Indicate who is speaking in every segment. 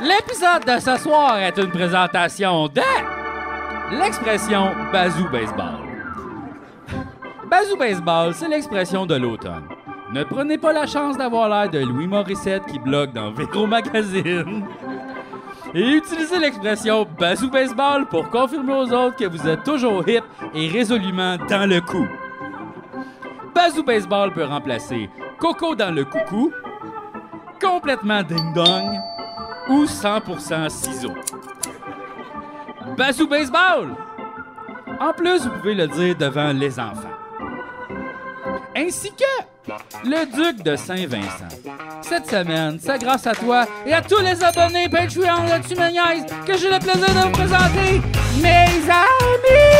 Speaker 1: L'épisode de ce soir est une présentation de l'expression Bazou Baseball. Bazou Baseball, c'est l'expression de l'automne. Ne prenez pas la chance d'avoir l'air de Louis Morissette qui blogue dans Véro Magazine. Et utilisez l'expression Bazou Baseball pour confirmer aux autres que vous êtes toujours hip et résolument dans le coup. Bazou Baseball peut remplacer Coco dans le coucou, complètement ding-dong ou 100% ciseaux. Bazou Baseball! En plus, vous pouvez le dire devant les enfants. Ainsi que le duc de Saint-Vincent. Cette semaine, c'est grâce à toi et à tous les abonnés Patreon de Tu me niaises que j'ai le plaisir de vous présenter mes amis!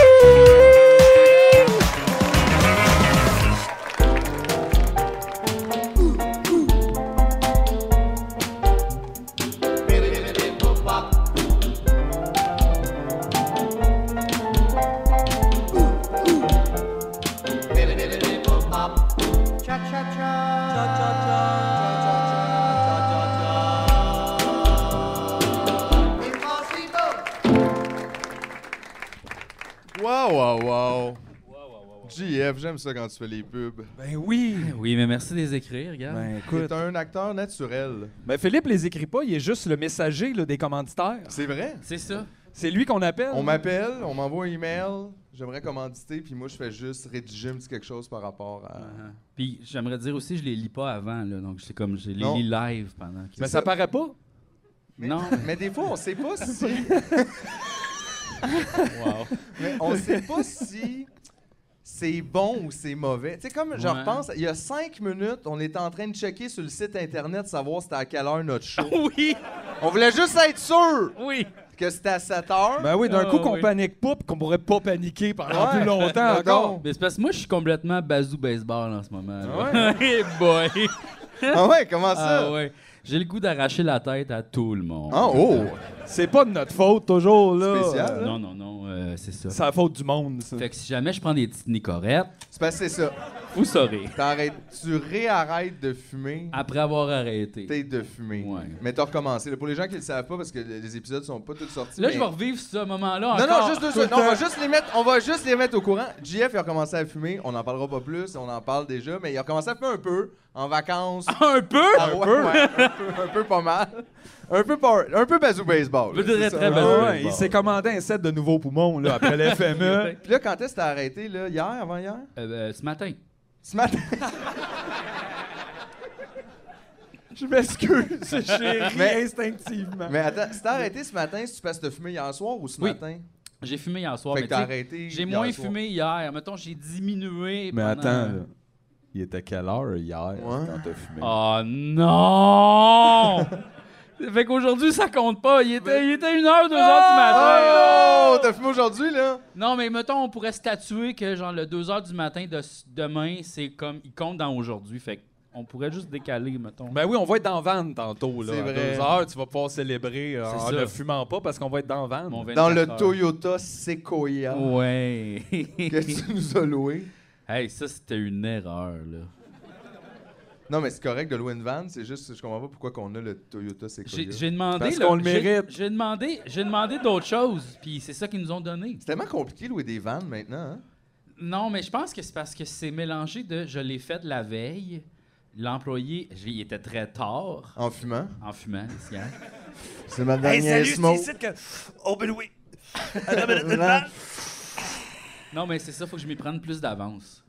Speaker 2: Wow, wow, wow. JF, j'aime ça quand tu fais les pubs.
Speaker 3: Ben oui.
Speaker 1: Eh Oui, mais merci de les écrire, regarde.
Speaker 3: Ben écoute.
Speaker 2: T'es un acteur naturel.
Speaker 3: Ben Philippe les écrit pas, il est juste le messager là, des commanditaires.
Speaker 2: C'est vrai.
Speaker 1: C'est ça.
Speaker 3: C'est lui qu'on appelle.
Speaker 2: On m'appelle, on m'envoie un email, j'aimerais commanditer, puis moi je fais juste rédiger un petit quelque chose par rapport à.
Speaker 1: Uh-huh. Puis j'aimerais dire aussi, je les lis pas avant, là, donc c'est comme je les
Speaker 2: Non.
Speaker 1: lis live pendant que.
Speaker 3: Mais
Speaker 2: ça.
Speaker 3: ça paraît pas.
Speaker 1: Non.
Speaker 2: Mais des fois, on sait pas si.
Speaker 1: wow.
Speaker 2: Mais on sait pas si c'est bon ou c'est mauvais. Tu sais, comme je
Speaker 1: Ouais.
Speaker 2: repense, il y a cinq minutes, on était en train de checker sur le site internet savoir c'était à quelle heure notre show.
Speaker 1: Oui,
Speaker 2: on voulait juste être sûr
Speaker 1: oui.
Speaker 2: que c'était à 7 heures.
Speaker 3: Ben oui, d'un
Speaker 1: Ah
Speaker 3: coup qu'on
Speaker 1: oui.
Speaker 3: panique pas, puis qu'on pourrait pas paniquer pendant
Speaker 2: Ouais.
Speaker 3: plus longtemps
Speaker 2: Ben non.
Speaker 3: encore.
Speaker 1: Mais c'est parce que moi, je suis complètement bazou baseball en ce moment.
Speaker 2: Ah
Speaker 1: là. Eh boy.
Speaker 2: ah ouais, comment ça?
Speaker 1: Ah ouais. J'ai le goût d'arracher la tête à tout le monde.
Speaker 2: Ah, oh!
Speaker 3: C'est pas de notre faute toujours là.
Speaker 2: Spécial,
Speaker 3: Euh,
Speaker 2: hein?
Speaker 1: Non, non, non, euh, c'est ça.
Speaker 3: C'est la faute du monde ça.
Speaker 1: Fait que si jamais je prends des petites nicorettes,
Speaker 2: C'est parce que c'est ça.
Speaker 1: vous saurez.
Speaker 2: T'arrêtes- tu réarrêtes de fumer,
Speaker 1: Après avoir arrêté.
Speaker 2: t'es de fumer.
Speaker 1: Ah. Ouais.
Speaker 2: Mais t'as recommencé. là. Pour les gens qui le savent pas, parce que les épisodes sont pas tous sortis.
Speaker 1: Là,
Speaker 2: mais-
Speaker 1: je vais revivre ce moment-là
Speaker 2: Non,
Speaker 1: encore.
Speaker 2: non, juste deux
Speaker 3: tout le
Speaker 2: secondes. Non, on va
Speaker 3: temps.
Speaker 2: juste les mettre, on va juste les mettre au courant. JF, il a recommencé à fumer. On n'en parlera pas plus. On en parle déjà. Mais il a recommencé à fumer un peu, en vacances.
Speaker 1: Un peu?
Speaker 2: Ah ouais, ouais, un peu. Un peu pas mal. Un peu, pas, un peu bazou baseball.
Speaker 1: Je
Speaker 2: là,
Speaker 1: dirais
Speaker 2: c'est
Speaker 1: très
Speaker 2: ça.
Speaker 1: bazou.
Speaker 3: Ah
Speaker 2: Ouais.
Speaker 3: ouais, il s'est commandé un set de nouveaux poumons là, après E. l'FME.
Speaker 2: Puis là, quand est-ce que t'as arrêté, là? Hier, avant-hier?
Speaker 1: Euh, euh, ce matin.
Speaker 2: Ce matin?
Speaker 3: Je m'excuse, chérie,
Speaker 2: Mais-
Speaker 3: instinctivement.
Speaker 2: Mais attends, si t'as arrêté ce matin, c'est-tu parce que t'as fumé hier soir ou ce
Speaker 1: Oui.
Speaker 2: matin?
Speaker 1: J'ai fumé hier soir.
Speaker 2: Fait
Speaker 1: mais
Speaker 2: que t'as
Speaker 1: tu sais,
Speaker 2: arrêté.
Speaker 1: J'ai
Speaker 2: hier
Speaker 1: moins
Speaker 2: soir.
Speaker 1: fumé hier. Mettons, j'ai diminué.
Speaker 3: Mais
Speaker 1: pendant-
Speaker 3: attends, là. il était quelle heure hier quand t'as fumé?
Speaker 1: Oh non! fait qu'aujourd'hui, ça compte pas. Il était, il était une heure, deux heures du
Speaker 3: Ah!
Speaker 1: matin.
Speaker 2: Oh! T'as fumé aujourd'hui, là?
Speaker 1: Non, mais mettons, on pourrait statuer que genre le 2 heures du matin de s- demain, c'est comme. Il compte dans aujourd'hui. Fait qu'on pourrait juste décaler, mettons.
Speaker 3: Ben oui, on va être dans Van tantôt. Là,
Speaker 2: C'est
Speaker 3: à
Speaker 2: vrai.
Speaker 3: deux heures, tu vas pouvoir célébrer euh,
Speaker 1: C'est
Speaker 3: en
Speaker 1: ça.
Speaker 3: ne fumant pas parce qu'on va être dans Van.
Speaker 1: Mon 24
Speaker 2: Dans le
Speaker 1: heures.
Speaker 2: Toyota Sequoia
Speaker 1: Ouais.
Speaker 2: que tu nous as loué.
Speaker 1: hey, ça, c'était une erreur, là.
Speaker 2: Non, mais c'est correct de louer une van, c'est juste que je comprends pas pourquoi qu'on a le Toyota Sequoia.
Speaker 1: J'ai j'ai demandé.
Speaker 3: Parce
Speaker 1: là,
Speaker 3: qu'on le
Speaker 1: j'ai-
Speaker 3: mérite.
Speaker 1: J'ai demandé, j'ai demandé d'autres choses, puis c'est ça qu'ils nous ont donné.
Speaker 2: C'est tellement compliqué de louer des vannes maintenant. Hein?
Speaker 1: Non, mais je pense que c'est parce que c'est mélangé de je l'ai fait la veille, l'employé, je- il était très tard
Speaker 2: En fumant.
Speaker 1: en fumant, ici, hein.
Speaker 2: C'est ma dernière smoke.
Speaker 3: Oh, ben oui!
Speaker 1: Non, mais c'est ça, faut que je m'y prenne plus d'avance.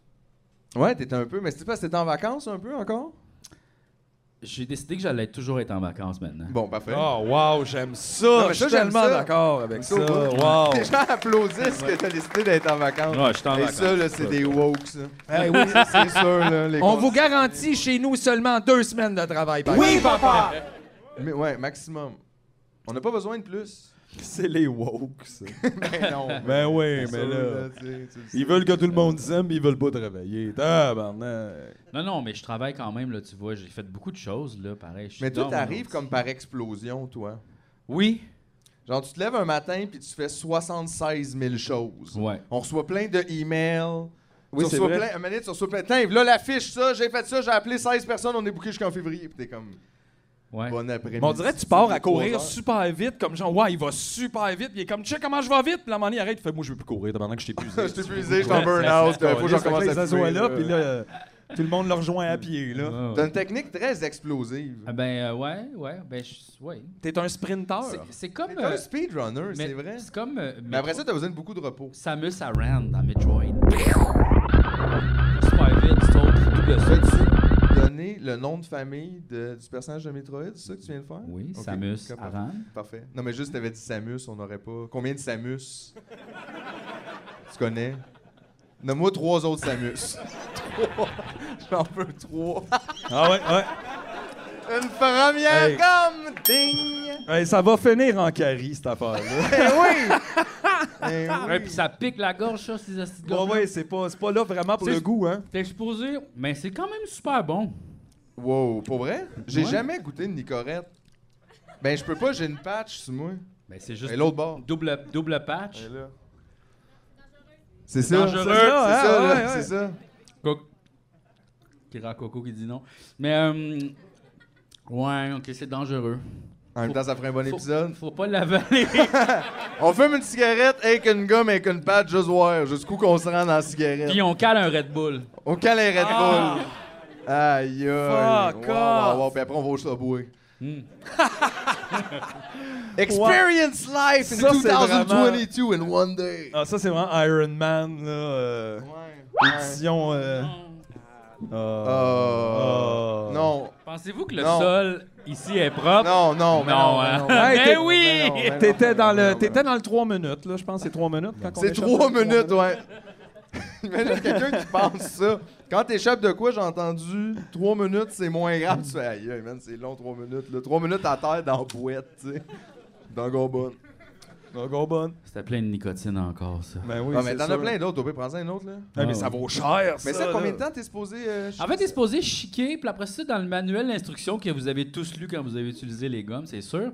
Speaker 2: Ouais, t'étais un peu. Mais c'est parce que t'étais en vacances un peu encore?
Speaker 1: J'ai décidé que j'allais toujours être en vacances maintenant.
Speaker 2: Bon, parfait.
Speaker 1: Ah,
Speaker 3: Oh, wow, j'aime ça!
Speaker 2: Non, mais
Speaker 3: Je
Speaker 2: ça,
Speaker 3: suis
Speaker 2: j'aime
Speaker 3: tellement
Speaker 2: ça.
Speaker 3: d'accord avec ça.
Speaker 2: Ça, ouais.
Speaker 3: Wow!
Speaker 2: Les gens applaudissent que t'as décidé d'être en vacances.
Speaker 1: Ouais, je suis en
Speaker 2: Et
Speaker 1: vacances.
Speaker 2: ça, là, c'est des woke, ça.
Speaker 3: Eh oui.
Speaker 2: Ça, c'est sûr, là. Les
Speaker 3: On
Speaker 2: cons-
Speaker 3: vous garantit chez nous seulement deux semaines de travail par
Speaker 2: Oui,
Speaker 3: papa!
Speaker 2: Mais ouais, maximum. On n'a pas besoin de plus.
Speaker 3: C'est les woke, ça.
Speaker 2: ben non.
Speaker 3: Ben oui, mais
Speaker 2: Ça,
Speaker 3: là.
Speaker 2: tu sais, tu le sais.
Speaker 3: Ils veulent que tout le monde s'aime, mais ils veulent pas travailler. Tabarnak!
Speaker 1: Non, non, mais je travaille quand même, là, tu vois, j'ai fait beaucoup de choses, là, pareil. je suis
Speaker 2: Mais
Speaker 1: dans
Speaker 2: toi,
Speaker 1: mon
Speaker 2: t'arrives
Speaker 1: ordi.
Speaker 2: comme par explosion, toi.
Speaker 1: Oui.
Speaker 2: Genre, tu te lèves un matin puis tu fais 76 000 choses.
Speaker 1: Ouais.
Speaker 2: On reçoit plein de emails.
Speaker 3: Oui,
Speaker 2: tu
Speaker 3: c'est
Speaker 2: reçois
Speaker 3: vrai.
Speaker 2: plein, un moment donné, tu reçois plein. Tiens, là, l'affiche, ça, j'ai fait ça, j'ai appelé 16 personnes, on est booké jusqu'en février. Puis t'es comme.
Speaker 1: Ouais.
Speaker 2: Bon après-midi.
Speaker 3: Mais on dirait que tu pars à courir super vite, comme genre, ouais, il va super vite, puis il est comme, check comment je vais vite, puis la manière, il arrête, il fait, moi, je veux plus courir, maintenant que je t'ai épuisé.
Speaker 2: Je suis épuisé, je suis en burn-out,
Speaker 3: Ouais,
Speaker 2: euh, faut que je recommence à
Speaker 3: Ils
Speaker 2: fumer,
Speaker 3: s'assoient là,
Speaker 2: là.
Speaker 3: puis là, euh, tout le monde le rejoint à pied, là.
Speaker 1: Ah,
Speaker 2: T'as
Speaker 1: ouais.
Speaker 2: une technique très explosive.
Speaker 1: Ah, ben, euh, ouais, ouais. Ben, je- ouais.
Speaker 3: T'es un sprinteur.
Speaker 1: C'est- C'est comme.
Speaker 2: T'es un
Speaker 1: euh,
Speaker 2: speedrunner,
Speaker 1: mais-
Speaker 2: c'est vrai.
Speaker 1: C'est comme. euh,
Speaker 2: Mais après
Speaker 1: Metro-
Speaker 2: ça, t'as besoin de beaucoup de repos.
Speaker 1: Samus Aran dans Metroid. Super vite, tu sautes, double saut.
Speaker 2: Peux-tu donner le nom de famille de- du personnage de Metroid, c'est ça que tu viens de faire?
Speaker 1: Oui,
Speaker 2: Ok,
Speaker 1: Samus
Speaker 2: ok, parfait.
Speaker 1: Aran.
Speaker 2: Parfait. Non, mais juste, t'avais dit Samus, on n'aurait pas. Combien de Samus Tu connais Nomme-moi trois autres Samus. trois. J'en veux trois.
Speaker 3: Ah ouais, ouais.
Speaker 2: Une première
Speaker 3: Hey.
Speaker 2: comme ding
Speaker 3: Hey, ça va finir en carie, cette affaire-là.
Speaker 2: Eh oui Eh oui.
Speaker 1: Ouais, puis ça pique la gorge, ça, ces astuces
Speaker 3: Bon, ouais, c'est pas, c'est pas là vraiment pour
Speaker 1: C'est-
Speaker 3: le goût, hein.
Speaker 1: T'es exposé, mais c'est quand même super bon.
Speaker 2: Wow, pour vrai J'ai
Speaker 1: Ouais.
Speaker 2: jamais goûté de Nicorette. Ben, je peux pas, j'ai une patch sur moi.
Speaker 1: Mais c'est juste
Speaker 2: Et l'autre bord.
Speaker 1: double, double patch.
Speaker 2: Elle est là. C'est ça,
Speaker 1: dangereux.
Speaker 2: c'est ça,
Speaker 3: C'est ça,
Speaker 2: là,
Speaker 3: hein, ouais,
Speaker 2: c'est ça.
Speaker 1: Coco. Kira Coco qui dit non. Mais, euh, ouais, ok, c'est dangereux.
Speaker 2: En même temps, ça ferait un bon
Speaker 1: Faut-
Speaker 2: épisode.
Speaker 1: Faut pas l'avaler.
Speaker 2: On fume une cigarette avec une gomme avec une pâte, juste voir jusqu'où qu'on se rend dans la cigarette.
Speaker 1: Puis on cale un Red Bull.
Speaker 2: On cale les Red
Speaker 3: Ah.
Speaker 2: Bull. Aïe, aïe.
Speaker 3: Fuck
Speaker 2: Wow, wow,
Speaker 3: off.
Speaker 2: wow. Puis après, on va au Subway.
Speaker 1: Hmm.
Speaker 2: Experience life in
Speaker 3: Ça, c'est
Speaker 2: 2022 in one day.
Speaker 3: Ah, ça, c'est vraiment Iron Man, là. euh, Édition. euh,
Speaker 2: Euh,
Speaker 3: Ah.
Speaker 2: Ah. Non,
Speaker 1: Pensez-vous que le
Speaker 2: Non.
Speaker 1: sol ici est propre?
Speaker 2: non, non, mais
Speaker 1: Non,
Speaker 2: non, mais
Speaker 1: hein.
Speaker 2: non,
Speaker 1: Hey,
Speaker 3: Mais
Speaker 1: t'es-
Speaker 3: oui!
Speaker 2: mais non, mais non, mais
Speaker 3: T'étais dans,
Speaker 2: non, mais
Speaker 3: le,
Speaker 2: non.
Speaker 3: t'étais dans le 3 minutes, là. Je pense que c'est 3 minutes. quand on
Speaker 2: C'est
Speaker 3: échappe
Speaker 2: trois
Speaker 3: le trois
Speaker 2: minutes, ouais. Imagine quelqu'un qui pense ça. Quand t'échappes de quoi, j'ai entendu trois minutes, c'est moins grave. Tu fais, aïe, aïe, man, c'est long, trois minutes. Là. Trois minutes à terre dans la bouette, tu sais. Dans Gorbonne.
Speaker 3: Ah, go bonne.
Speaker 1: C'était plein de nicotine encore, ça.
Speaker 3: Ben oui.
Speaker 2: ah, mais
Speaker 3: c'est
Speaker 2: t'en
Speaker 3: ça.
Speaker 2: as plein d'autres. On peut prendre un autre, là.
Speaker 3: Ah,
Speaker 1: Ah,
Speaker 3: mais ça
Speaker 1: ouais.
Speaker 3: vaut cher, ça.
Speaker 2: Mais ça, combien de
Speaker 3: là.
Speaker 2: temps t'es supposé. euh,
Speaker 1: En fait, c'est supposé chiquer, puis après ça, dans le manuel d'instruction que vous avez tous lu quand vous avez utilisé les gommes, c'est sûr,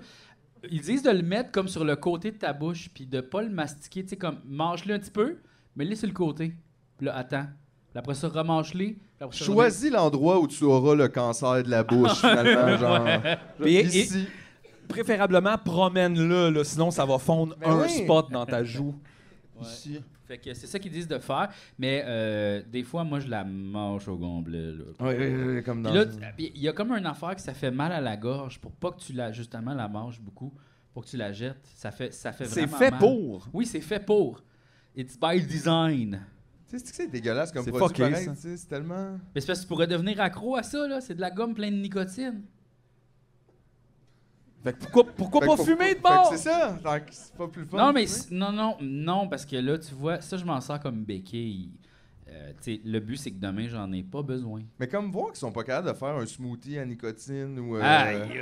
Speaker 1: ils disent de le mettre comme sur le côté de ta bouche, puis de pas le mastiquer, tu sais, comme mange-le un petit peu, mais laisse le côté. Puis là, attends. Puis après ça, remange-le. puis après ça,
Speaker 2: Choisis l'endroit où tu auras le cancer de la bouche, finalement. genre,
Speaker 3: Puis- et-
Speaker 2: ici.
Speaker 3: Préférablement, promène-le, là, sinon ça va fondre
Speaker 2: Ben
Speaker 3: un
Speaker 2: oui.
Speaker 3: spot dans ta joue.
Speaker 1: remet- Ouais. Fait que c'est ça qu'ils disent de faire, mais euh, des fois, moi, je la mange au gomblet. là.
Speaker 2: Oui, oui, oui, comme
Speaker 1: Puis
Speaker 2: dans.
Speaker 1: là, tu- puis il y a comme une affaire que ça fait mal à la gorge pour pas que tu la justement la manges beaucoup, pour que tu la jettes. Ça fait ça fait
Speaker 3: C'est
Speaker 1: vraiment
Speaker 3: fait
Speaker 1: mal.
Speaker 3: pour.
Speaker 1: Oui, c'est fait pour. It's by design.
Speaker 2: Tu sais, c'est que c'est dégueulasse comme
Speaker 3: C'est
Speaker 2: produit.
Speaker 3: fucké,
Speaker 2: pareil,
Speaker 3: ça.
Speaker 2: tu sais, C'est tellement.
Speaker 1: Mais c'est parce que tu pourrais devenir accro à ça là, c'est de la gomme pleine de nicotine.
Speaker 3: Fait que pourquoi, pourquoi
Speaker 2: Fait
Speaker 3: pas
Speaker 2: que faut-
Speaker 3: fumer de
Speaker 2: fait que
Speaker 3: bord?
Speaker 2: C'est ça. tant que C'est pas plus fun.
Speaker 1: non mais
Speaker 2: tu sais.
Speaker 1: c- non non non parce que là tu vois ça je m'en sers comme béquille. Euh, tu sais, le but c'est que demain j'en ai pas besoin.
Speaker 2: Mais comme voir qu'ils sont pas capables de faire un smoothie à nicotine ou euh,
Speaker 1: Aïe.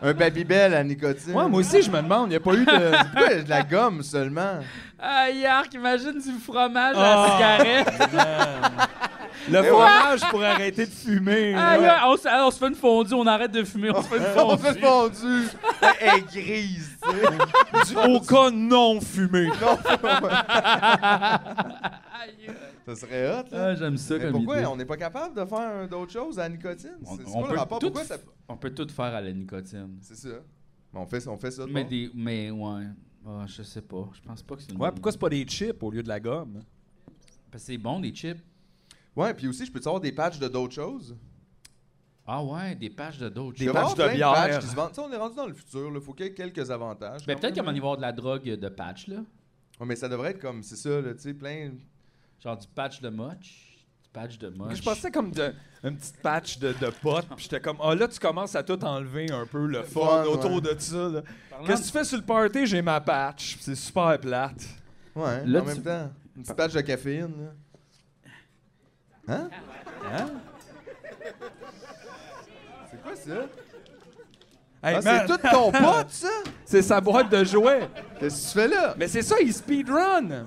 Speaker 2: un babybel à nicotine.
Speaker 3: Ouais, moi aussi, je me demande, il n'y a pas eu de.
Speaker 2: Pourquoi de la gomme seulement.
Speaker 1: Aïe, arc, imagine du fromage
Speaker 3: Ah.
Speaker 1: à
Speaker 2: Oh,
Speaker 1: la cigarette.
Speaker 2: Eh
Speaker 3: Le fromage pour arrêter de fumer. là.
Speaker 1: Aïe, on, se- on se fait une fondue, on arrête de fumer, on se fait une
Speaker 2: On
Speaker 1: fondue.
Speaker 2: fait fondu. Elle est grise. tu sais.
Speaker 3: Du- Au cas non fumé.
Speaker 2: Non, ça serait hot. Là.
Speaker 1: Ah, j'aime ça
Speaker 2: Mais
Speaker 1: comme
Speaker 2: pourquoi
Speaker 1: idée.
Speaker 2: on n'est pas capable de faire euh, d'autres choses à la nicotine?
Speaker 1: On-
Speaker 2: C'est c'est
Speaker 1: on
Speaker 2: quoi
Speaker 1: peut
Speaker 2: le rapport?
Speaker 1: tout
Speaker 2: Pourquoi
Speaker 1: f-
Speaker 2: ça...
Speaker 1: On peut tout faire à la nicotine.
Speaker 2: C'est ça. Mais on fait, on fait ça.
Speaker 1: Mais
Speaker 2: non?
Speaker 1: des mais ouais, Ah, je sais pas, je pense pas que c'est une
Speaker 3: Ouais,
Speaker 1: bonne
Speaker 3: pourquoi
Speaker 1: idée.
Speaker 3: c'est pas des chips au lieu de la gomme?
Speaker 1: Parce que c'est bon des chips.
Speaker 2: Ouais, puis aussi, je peux te savoir des patchs de d'autres choses.
Speaker 1: Ah ouais, des patchs de d'autres
Speaker 3: Des
Speaker 2: Je
Speaker 1: choses.
Speaker 2: vais avoir
Speaker 3: patchs de
Speaker 2: plein
Speaker 3: bière.
Speaker 2: patchs qui se vendent. Tu sais, on est rendu dans le futur. Il faut qu'il y ait quelques avantages.
Speaker 1: Mais
Speaker 2: quand
Speaker 1: Ben, peut-être
Speaker 2: même.
Speaker 1: qu'on va y avoir de la drogue de patch là,
Speaker 2: Ouais, mais ça devrait être comme, c'est ça, là, tu sais, plein...
Speaker 1: genre du patch de moche, du patch de moche.
Speaker 3: Je pensais comme de, une petite patch de, de potes, puis j'étais comme, ah là, tu commences à tout enlever un peu le fun
Speaker 2: fun,
Speaker 3: autour
Speaker 2: ouais.
Speaker 3: de ça. là.
Speaker 1: Parlant
Speaker 3: Qu'est-ce que tu fais sur le party? J'ai ma patch, puis c'est super plate.
Speaker 2: Ouais,
Speaker 1: Là,
Speaker 2: en même
Speaker 1: tu-
Speaker 2: temps. Une petite patch de caféine, là. Hein? Hein? C'est quoi ça?
Speaker 3: Hey,
Speaker 2: Ah,
Speaker 3: man,
Speaker 2: c'est tout ton pote, ça?
Speaker 3: c'est sa boîte de jouets.
Speaker 2: Qu'est-ce que tu fais là?
Speaker 3: Mais c'est ça, il speedrun.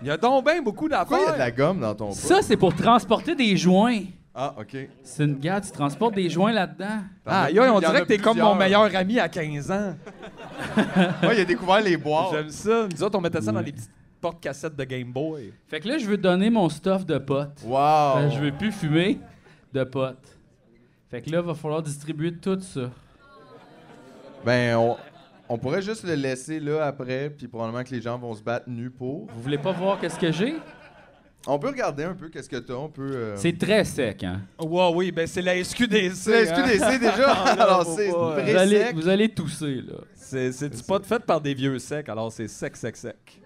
Speaker 3: Il y a donc bien beaucoup
Speaker 2: Pourquoi il y a de
Speaker 3: d'affaires.
Speaker 2: la gomme dans ton
Speaker 1: de-
Speaker 2: pot?
Speaker 1: Ça c'est pour transporter des joints.
Speaker 2: Ah, OK.
Speaker 1: C'est une gare, tu transportes des joints là-dedans.
Speaker 3: Ah, yo, on
Speaker 2: Il y en
Speaker 3: dirait
Speaker 2: a
Speaker 3: que t'es comme mon
Speaker 2: plusieurs.
Speaker 3: meilleur ami à 15 ans.
Speaker 2: Ouais, il a découvert les boîtes.
Speaker 3: J'aime ça. Nous autres, on mettait ça dans les petites portes-cassettes de Game Boy.
Speaker 1: Fait que là
Speaker 3: Ben,
Speaker 1: je veux donner mon stuff de potes.
Speaker 2: Wow!
Speaker 1: Fait que je veux plus fumer de potes. Fait que là, va falloir distribuer tout ça.
Speaker 2: Ben, on, on pourrait juste le laisser là après, puis probablement que les gens vont se battre nus pour.
Speaker 1: Vous voulez pas voir qu'est-ce que j'ai?
Speaker 2: On peut regarder un peu qu'est-ce que t'as, on peut... euh,
Speaker 1: C'est très sec, hein?
Speaker 3: Wow, oui, ben c'est la SQDC.
Speaker 2: C'est la
Speaker 3: hein.
Speaker 2: SQDC déjà? Alors,
Speaker 3: faut
Speaker 2: c'est
Speaker 3: pas, euh,
Speaker 1: Vous
Speaker 2: très
Speaker 1: allez,
Speaker 2: sec.
Speaker 1: vous allez tousser, là.
Speaker 3: C'est, c'est du pot fait par des vieux secs, alors c'est sec, sec, sec.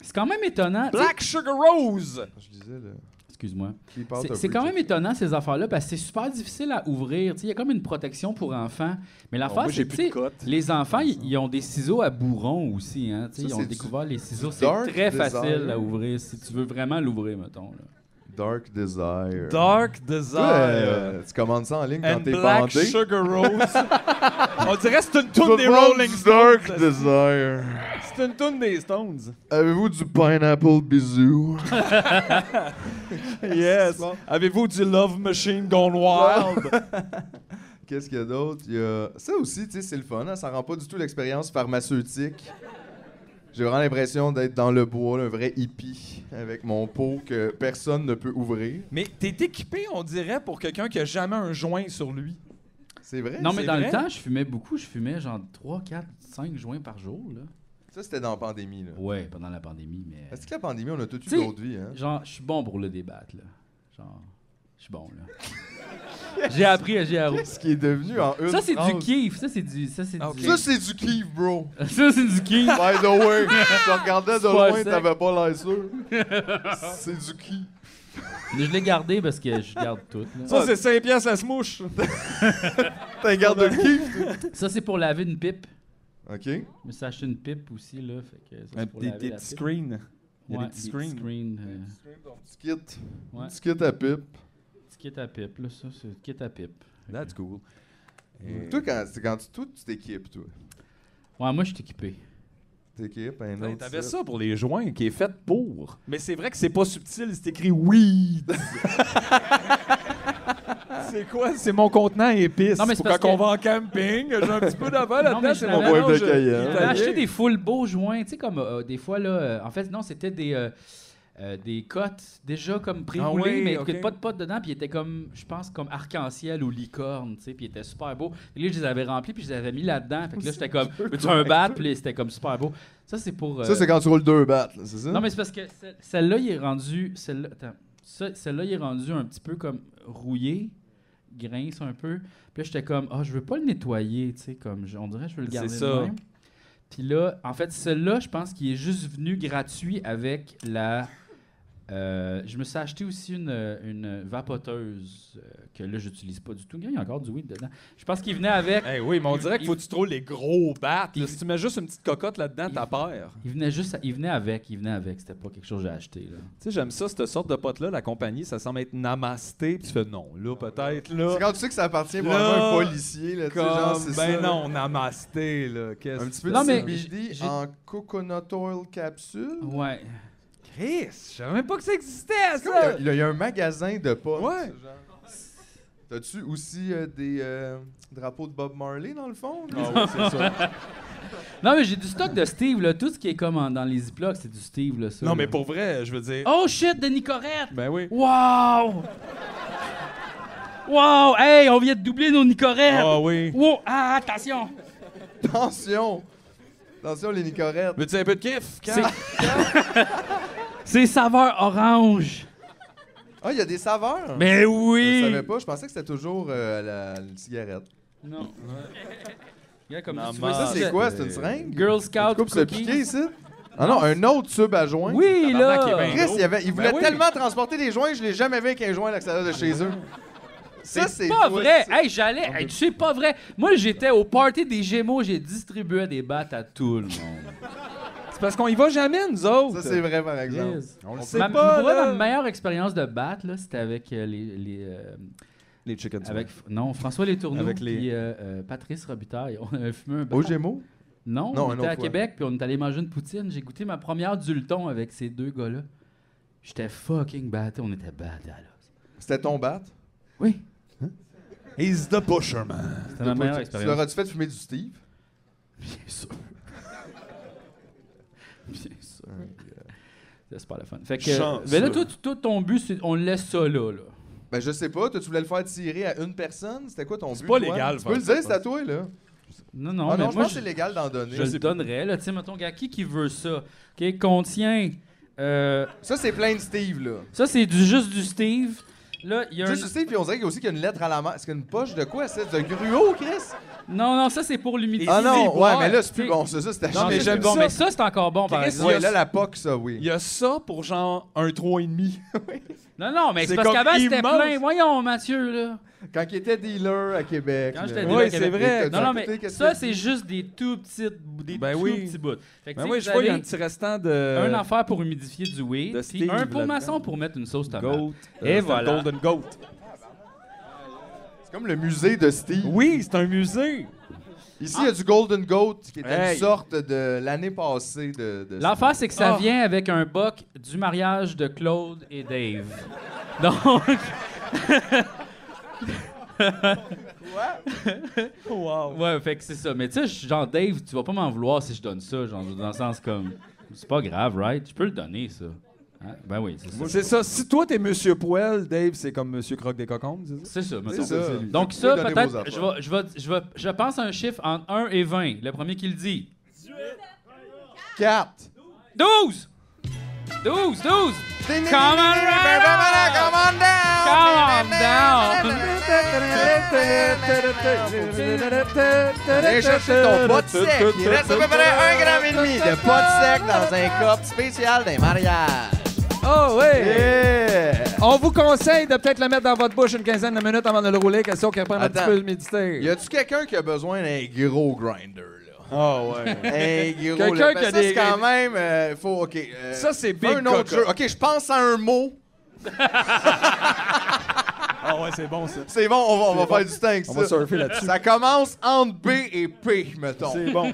Speaker 1: C'est quand même étonnant. tu sais-
Speaker 3: Black Sugar Rose!
Speaker 2: Ah, Je disais, là,
Speaker 1: Excuse-moi.
Speaker 2: qui parle
Speaker 1: C'est-
Speaker 2: un
Speaker 1: C'est
Speaker 2: peu,
Speaker 1: quand
Speaker 2: tu
Speaker 1: même étonnant, ces affaires-là, parce que c'est super difficile à ouvrir. Tu sais, Il y a comme une protection pour enfants. Mais
Speaker 2: Ah,
Speaker 1: l'affaire,
Speaker 3: moi, j'ai
Speaker 1: c'est
Speaker 3: plus
Speaker 1: tu
Speaker 3: de
Speaker 1: sais,
Speaker 3: cotes.
Speaker 1: les enfants, ils ils ont des ciseaux à bourron aussi. Hein, tu sais,
Speaker 2: Ça,
Speaker 1: ils ont
Speaker 2: c'est du-
Speaker 1: découvert les ciseaux.
Speaker 2: du
Speaker 1: C'est
Speaker 2: dark
Speaker 1: très
Speaker 2: design.
Speaker 1: facile à ouvrir si tu veux vraiment l'ouvrir, mettons. là.
Speaker 2: Dark Desire.
Speaker 3: Dark
Speaker 2: Ouais,
Speaker 3: Desire.
Speaker 2: euh, tu commandes ça en ligne
Speaker 3: And
Speaker 2: quand t'es
Speaker 3: Black
Speaker 2: bandé.
Speaker 3: Sugar Rose. On dirait que c'est une
Speaker 2: Je
Speaker 3: toune des
Speaker 2: demande
Speaker 3: Rolling
Speaker 2: du
Speaker 3: Stones.
Speaker 2: Dark Desire.
Speaker 3: C'est une toune des Stones.
Speaker 2: Avez-vous du pineapple bisou?
Speaker 3: Yes. Avez-vous du Love Machine Gone Wild?
Speaker 2: Qu'est-ce qu'il y a d'autre? Il y a- Ça aussi, tu sais, c'est le fun. hein, Ça rend pas du tout l'expérience pharmaceutique. J'ai vraiment l'impression d'être dans le bois, là, un vrai hippie, avec mon pot que personne ne peut ouvrir.
Speaker 3: Mais t'es équipé, on dirait, pour quelqu'un qui a jamais un joint sur lui.
Speaker 2: Eh, C'est vrai?
Speaker 1: Non, mais
Speaker 3: c'est
Speaker 1: dans
Speaker 3: vrai?
Speaker 1: le temps, je fumais beaucoup. Je fumais genre 3, 4, 5 joints par jour. Là.
Speaker 2: Ça, c'était dans la pandémie. Là.
Speaker 1: Ouais, pendant la pandémie. mais...
Speaker 2: Est-ce que la pandémie, on a tout eu
Speaker 1: T'sais-
Speaker 2: d'autres vies? Hein?
Speaker 1: Genre, je suis bon pour le débattre, là. Genre, je suis bon, là. J'ai appris à GRO.
Speaker 2: Qu'est-ce qui est devenu en une
Speaker 1: Ça, c'est du
Speaker 2: phrase?
Speaker 1: kiff. Ça, c'est du... Ça, c'est
Speaker 3: Ah,
Speaker 1: du...
Speaker 2: Ça, c'est du kiff, bro.
Speaker 1: Ça, c'est du kiff.
Speaker 2: By the way, je te regardais de
Speaker 1: C'est pas
Speaker 2: loin,
Speaker 1: sec.
Speaker 2: t'avais pas l'air sûr. C'est du kiff.
Speaker 1: Mais Je l'ai gardé parce que je garde tout. là.
Speaker 3: Ça, c'est 5 piastres à se mouche.
Speaker 2: T'as un garde de kiff?
Speaker 1: Ça, c'est pour laver une pipe.
Speaker 2: OK.
Speaker 1: Je me suis acheté une pipe aussi, là. Fait que ça, c'est pour
Speaker 3: Des,
Speaker 1: laver
Speaker 3: des
Speaker 1: la
Speaker 3: petits
Speaker 1: pipe.
Speaker 3: screens. Il y a
Speaker 1: Ouais,
Speaker 3: des petits screens.
Speaker 1: euh,
Speaker 2: Petit kit.
Speaker 1: Ouais.
Speaker 2: Petit kit à pipe.
Speaker 1: petit kit à pipe, là. Ça, c'est kit à pipe.
Speaker 3: That's cool. Mm.
Speaker 2: Toi, quand, c'est quand tu, toi, tu t'équipes, toi.
Speaker 1: Ouais, moi, je suis équipé.
Speaker 2: T'équipes, un
Speaker 3: Hey,
Speaker 2: autre.
Speaker 3: Ben, T'avais
Speaker 2: set.
Speaker 3: ça pour les joints qui est fait pour. Mais c'est vrai que c'est pas subtil, c'est écrit weed. c'est quoi? C'est mon contenant épice.
Speaker 1: Non, mais c'est
Speaker 3: Pour
Speaker 1: parce
Speaker 3: quand on
Speaker 1: que-
Speaker 3: va en camping, j'ai un petit peu d'avant
Speaker 1: Non,
Speaker 3: là-dedans,
Speaker 1: mais
Speaker 3: c'est
Speaker 1: je
Speaker 3: mon
Speaker 1: l'avais-
Speaker 2: Bois de
Speaker 3: mélange
Speaker 2: Cayenne.
Speaker 1: J'avais
Speaker 3: italien.
Speaker 1: acheté des full beaux joints, tu sais, comme euh, des fois, là. euh, en fait, non, c'était des. euh, euh, des cotes déjà comme pré
Speaker 3: Ah oui,
Speaker 1: mais
Speaker 3: ok.
Speaker 1: que pas de potes dedans, puis ils étaient comme, je pense, comme arc-en-ciel ou licorne, tu sais, puis ils étaient super beaux. Et là, je les avais remplis, puis je les avais mis là-dedans. Fait que là, j'étais comme, veux-tu un bat? Puis là, c'était comme super beau. Ça, c'est pour. euh,
Speaker 2: Ça, c'est quand tu roules deux battes, là, c'est ça?
Speaker 1: Non, mais c'est parce que ce- celle-là, il est rendu. Celle-là, attends. Ce- celle-là, il est rendu un petit peu comme rouillé, grince un peu. Puis là, j'étais comme, ah, je veux pas le nettoyer, tu sais, comme, je- on dirait, que je veux le
Speaker 3: C'est
Speaker 1: garder de
Speaker 3: ça.
Speaker 1: même. Puis là, en fait, celle-là, je pense qu'il est juste venu gratuit avec la. euh, je me suis acheté aussi une, une vapoteuse euh, que là, j'utilise pas du tout. Il y a encore du weed dedans. Je pense qu'il venait avec.
Speaker 3: Eh oui, mais on dirait qu'il faut que tu trouves les gros battes. là.
Speaker 1: Il-
Speaker 3: Si tu mets juste une petite cocotte là-dedans,
Speaker 1: Il-
Speaker 3: t'as peur.
Speaker 1: Il venait juste. Il venait avec. Il venait avec. C'était pas quelque chose que j'ai acheté, là.
Speaker 3: Tu sais, j'aime ça, cette sorte de pote-là, la compagnie, ça semble être namasté. Puis tu fais non, là, peut-être, là.
Speaker 2: C'est quand tu sais que ça
Speaker 3: Là,
Speaker 2: appartient probablement à un policier, là, tu sais, genre,
Speaker 3: Comme,
Speaker 2: c'est ça.
Speaker 3: ben
Speaker 2: là.
Speaker 3: non, namasté, là. Qu'est-ce
Speaker 2: Un petit peu
Speaker 1: Non,
Speaker 2: de
Speaker 1: mais
Speaker 2: CBD
Speaker 1: j'ai- Ah
Speaker 2: en coconut oil capsule.
Speaker 1: Ouais.
Speaker 3: Chris, je savais même pas que ça existait,
Speaker 2: Comme il y
Speaker 3: ça.
Speaker 2: a- Il y, a un magasin de potes.
Speaker 3: Ouais.
Speaker 2: ce genre. T'as-tu aussi euh, des euh, drapeaux de Bob Marley dans le fond? là?
Speaker 3: c'est ça.
Speaker 1: Non, mais j'ai du stock de Steve, là. Tout ce qui est comme en- dans les Ziplocs, c'est du Steve, là. ça,
Speaker 3: Non,
Speaker 1: là.
Speaker 3: mais pour vrai, je veux dire.
Speaker 1: Oh shit, Denis Corette!
Speaker 3: Ben oui.
Speaker 1: Wow! Wow! Hey, on vient de doubler nos Nicorettes!
Speaker 3: Ah oui.
Speaker 1: Wow! Ah, attention!
Speaker 2: Attention! Attention, les nicorettes.
Speaker 3: Veux-tu un peu de kiff?
Speaker 1: C'est. C'est saveur orange!
Speaker 2: Ah, il y a des
Speaker 3: ben
Speaker 2: saveurs!
Speaker 1: Mais
Speaker 2: Je
Speaker 1: oui!
Speaker 2: savais pas, je pensais que c'était toujours euh, la, la cigarette.
Speaker 1: Non. Regarde comme
Speaker 3: Non,
Speaker 1: tu vois
Speaker 3: mais
Speaker 2: Ça,
Speaker 1: ça,
Speaker 2: c'est quoi? C'est une seringue?
Speaker 1: Ah, Girl
Speaker 2: Tu
Speaker 1: Scout.
Speaker 2: coupes le
Speaker 1: cookies.
Speaker 2: piqué ici? Ah non, un autre tube à joint.
Speaker 1: Oui,
Speaker 3: Tabarnak, il est
Speaker 1: là!
Speaker 3: bien-
Speaker 2: Chris, il, y avait, il
Speaker 3: Ben
Speaker 2: voulait
Speaker 3: oui.
Speaker 2: tellement transporter des joints, je l'ai jamais vu avec un joint à l'extérieur de chez eux. Ça,
Speaker 1: C'est
Speaker 2: c'est
Speaker 1: pas
Speaker 2: toi,
Speaker 1: vrai!
Speaker 2: ça.
Speaker 1: Hey, j'allais. Hey, tu sais pas vrai! Moi, j'étais au party des Gémeaux, j'ai distribué des battes à tout le monde.
Speaker 3: C'est parce qu'on y va jamais, nous autres.
Speaker 2: Ça, c'est vrai, par exemple.
Speaker 3: On le
Speaker 1: C'est
Speaker 3: sait
Speaker 1: ma,
Speaker 3: pas,
Speaker 1: pour vrai,
Speaker 3: là.
Speaker 1: ma meilleure expérience de battre, là, c'était avec euh, les, les euh,
Speaker 3: Les chicken
Speaker 1: avec non François Letourneau
Speaker 3: Avec les-
Speaker 1: puis euh, euh, Patrice Robitaille. On avait fumé un bat.
Speaker 2: Au Gémeaux?
Speaker 1: non,
Speaker 2: Oh, Non,
Speaker 1: on
Speaker 2: un
Speaker 1: était à
Speaker 2: autre fois.
Speaker 1: Québec puis on est allé manger une poutine. J'ai goûté ma première d'ulton avec ces deux gars-là. J'étais fucking batté. On était batté là.
Speaker 2: C'était ton bat?
Speaker 1: Oui,
Speaker 3: He's the pusher, man.
Speaker 1: c'était ma meilleure
Speaker 2: Tu
Speaker 1: expérience.
Speaker 2: l'aurais-tu fait fumer du Steve?
Speaker 1: Bien sûr. Bien sûr. C'est super le fun. Fait que,
Speaker 3: Chanceux.
Speaker 1: mais là, toi, tu- toi, ton but, c'est on laisse ça là. là.
Speaker 2: Ben, je sais pas, toi, tu voulais le faire tirer à une personne? C'était quoi ton but?
Speaker 3: C'est pas
Speaker 2: toi?
Speaker 3: légal,
Speaker 2: Tu
Speaker 3: faire
Speaker 2: peux le
Speaker 3: ça,
Speaker 2: dire,
Speaker 3: je
Speaker 2: c'est à toi, là.
Speaker 1: Non, non,
Speaker 2: Ah
Speaker 1: mais
Speaker 2: non, je
Speaker 1: moi,
Speaker 2: pense que c'est légal d'en donner.
Speaker 1: je le donnerais, là. Tu sais, mettons, gars, qui qui veut ça? Qui contient. euh,
Speaker 2: Ça, c'est plein de Steve, là.
Speaker 1: ça, c'est du, juste du Steve. Là, il y a un-
Speaker 2: Juste Steve, puis on dirait qu'il y a aussi qu'il y a une lettre à la main. Est-ce qu'il y a une poche de quoi, c'est De gruau, Chris?
Speaker 1: Non, non, ça, c'est pour l'humidité.
Speaker 2: Ah non, ouais,
Speaker 1: boire,
Speaker 2: mais là, c'est
Speaker 1: tu
Speaker 2: plus
Speaker 1: sais.
Speaker 2: bon, ça. Ça, c'était
Speaker 1: Non, mais
Speaker 3: j'aime
Speaker 1: bon,
Speaker 3: ça.
Speaker 1: mais ça, c'est encore bon, par
Speaker 3: Chris,
Speaker 1: exemple.
Speaker 2: Ouais, là, la POC, ça,
Speaker 3: Il
Speaker 2: oui.
Speaker 3: y a ça pour genre un 3,5.
Speaker 1: Non, non, mais c'est
Speaker 3: C'est
Speaker 1: parce
Speaker 3: comme
Speaker 1: qu'avant, c'était
Speaker 3: immense.
Speaker 1: plein. Voyons, Mathieu, là.
Speaker 2: Quand il était dealer à Québec.
Speaker 1: Quand
Speaker 2: là.
Speaker 1: j'étais
Speaker 3: Oui,
Speaker 1: dealer à
Speaker 3: c'est
Speaker 1: Québec.
Speaker 3: vrai.
Speaker 1: Non,
Speaker 2: T'as
Speaker 1: non,
Speaker 2: écouté
Speaker 1: mais
Speaker 2: qu'est-ce
Speaker 1: ça,
Speaker 2: que-
Speaker 1: c'est juste des tout petites, des
Speaker 3: Ben
Speaker 1: tout
Speaker 3: oui.
Speaker 1: petits bouts. Fait que, tu
Speaker 3: Ben
Speaker 1: sais,
Speaker 3: oui,
Speaker 1: vous
Speaker 3: je vois, il y a
Speaker 1: avez
Speaker 3: un petit restant de.
Speaker 1: un affaire pour humidifier du weed,
Speaker 3: de
Speaker 1: puis
Speaker 3: Steve
Speaker 1: un pour
Speaker 3: là-dedans.
Speaker 1: maçon pour mettre une sauce tomate.
Speaker 3: Goat.
Speaker 1: Et
Speaker 3: Euh, c'est un
Speaker 1: voilà.
Speaker 3: Golden Goat.
Speaker 2: C'est comme le musée de Steve.
Speaker 3: Oui, c'est un musée.
Speaker 2: Ici, il y a du Golden Goat, qui était
Speaker 3: Hey.
Speaker 2: une sorte de l'année passée de, de
Speaker 1: L'affaire, c'est que ça
Speaker 3: Ah.
Speaker 1: vient avec un boc du mariage de Claude et Dave. Donc,
Speaker 3: Wow.
Speaker 1: ouais, fait que c'est ça. Mais tu sais, je- genre, Dave, tu vas pas m'en vouloir si je donne ça, genre, dans le sens comme, c'est pas grave, right? Tu peux le donner, ça. Hein? Ben oui, c'est ça.
Speaker 3: C'est ça. Si toi, t'es Monsieur Poel, Dave, c'est comme Monsieur Croque des Cocombes, c'est ça?
Speaker 1: C'est ça, mettons.
Speaker 2: ça.
Speaker 3: C'est lui.
Speaker 1: Donc
Speaker 2: Vous
Speaker 1: ça,
Speaker 2: pouvez donner vos
Speaker 1: peut-être,
Speaker 2: affaires.
Speaker 1: je, vais- je, vais- je, vais- je pense à un chiffre entre 1 et 20. Le premier qui le dit.
Speaker 2: 4.
Speaker 1: 12! 12, 12!
Speaker 2: Come
Speaker 1: Come on down! Come on down!
Speaker 2: Viens chercher ton pot sec. Il reste à peu près un gramme et demi de pot sec dans un cup spécial des mariages. Ah
Speaker 3: Oh, ouais!
Speaker 2: Yeah!
Speaker 3: On vous conseille de peut-être le mettre dans votre bouche une quinzaine de minutes avant de le rouler, question qu'il prenne un petit
Speaker 2: Attends.
Speaker 3: peu d'humidité.
Speaker 2: Y a-tu quelqu'un qui a besoin d'un gros grinder, là?
Speaker 3: Oh, ouais.
Speaker 2: Un gros.
Speaker 3: Quelqu'un
Speaker 2: là,
Speaker 3: qui
Speaker 2: parce
Speaker 3: a
Speaker 2: que ça,
Speaker 3: des-
Speaker 2: c'est quand même. euh, faut, OK. euh,
Speaker 3: Ça, c'est big
Speaker 2: Un autre
Speaker 3: coca.
Speaker 2: jeu. OK, je pense à un mot.
Speaker 3: Ah, ouais, c'est bon, ça.
Speaker 2: C'est bon, on va, on va
Speaker 3: bon.
Speaker 2: faire du temps avec
Speaker 3: On
Speaker 2: ça.
Speaker 3: va surfer là-dessus.
Speaker 2: Ça commence entre B et P, mettons.
Speaker 3: C'est bon.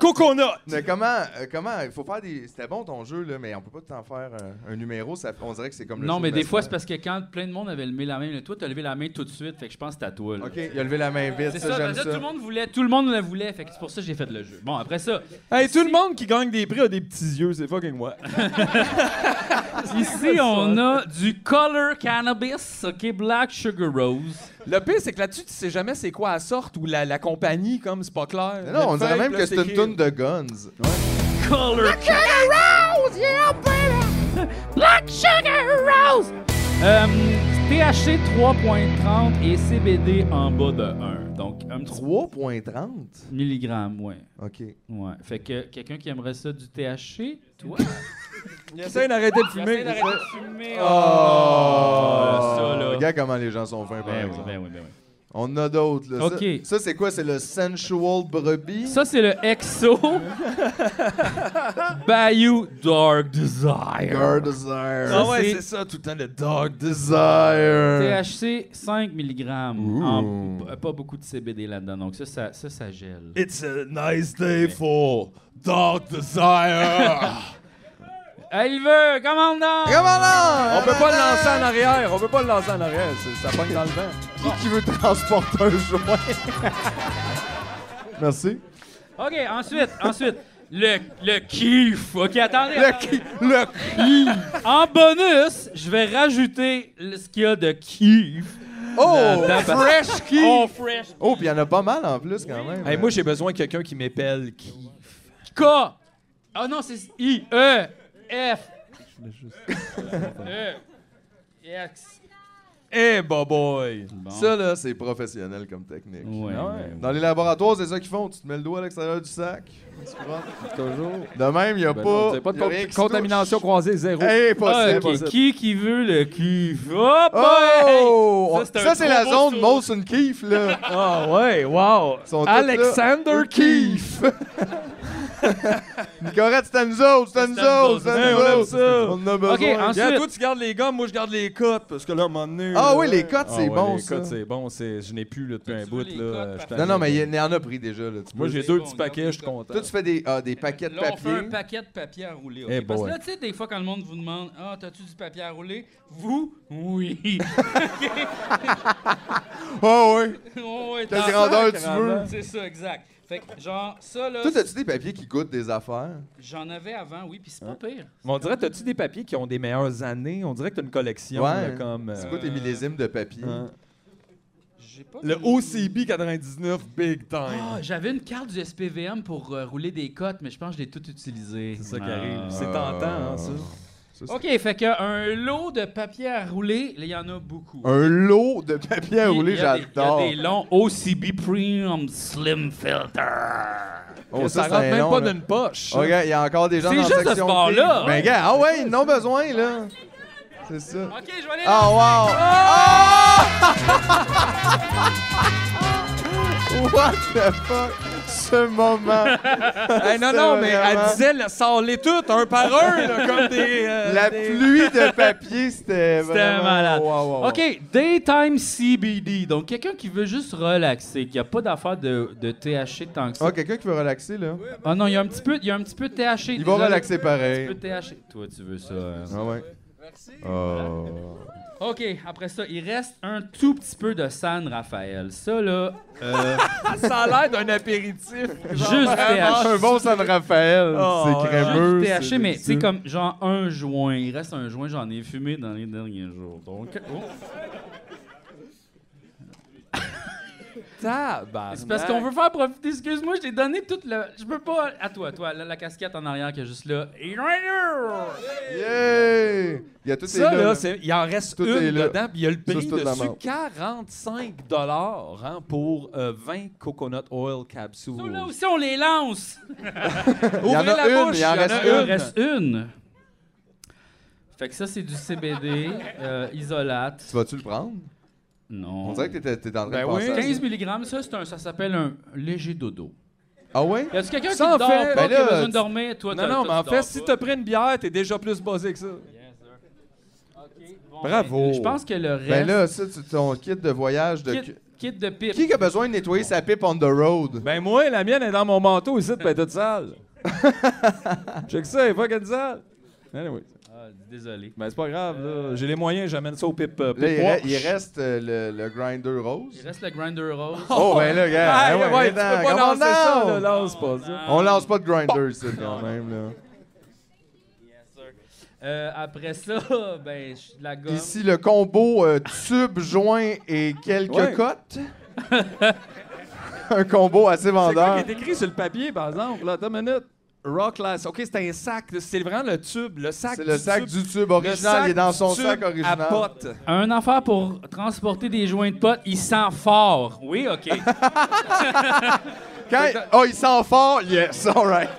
Speaker 3: Coconut!
Speaker 2: Mais comment, euh, comment, il faut faire des. C'était bon ton jeu, là, mais on peut pas t'en faire euh, un, un numéro. Ça, on dirait que c'est comme le
Speaker 1: Non,
Speaker 2: show
Speaker 1: mais
Speaker 2: de
Speaker 1: des
Speaker 2: la
Speaker 1: fois, c'est
Speaker 2: semaine.
Speaker 1: parce que quand plein de monde avait levé la main, là, toi, t'as levé la main tout de suite, fait que je pense que c'est à toi. là.
Speaker 2: Ok, il a levé la main vite,
Speaker 1: C'est
Speaker 2: ça,
Speaker 1: ça,
Speaker 2: j'aime
Speaker 1: parce que
Speaker 2: ça.
Speaker 1: tout le monde voulait, tout le monde le voulait, fait que c'est pour ça que j'ai fait le jeu. Bon, après ça,
Speaker 3: Hey, tout le monde qui gagne des prix a des petits yeux, c'est fucking moi.
Speaker 1: ici, on a du Color Cannabis, OK, Black Sugar Rose.
Speaker 3: Le pire, c'est que là-dessus, tu sais jamais c'est quoi la sorte ou la, la compagnie, comme c'est pas clair.
Speaker 2: Mais Non, on
Speaker 3: Notre
Speaker 2: dirait
Speaker 3: feuille,
Speaker 2: même
Speaker 3: puis
Speaker 2: que
Speaker 3: là,
Speaker 2: c'est une
Speaker 3: écrit-
Speaker 2: toune de Guns.
Speaker 1: Color Black Sugar Rose! Euh, THC 3.30 et CBD en bas de 1. Donc, un petit
Speaker 2: 3.30?
Speaker 1: milligrammes, ouais.
Speaker 2: Ok.
Speaker 1: Ouais. Fait que quelqu'un qui aimerait ça du THC, toi?
Speaker 3: Il essaie d'arrêter de
Speaker 1: J'essaie
Speaker 3: fumer.
Speaker 1: d'arrêter de fumer.
Speaker 2: Oh!
Speaker 3: Ah.
Speaker 1: Ah, ça, là.
Speaker 2: Euh, Regarde comment les gens sont fins, par
Speaker 1: Ben oui,
Speaker 2: exemple.
Speaker 1: ben oui, ben oui.
Speaker 2: On en a d'autres, là. Ça-
Speaker 1: Ok.
Speaker 2: Ça, c'est quoi? C'est le Sensual Brebis?
Speaker 1: Ça, c'est le EXO Bayou Dark Desire.
Speaker 2: Girl Desire.
Speaker 3: Ah
Speaker 1: Ça,
Speaker 3: ouais,
Speaker 1: c'est-
Speaker 3: c'est ça, tout le temps, le dog.
Speaker 2: Desire.
Speaker 1: THC 5 mg.
Speaker 2: Ouh.
Speaker 1: pas beaucoup de CBD là-dedans. Donc, ça, ça, ça, ça gèle.
Speaker 3: It's a nice day for dog desire.
Speaker 1: Ah, il veut! Commandant!
Speaker 2: Comment là?
Speaker 3: on peut pas le lancer en arrière, on peut pas le lancer en arrière, c'est- ça pogne dans le vent.
Speaker 2: Qui qui veut transporter un joint? Merci.
Speaker 1: OK, ensuite, ensuite. Le, le kiff. OK, attendez.
Speaker 2: Le
Speaker 1: attendez.
Speaker 2: qui? Le
Speaker 1: En bonus, je vais rajouter le- ce qu'il y a de kiff.
Speaker 2: Oh!
Speaker 1: Là-dedans, parce-
Speaker 2: Fresh key!
Speaker 1: Oh, fresh.
Speaker 2: Oh, puis il y en a pas mal en plus quand même.
Speaker 3: Hey, moi, j'ai besoin de quelqu'un qui m'épelle qui.
Speaker 1: K. Ah non, c'est I, E, F. E, X.
Speaker 3: Hey, Eh, boy.
Speaker 2: Ça, là, c'est professionnel comme technique.
Speaker 1: Ouais,
Speaker 3: Ah
Speaker 1: ouais.
Speaker 3: ouais.
Speaker 2: Dans les laboratoires, c'est ça qu'ils font. Tu te mets le doigt à l'extérieur du sac. Tu crois?
Speaker 3: Toujours.
Speaker 2: De même, il n'y a
Speaker 3: Ben
Speaker 2: pas.
Speaker 3: non, c'est pas de
Speaker 2: y a
Speaker 3: con-
Speaker 2: rien qui se
Speaker 3: contamination
Speaker 2: touche.
Speaker 3: croisée, zéro.
Speaker 2: Hey, possible.
Speaker 1: Ah, ok.
Speaker 2: possible.
Speaker 1: Qui qui veut le kiff? Oh, boy!
Speaker 2: Oh!
Speaker 1: Hey! Ça, c'est un
Speaker 2: Ça, c'est la
Speaker 1: trop
Speaker 2: zone
Speaker 1: beau
Speaker 2: Molson Keefe, là.
Speaker 3: Ah ouais, wow.
Speaker 2: Ils sont tous là.
Speaker 3: Alexander Keefe.
Speaker 2: Nicorette, c'était nous autres, c'était nous
Speaker 1: C'était nous
Speaker 2: autres,
Speaker 1: autres.
Speaker 2: c'était
Speaker 3: Hey,
Speaker 2: nous
Speaker 3: on aime
Speaker 2: autres.
Speaker 3: ça.
Speaker 2: On en a besoin.
Speaker 1: ensuite-
Speaker 3: Regarde, toi, tu gardes les gommes, moi, je garde les cotes, parce que là, à un moment donné...
Speaker 2: Ah
Speaker 3: là,
Speaker 2: oui,
Speaker 3: ouais.
Speaker 2: les cotes, c'est
Speaker 3: Ah ouais,
Speaker 2: bon,
Speaker 3: les
Speaker 2: ça.
Speaker 3: cotes, c'est bon. c'est- Je n'ai plus là, depuis
Speaker 1: Toi,
Speaker 3: un
Speaker 1: tu
Speaker 3: bout.
Speaker 1: veux
Speaker 3: Là,
Speaker 1: les cotes,
Speaker 3: euh, je
Speaker 1: parfait.
Speaker 2: Non,
Speaker 3: t'en-
Speaker 2: non, mais il y en a pris déjà, là. Tu
Speaker 3: Moi,
Speaker 2: peux-
Speaker 3: j'ai
Speaker 1: C'est
Speaker 3: deux
Speaker 1: bon,
Speaker 3: petits
Speaker 1: garde
Speaker 3: paquets,
Speaker 1: les
Speaker 3: je suis
Speaker 1: cotes.
Speaker 3: content.
Speaker 2: Toi, tu fais des, ah, des paquets de
Speaker 1: Là, on fait un
Speaker 2: papier.
Speaker 1: paquet de papier à rouler. ok?
Speaker 3: Eh
Speaker 1: Parce que
Speaker 3: boy.
Speaker 1: là, tu sais, des fois, quand le monde vous demande Ah, t'as-tu du papier à rouler Vous Oui.
Speaker 2: Ah oui!
Speaker 1: Oh, ouais,
Speaker 2: Quelle
Speaker 1: t'as-
Speaker 2: Ah grandeur tu veux?
Speaker 3: grandeur.
Speaker 1: C'est ça, exact. Fait que, genre, ça, là,
Speaker 2: Toi, as-tu des papiers qui goûtent des affaires?
Speaker 1: j'en avais avant, oui, puis c'est
Speaker 3: Hein?
Speaker 1: pas pire.
Speaker 3: Mais on dirait, t'as-tu des papiers qui ont des meilleures années? On dirait que t'as une collection
Speaker 2: Ouais.
Speaker 3: là, comme.
Speaker 2: C'est
Speaker 3: euh,
Speaker 2: quoi tes millésimes de papier?
Speaker 3: hein.
Speaker 1: J'ai pas
Speaker 3: Le
Speaker 1: mis-
Speaker 3: OCB 99 Big
Speaker 1: Ah,
Speaker 3: Time.
Speaker 1: j'avais une carte du SPVM pour euh, rouler des cotes, mais je pense que je l'ai toute utilisée.
Speaker 3: c'est ça qui
Speaker 1: Ah.
Speaker 3: arrive. C'est tentant, hein, ça.
Speaker 1: OK, fait que un lot de papier à rouler, là, il y en a beaucoup.
Speaker 2: Un lot de papier à
Speaker 1: Puis,
Speaker 2: rouler,
Speaker 1: il y a des-
Speaker 2: j'adore.
Speaker 1: Il y a des longs OCB Premium Slim Filter.
Speaker 2: Oh,
Speaker 3: ça
Speaker 2: c'est
Speaker 3: rentre
Speaker 2: un
Speaker 3: même
Speaker 2: long,
Speaker 3: pas
Speaker 2: là.
Speaker 3: d'une poche.
Speaker 2: Oh, regarde, il y a encore des gens
Speaker 1: C'est
Speaker 2: dans la
Speaker 1: juste de ce
Speaker 2: section
Speaker 1: bord-là.
Speaker 2: Ben, gars, ah ouais, ils en ont besoin, là. C'est ça.
Speaker 1: OK, je vais aller
Speaker 2: Ah, wow. Ah! What the fuck? Ce moment.
Speaker 3: Hey, non,
Speaker 2: C'est
Speaker 3: non, mais
Speaker 2: vraiment-
Speaker 3: elle disait, là, sors-les toutes, un par un, là, comme des. euh,
Speaker 2: La
Speaker 3: des-
Speaker 2: pluie de papier, c'était
Speaker 1: C'était
Speaker 2: vraiment...
Speaker 1: malade.
Speaker 2: wow, wow, wow.
Speaker 1: OK, Daytime CBD. Donc, quelqu'un qui veut juste relaxer, qui a pas d'affaire de, de THC tant que ça.
Speaker 2: Ah, quelqu'un qui veut relaxer, là?
Speaker 1: Ah non, il y a un petit peu, il y a un petit peu de THC.
Speaker 2: Il va
Speaker 1: désolé.
Speaker 2: relaxer
Speaker 1: Un
Speaker 2: pareil.
Speaker 1: petit peu de THC. Toi, tu veux ça. hein.
Speaker 2: Ah ouais. Merci. Oh.
Speaker 1: OK, après ça, il reste un tout petit peu de San Rafael. Ça, là, euh,
Speaker 3: Ah, Ça a l'air d'un apéritif.
Speaker 1: juste THC.
Speaker 2: Un bon San Rafael,
Speaker 3: Oh, ouais.
Speaker 2: c'est crémeux.
Speaker 1: Juste
Speaker 2: c'est
Speaker 1: THC, mais tu sais,
Speaker 2: délicieux.
Speaker 1: comme genre un joint. Il reste un joint, j'en ai fumé dans les derniers jours. Donc, oh.
Speaker 3: Tabarnak.
Speaker 1: C'est parce qu'on veut faire profiter. Excuse-moi, je t'ai donné toute la. Je peux pas. À toi, toi, la, la casquette en arrière qui est juste là.
Speaker 2: Yeah! Il y a tout
Speaker 3: Ça,
Speaker 2: est là,
Speaker 3: là,
Speaker 2: là.
Speaker 3: c'est- il en reste
Speaker 2: Tout est
Speaker 3: une
Speaker 2: là.
Speaker 3: dedans, puis il y a le
Speaker 2: c'est
Speaker 3: prix
Speaker 2: toute la
Speaker 3: dessus,
Speaker 2: merde.
Speaker 3: 45 dollars hein, pour euh, 20 coconut oil
Speaker 1: Nous,
Speaker 3: capsules.
Speaker 1: là aussi, on les lance.
Speaker 3: Ouvrez
Speaker 2: en a
Speaker 3: la
Speaker 2: une,
Speaker 3: bouche,
Speaker 2: il
Speaker 3: il y
Speaker 2: en
Speaker 3: en
Speaker 2: reste
Speaker 1: Il en
Speaker 3: a une.
Speaker 1: reste une. Fait que ça, c'est du CBD, euh, isolate.
Speaker 2: Tu vas-tu le prendre?
Speaker 1: Non.
Speaker 2: On dirait que t'étais t'es en train
Speaker 3: Ben
Speaker 2: de penser
Speaker 3: oui.
Speaker 2: à ça.
Speaker 1: 15 mg, ça, c'est un, ça s'appelle un léger dodo.
Speaker 2: Ah ouais?
Speaker 1: Y a-tu quelqu'un qui
Speaker 3: Ça, en
Speaker 1: dort
Speaker 3: fait-
Speaker 1: pas,
Speaker 2: Ben
Speaker 1: qui a
Speaker 2: là,
Speaker 1: besoin de
Speaker 2: tu-
Speaker 1: dormir? Toi,
Speaker 3: Non,
Speaker 1: t'as-
Speaker 3: non, mais
Speaker 1: toi,
Speaker 3: en
Speaker 1: tu
Speaker 3: fait,
Speaker 1: dors
Speaker 3: si
Speaker 1: pas.
Speaker 3: t'as pris une bière, t'es déjà plus buzzé que ça.
Speaker 2: Bravo.
Speaker 1: Je pense que le reste...
Speaker 2: Ben là, ça, tu- ton kit de voyage de...
Speaker 1: kit, kit de pipe.
Speaker 2: Qui a besoin de nettoyer sa pipe on the road?
Speaker 3: Ben moi, la mienne est dans mon manteau ici, puis elle est toute sale. Check ça, elle est pas qu'elle est sale. Anyway,
Speaker 1: Ah, désolé.
Speaker 3: ben c'est pas grave, là. J'ai les moyens, j'amène ça au pipe. euh,
Speaker 2: Là, il,
Speaker 3: pipe
Speaker 2: re-
Speaker 3: watch.
Speaker 2: il reste euh, le, le grinder rose.
Speaker 1: Il reste le grinder rose.
Speaker 2: Oh, ben là, gars,
Speaker 3: Ah,
Speaker 2: ben
Speaker 3: ouais,
Speaker 2: ouais,
Speaker 3: tu peux
Speaker 2: attends,
Speaker 3: pas
Speaker 2: comment
Speaker 3: lancer ça,
Speaker 2: non?
Speaker 3: là, lance pas ça.
Speaker 2: On lance pas de grinder, c'est quand même, là.
Speaker 1: Euh, après ça, ben, je- de la gomme.
Speaker 2: Ici, le combo euh, tube, joint et quelques
Speaker 3: Ouais.
Speaker 2: cotes. Un combo assez
Speaker 3: C'est quoi
Speaker 2: vendeur.
Speaker 3: qui est écrit sur le papier, par exemple? Là, attends une minute. Rock Class. OK, c'est un sac. C'est vraiment le tube. Le sac
Speaker 2: C'est
Speaker 3: du
Speaker 2: le sac
Speaker 3: tube.
Speaker 2: du tube
Speaker 3: Le
Speaker 2: original. Il est dans
Speaker 3: du
Speaker 2: son
Speaker 3: tube
Speaker 2: sac original.
Speaker 3: à potes.
Speaker 1: Un affaire pour transporter des joints de potes, il sent fort. Oui, OK.
Speaker 2: Quand... Oh, il sent fort? Yes, alright.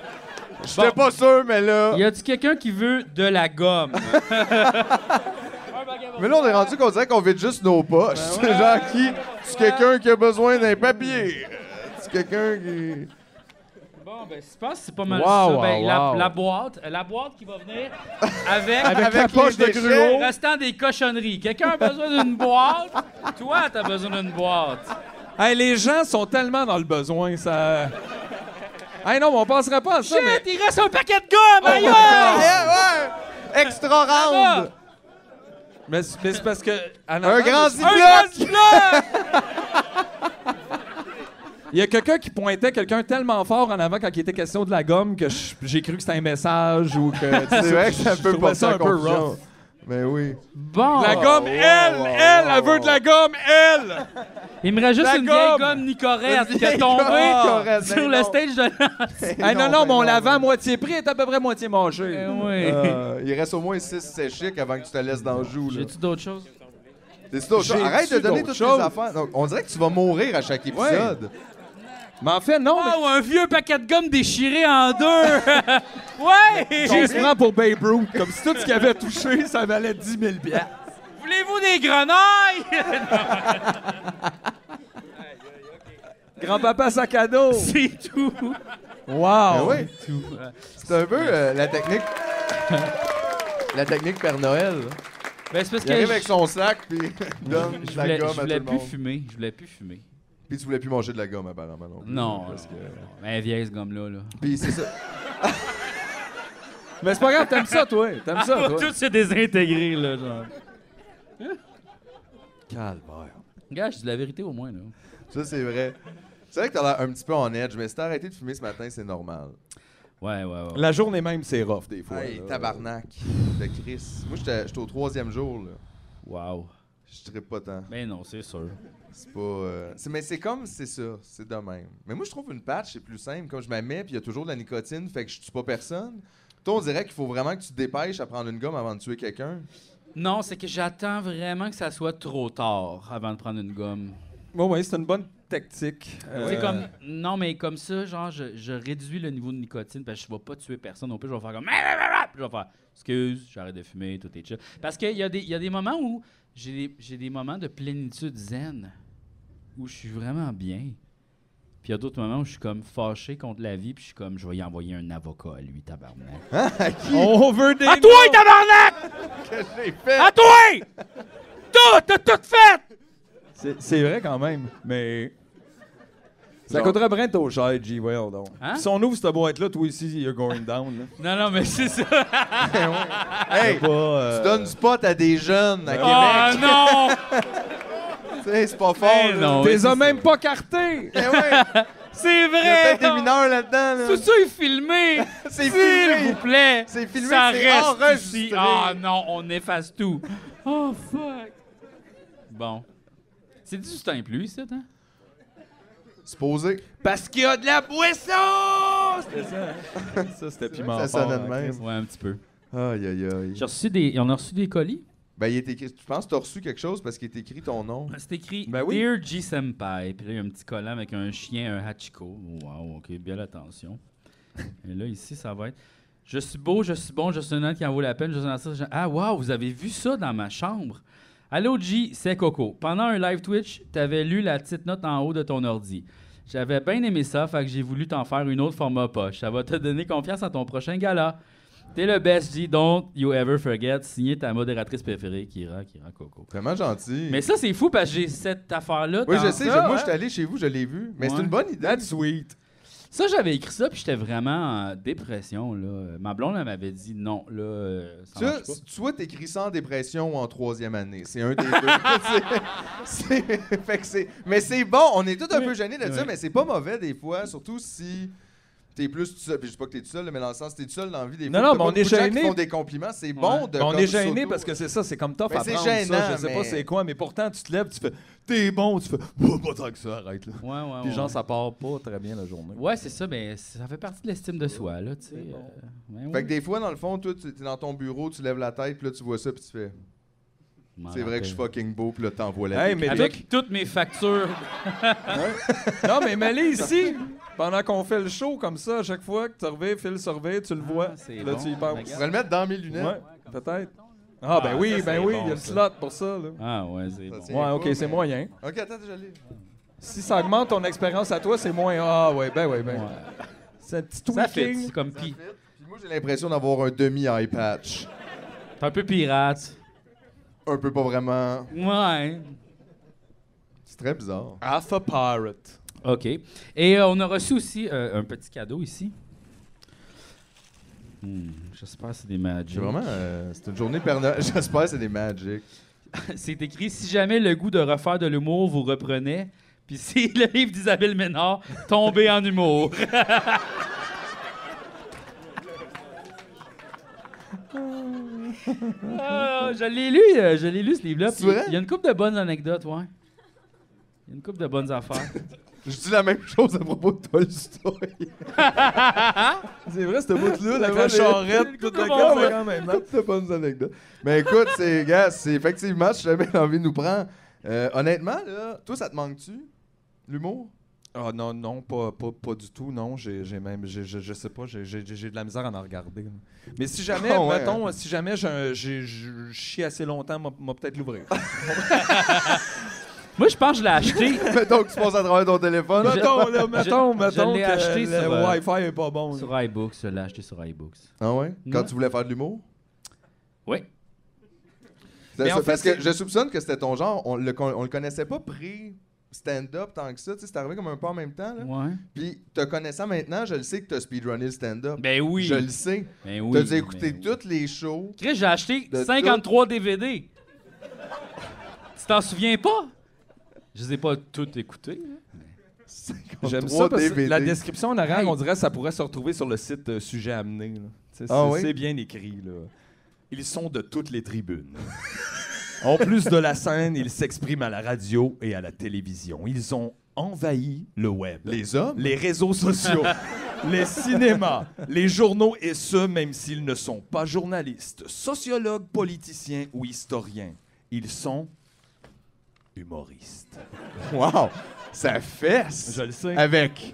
Speaker 2: J'étais pas sûr, mais là...
Speaker 1: Y a-tu quelqu'un qui veut de la gomme?
Speaker 2: Mais là, on est rendu qu'on dirait qu'on vide juste nos poches.
Speaker 3: Ben
Speaker 2: C'est genre qui... C'est quelqu'un qui a besoin d'un papier. C'est quelqu'un qui...
Speaker 1: Bon, ben, je pense que c'est pas mal
Speaker 3: Wow,
Speaker 1: ça.
Speaker 3: wow,
Speaker 1: Ben, la,
Speaker 3: wow.
Speaker 1: la boîte, la boîte qui va venir avec,
Speaker 2: Avec la
Speaker 1: les
Speaker 2: poche de
Speaker 1: déchets,
Speaker 2: gruau.
Speaker 1: restant des cochonneries. Quelqu'un a besoin d'une boîte? Toi, t'as besoin d'une boîte.
Speaker 3: Hey, les gens sont tellement dans le besoin, ça... Hey, non, mais on penserait pas à ça,
Speaker 1: Shit,
Speaker 3: mais...
Speaker 1: il reste un paquet de
Speaker 2: Oh,
Speaker 1: gomme! aïe, aïe!
Speaker 2: Ah, ouais, ouais. Extra round!
Speaker 3: Mais, c'est- mais c'est parce que... en
Speaker 2: Un
Speaker 3: avant,
Speaker 2: grand
Speaker 3: je-
Speaker 1: Un
Speaker 2: ziploc!
Speaker 1: gros bloc!
Speaker 3: Il y a quelqu'un qui pointait quelqu'un tellement fort en avant quand il était question de la gomme que je- j'ai cru que c'était un message ou que...
Speaker 2: C'est vrai que ça
Speaker 3: Je
Speaker 2: peut
Speaker 3: trouvais
Speaker 2: pas
Speaker 3: ça un peu rough.
Speaker 2: Mais Ben oui.
Speaker 1: Bon,
Speaker 3: La gomme,
Speaker 2: wow,
Speaker 3: elle,
Speaker 2: wow,
Speaker 3: elle,
Speaker 2: wow,
Speaker 3: elle veut
Speaker 2: wow.
Speaker 3: de la gomme, elle!
Speaker 1: il me reste juste
Speaker 3: la
Speaker 1: une
Speaker 3: gomme.
Speaker 1: vieille gomme Nicorette
Speaker 2: Une
Speaker 1: qui est
Speaker 2: vieille
Speaker 1: tombée
Speaker 2: gomme Nicorette,
Speaker 1: sur
Speaker 2: mais
Speaker 1: le
Speaker 2: non.
Speaker 1: stage de
Speaker 3: Hey, non, non, mais on
Speaker 2: ben
Speaker 3: l'avait à moitié prix, elle est à peu près moitié mangée.
Speaker 1: Eh Oui.
Speaker 2: Euh, il reste au moins 6 séchiques avant que tu te laisses dans le joue. là.
Speaker 1: J'ai-tu d'autres choses?
Speaker 2: T'es-tu d'autres choses?
Speaker 3: J'ai-tu
Speaker 2: Arrête de donner
Speaker 3: d'autres
Speaker 2: toutes
Speaker 3: choses?
Speaker 2: tes affaires. Donc, on dirait que tu vas mourir à chaque épisode.
Speaker 3: Mais en fait,
Speaker 2: Ah
Speaker 3: non, mais
Speaker 1: Oh, un vieux paquet de gomme déchiré en deux! ouais!
Speaker 3: on se prend pour Babe Ruth. Comme si tout ce qu'il avait touché, ça valait 10 000 bières.
Speaker 1: Voulez-vous des grenailles?
Speaker 3: Grand-papa sac à dos.
Speaker 2: Oh.
Speaker 1: C'est tout.
Speaker 2: Ah
Speaker 3: Wow.
Speaker 2: oui, c'est un peu euh, la technique. La technique Père Noël.
Speaker 1: Ben, c'est parce
Speaker 2: Il
Speaker 1: que
Speaker 2: arrive
Speaker 1: je,
Speaker 2: avec son sac puis donne
Speaker 1: je
Speaker 2: de
Speaker 1: voulais,
Speaker 2: la
Speaker 1: je
Speaker 2: gomme à tout
Speaker 1: voulais
Speaker 2: le
Speaker 1: plus
Speaker 2: monde.
Speaker 1: fumer. Je voulais plus fumer.
Speaker 2: Puis tu voulais plus manger de la gomme apparemment non. plus.
Speaker 1: Non.
Speaker 2: Parce que-
Speaker 1: Ben, vieille, ce gomme-là. Là.
Speaker 2: Puis c'est ça.
Speaker 3: Mais c'est pas grave, t'aimes ça, toi. T'aimes ça, toi.
Speaker 1: tout se désintégrer, là. Genre. Gars, je dis la vérité au moins, là.
Speaker 2: Ça c'est vrai. C'est vrai que t'as l'air un petit peu en edge, mais si t'as arrêté de fumer ce matin, c'est normal.
Speaker 1: Ouais, ouais, ouais.
Speaker 3: La journée même, c'est rough des fois.
Speaker 2: hey,
Speaker 3: là.
Speaker 2: tabarnak de Chris. Moi, j'étais j'étais au troisième jour, là.
Speaker 1: Wow.
Speaker 2: Je trippe pas tant.
Speaker 1: Ben non, c'est sûr.
Speaker 2: C'est pas. euh, c'est- mais c'est comme c'est ça, c'est de même. Mais moi, je trouve une patch, c'est plus simple. Comme je m'en mets, puis il y a toujours de la nicotine, fait que je tue pas personne. Toi, on dirait qu'il faut vraiment que tu te dépêches à prendre une gomme avant de tuer quelqu'un.
Speaker 1: Non, c'est que j'attends vraiment que ça soit trop tard avant de prendre une gomme.
Speaker 3: Ouais, ouais, c'est une bonne tactique.
Speaker 1: C'est
Speaker 3: Euh,
Speaker 1: comme non mais comme ça genre je, je réduis le niveau de nicotine parce que je vais pas tuer personne non plus je vais faire comme puis je vais faire excuse j'arrête de fumer tout est chill parce qu'il y a des il y a des moments où j'ai des- j'ai des moments de plénitude zen où je suis vraiment bien puis il y a d'autres moments où je suis comme fâché contre la vie puis je suis comme je vais y envoyer un avocat à lui tabarnak
Speaker 3: On veut des.
Speaker 1: à toi tabarnak
Speaker 2: J'ai fait!
Speaker 1: à toi tout t'as tout fait
Speaker 3: C'est c'est vrai quand même, mais. Ça
Speaker 2: Genre-
Speaker 3: coûterait bien ton cher, G. Well, donc.
Speaker 1: Hein?
Speaker 3: Si on ouvre cette boîte-là, toi aussi, you're going down. Là.
Speaker 1: non non mais c'est ça
Speaker 2: Hey!
Speaker 3: Pas, euh,
Speaker 2: Tu donnes du pot à des jeunes à
Speaker 1: oh
Speaker 2: Québec.
Speaker 1: non
Speaker 2: Tu sais, c'est pas fort.
Speaker 1: Mais
Speaker 2: là.
Speaker 1: non.
Speaker 3: T'es
Speaker 1: oui, c'est
Speaker 3: même pas cartés!
Speaker 2: Eh ouais,
Speaker 1: c'est
Speaker 2: il y a
Speaker 1: vrai
Speaker 2: peut-être des mineurs là-dedans. Là.
Speaker 1: Tout ça est filmé!
Speaker 2: C'est
Speaker 1: S'il
Speaker 2: filmé.
Speaker 1: vous plaît!
Speaker 2: C'est filmé,
Speaker 1: ça
Speaker 2: c'est
Speaker 1: reste ici.
Speaker 2: enregistré.
Speaker 1: Ah non, on efface tout! Oh fuck! Bon. C'est du temps plus, ça, hein?
Speaker 2: Supposé.
Speaker 3: Parce qu'il y a de la boisson! C'était ça. hein? ça, c'était piment.
Speaker 2: Ça
Speaker 3: fort,
Speaker 2: sonnait de
Speaker 3: hein,
Speaker 2: même.
Speaker 1: Ouais, un petit peu.
Speaker 2: Aïe, aïe, aïe.
Speaker 1: J'ai reçu des. On a reçu des colis.
Speaker 2: Ben, il est écrit. Tu penses que t'as reçu quelque chose parce qu'il est écrit ton nom?
Speaker 1: C'est écrit
Speaker 3: Ben oui.
Speaker 1: Dear G Senpai. Puis là, il y a un petit collant avec un chien, un hachiko. Wow, ok, belle attention. Et là, ici, ça va être. Je suis beau, je suis bon, je suis un homme qui en vaut la peine, je suis un artiste. je- Ah, wow, vous avez vu ça dans ma chambre? Allô, G, c'est Coco. Pendant un live Twitch, t'avais lu la petite note en haut de ton ordi. J'avais bien aimé ça, fait que j'ai voulu t'en faire une autre format poche. Ça va te donner confiance à ton prochain gala. T'es le best, G, don't you ever forget. Signé ta modératrice préférée, Kira, Kira Coco.
Speaker 2: Vraiment gentil.
Speaker 1: Mais ça, c'est fou parce que j'ai cette affaire-là.
Speaker 2: oui,
Speaker 1: dans-
Speaker 2: je sais.
Speaker 3: ça,
Speaker 2: je- moi,
Speaker 3: hein?
Speaker 2: je suis allé chez vous, je l'ai vu. Mais
Speaker 1: Ouais.
Speaker 2: c'est une bonne idée.
Speaker 3: That's sweet.
Speaker 1: Ça, j'avais écrit ça, puis j'étais vraiment en dépression. Là. Euh, Ma blonde, elle m'avait dit non, là, euh, ça
Speaker 2: Tu
Speaker 1: marche pas.
Speaker 2: vois, tu vois, t'écris ça en dépression ou en troisième année. C'est un des deux. C'est- c'est- fait que c'est- mais c'est bon. On est tous un
Speaker 1: Oui.
Speaker 2: peu gênés de ça,
Speaker 1: Oui.
Speaker 2: mais c'est pas mauvais des fois, surtout si t'es plus tout seul. Puis je dis pas que t'es tout seul, mais dans le sens, t'es tout seul dans la vie des
Speaker 3: Non,
Speaker 2: fois.
Speaker 3: non,
Speaker 2: t'as
Speaker 3: mais
Speaker 2: pas
Speaker 3: on est
Speaker 2: beaucoup de gens qui
Speaker 3: gêné.
Speaker 2: font des compliments, c'est bon de.
Speaker 3: Mais on
Speaker 2: comme
Speaker 3: est gêné
Speaker 2: s'auto-
Speaker 3: parce que c'est ça, c'est comme tough
Speaker 2: Mais
Speaker 3: à
Speaker 2: c'est
Speaker 3: prendre
Speaker 2: gênant,
Speaker 3: ça, je sais pas
Speaker 2: mais-
Speaker 3: c'est quoi, mais pourtant tu te lèves, tu fais t'es bon, tu fais oh, pas tant que ça, arrête là.
Speaker 1: Ouais, ouais,
Speaker 3: Puis
Speaker 1: ouais.
Speaker 3: genre ça part pas très bien la journée.
Speaker 1: Ouais, c'est ça, mais ça fait partie de l'estime de soi, là, tu sais.
Speaker 3: bon.
Speaker 1: euh, ben oui.
Speaker 2: Fait que des fois, dans le fond, toi, tu- t'es dans ton bureau, tu lèves la tête, puis là, tu vois ça, puis tu fais.
Speaker 1: Je m'en
Speaker 2: C'est vrai que je suis
Speaker 1: rappelle.
Speaker 2: fucking beau, puis là, t'envoies la
Speaker 3: Ah, Hey,
Speaker 2: pique.
Speaker 3: mais
Speaker 1: Avec toutes mes factures.
Speaker 3: Non, mais mets-les ici. Pendant qu'on fait le show comme ça, à chaque fois que tu reviens, fais le survey, tu le vois.
Speaker 1: c'est
Speaker 3: là,
Speaker 1: bon.
Speaker 3: tu y penses.
Speaker 2: Je
Speaker 1: Regarde.
Speaker 2: pourrais le mettre dans mes
Speaker 3: Ouais,
Speaker 2: lunettes.
Speaker 3: peut-être. Ah, ben
Speaker 1: Ah,
Speaker 3: oui,
Speaker 1: ça, c'est
Speaker 3: ben oui, il
Speaker 1: bon,
Speaker 3: y a le
Speaker 1: ça.
Speaker 3: slot pour ça. Là.
Speaker 1: Ah, ouais, c'est
Speaker 2: Ça,
Speaker 1: bon.
Speaker 2: c'est-
Speaker 3: Ouais,
Speaker 2: pas,
Speaker 3: ok, c'est
Speaker 2: mais-
Speaker 3: moyen.
Speaker 2: Ok, attends, déjà, allez.
Speaker 3: Si ça augmente ton expérience à toi, c'est moins. Ah, ouais, ben ouais, ben.
Speaker 1: Ouais.
Speaker 3: C'est un petit
Speaker 1: Ça fait,
Speaker 3: tweaking.
Speaker 1: c'est comme pi.
Speaker 2: Puis moi, j'ai l'impression d'avoir un demi-eye patch.
Speaker 1: T'es un peu pirate.
Speaker 2: Un peu pas vraiment.
Speaker 1: Ouais.
Speaker 2: C'est très bizarre.
Speaker 3: Alpha Pirate.
Speaker 1: OK. Et euh, on a reçu aussi euh, un petit cadeau ici. Hmm, J'espère que c'est des magic.
Speaker 2: J'ai
Speaker 3: Mmh.
Speaker 2: vraiment. euh, c'est une journée Père Noël. J'espère que c'est des Magic.
Speaker 1: C'est écrit si jamais le goût de refaire de l'humour vous reprenait, puis c'est le livre d'Isabelle Ménard, tombez en humour. Ah, je l'ai lu, euh, je l'ai lu ce livre-là.
Speaker 2: C'est
Speaker 1: puis
Speaker 2: vrai?
Speaker 1: Il y a une couple de bonnes anecdotes, ouais. Il y a une couple de bonnes affaires.
Speaker 2: Je dis la même chose à propos de Tolstoy.
Speaker 3: C'est vrai, ce bout-là, avec
Speaker 2: Ouais,
Speaker 3: la
Speaker 2: mais-
Speaker 3: charrette, toute la
Speaker 1: Comment
Speaker 3: gamme,
Speaker 1: on va-
Speaker 3: quand même. hein? non?
Speaker 2: Toutes de bonnes anecdotes. Mais écoute, c'est, gars, c'est effectivement, si jamais l'envie nous prend. euh, honnêtement, là, toi, ça te manque-tu? L'humour?
Speaker 3: Ah non, non, pas, pas, pas du tout, non. J'ai j'ai même, j'ai- je, je sais pas, j'ai- j'ai j'ai de la misère à en regarder. là. Mais si jamais,
Speaker 2: Ah ouais,
Speaker 3: mettons, si jamais j'ai un- j'ai- je chie assez longtemps, m'a m'a peut-être l'ouvrir.
Speaker 1: Moi, je pense que je l'ai acheté.
Speaker 2: Mettons que tu passes à travers ton téléphone.
Speaker 1: Je-
Speaker 3: mettons, là, mettons,
Speaker 1: je
Speaker 3: mettons
Speaker 1: l'ai
Speaker 3: que
Speaker 1: acheté
Speaker 3: le
Speaker 1: sur, euh,
Speaker 3: Wi-Fi est pas bon. là.
Speaker 1: sur iBooks, je l'ai acheté sur iBooks.
Speaker 2: Ah ouais? Quand
Speaker 1: Ouais.
Speaker 2: tu voulais faire de l'humour?
Speaker 1: Oui.
Speaker 2: C'est-
Speaker 3: Mais en
Speaker 2: c'est-
Speaker 3: fait,
Speaker 2: parce que
Speaker 3: c'est-
Speaker 2: je soupçonne que c'était ton genre. On le, con- on le connaissait pas pré stand-up tant que ça. Tu sais, c'est arrivé comme un peu en même temps. Là.
Speaker 1: Ouais.
Speaker 2: Puis, te connaissant maintenant, je le sais que t'as speedrunné le stand-up.
Speaker 1: Ben oui.
Speaker 2: Je le sais.
Speaker 1: Ben oui.
Speaker 2: T'as dû écouter
Speaker 1: ben oui.
Speaker 2: toutes les shows.
Speaker 1: Chris, j'ai acheté
Speaker 2: De
Speaker 1: 53 DVD. Tu t'en souviens pas? Je les ai pas toutes écoutées. hein.
Speaker 3: J'aime
Speaker 2: 53
Speaker 3: ça parce que
Speaker 2: DVD.
Speaker 3: la description en arrière,
Speaker 1: Hey.
Speaker 3: on dirait que ça pourrait se retrouver sur le site euh, Sujet amené. là. Tu sais,
Speaker 2: Ah
Speaker 3: c'est
Speaker 2: oui?
Speaker 3: c'est bien écrit. Là. Ils sont de toutes les tribunes. en plus de la scène, ils s'expriment à la radio et à la télévision. Ils ont envahi le web, les,
Speaker 2: Les hommes?
Speaker 3: réseaux sociaux, les cinémas, les journaux et ce, même s'ils ne sont pas journalistes, sociologues, politiciens ou historiens. Ils sont humoristes.
Speaker 2: Wow! Ça fesse!
Speaker 3: Je le sais.
Speaker 2: Avec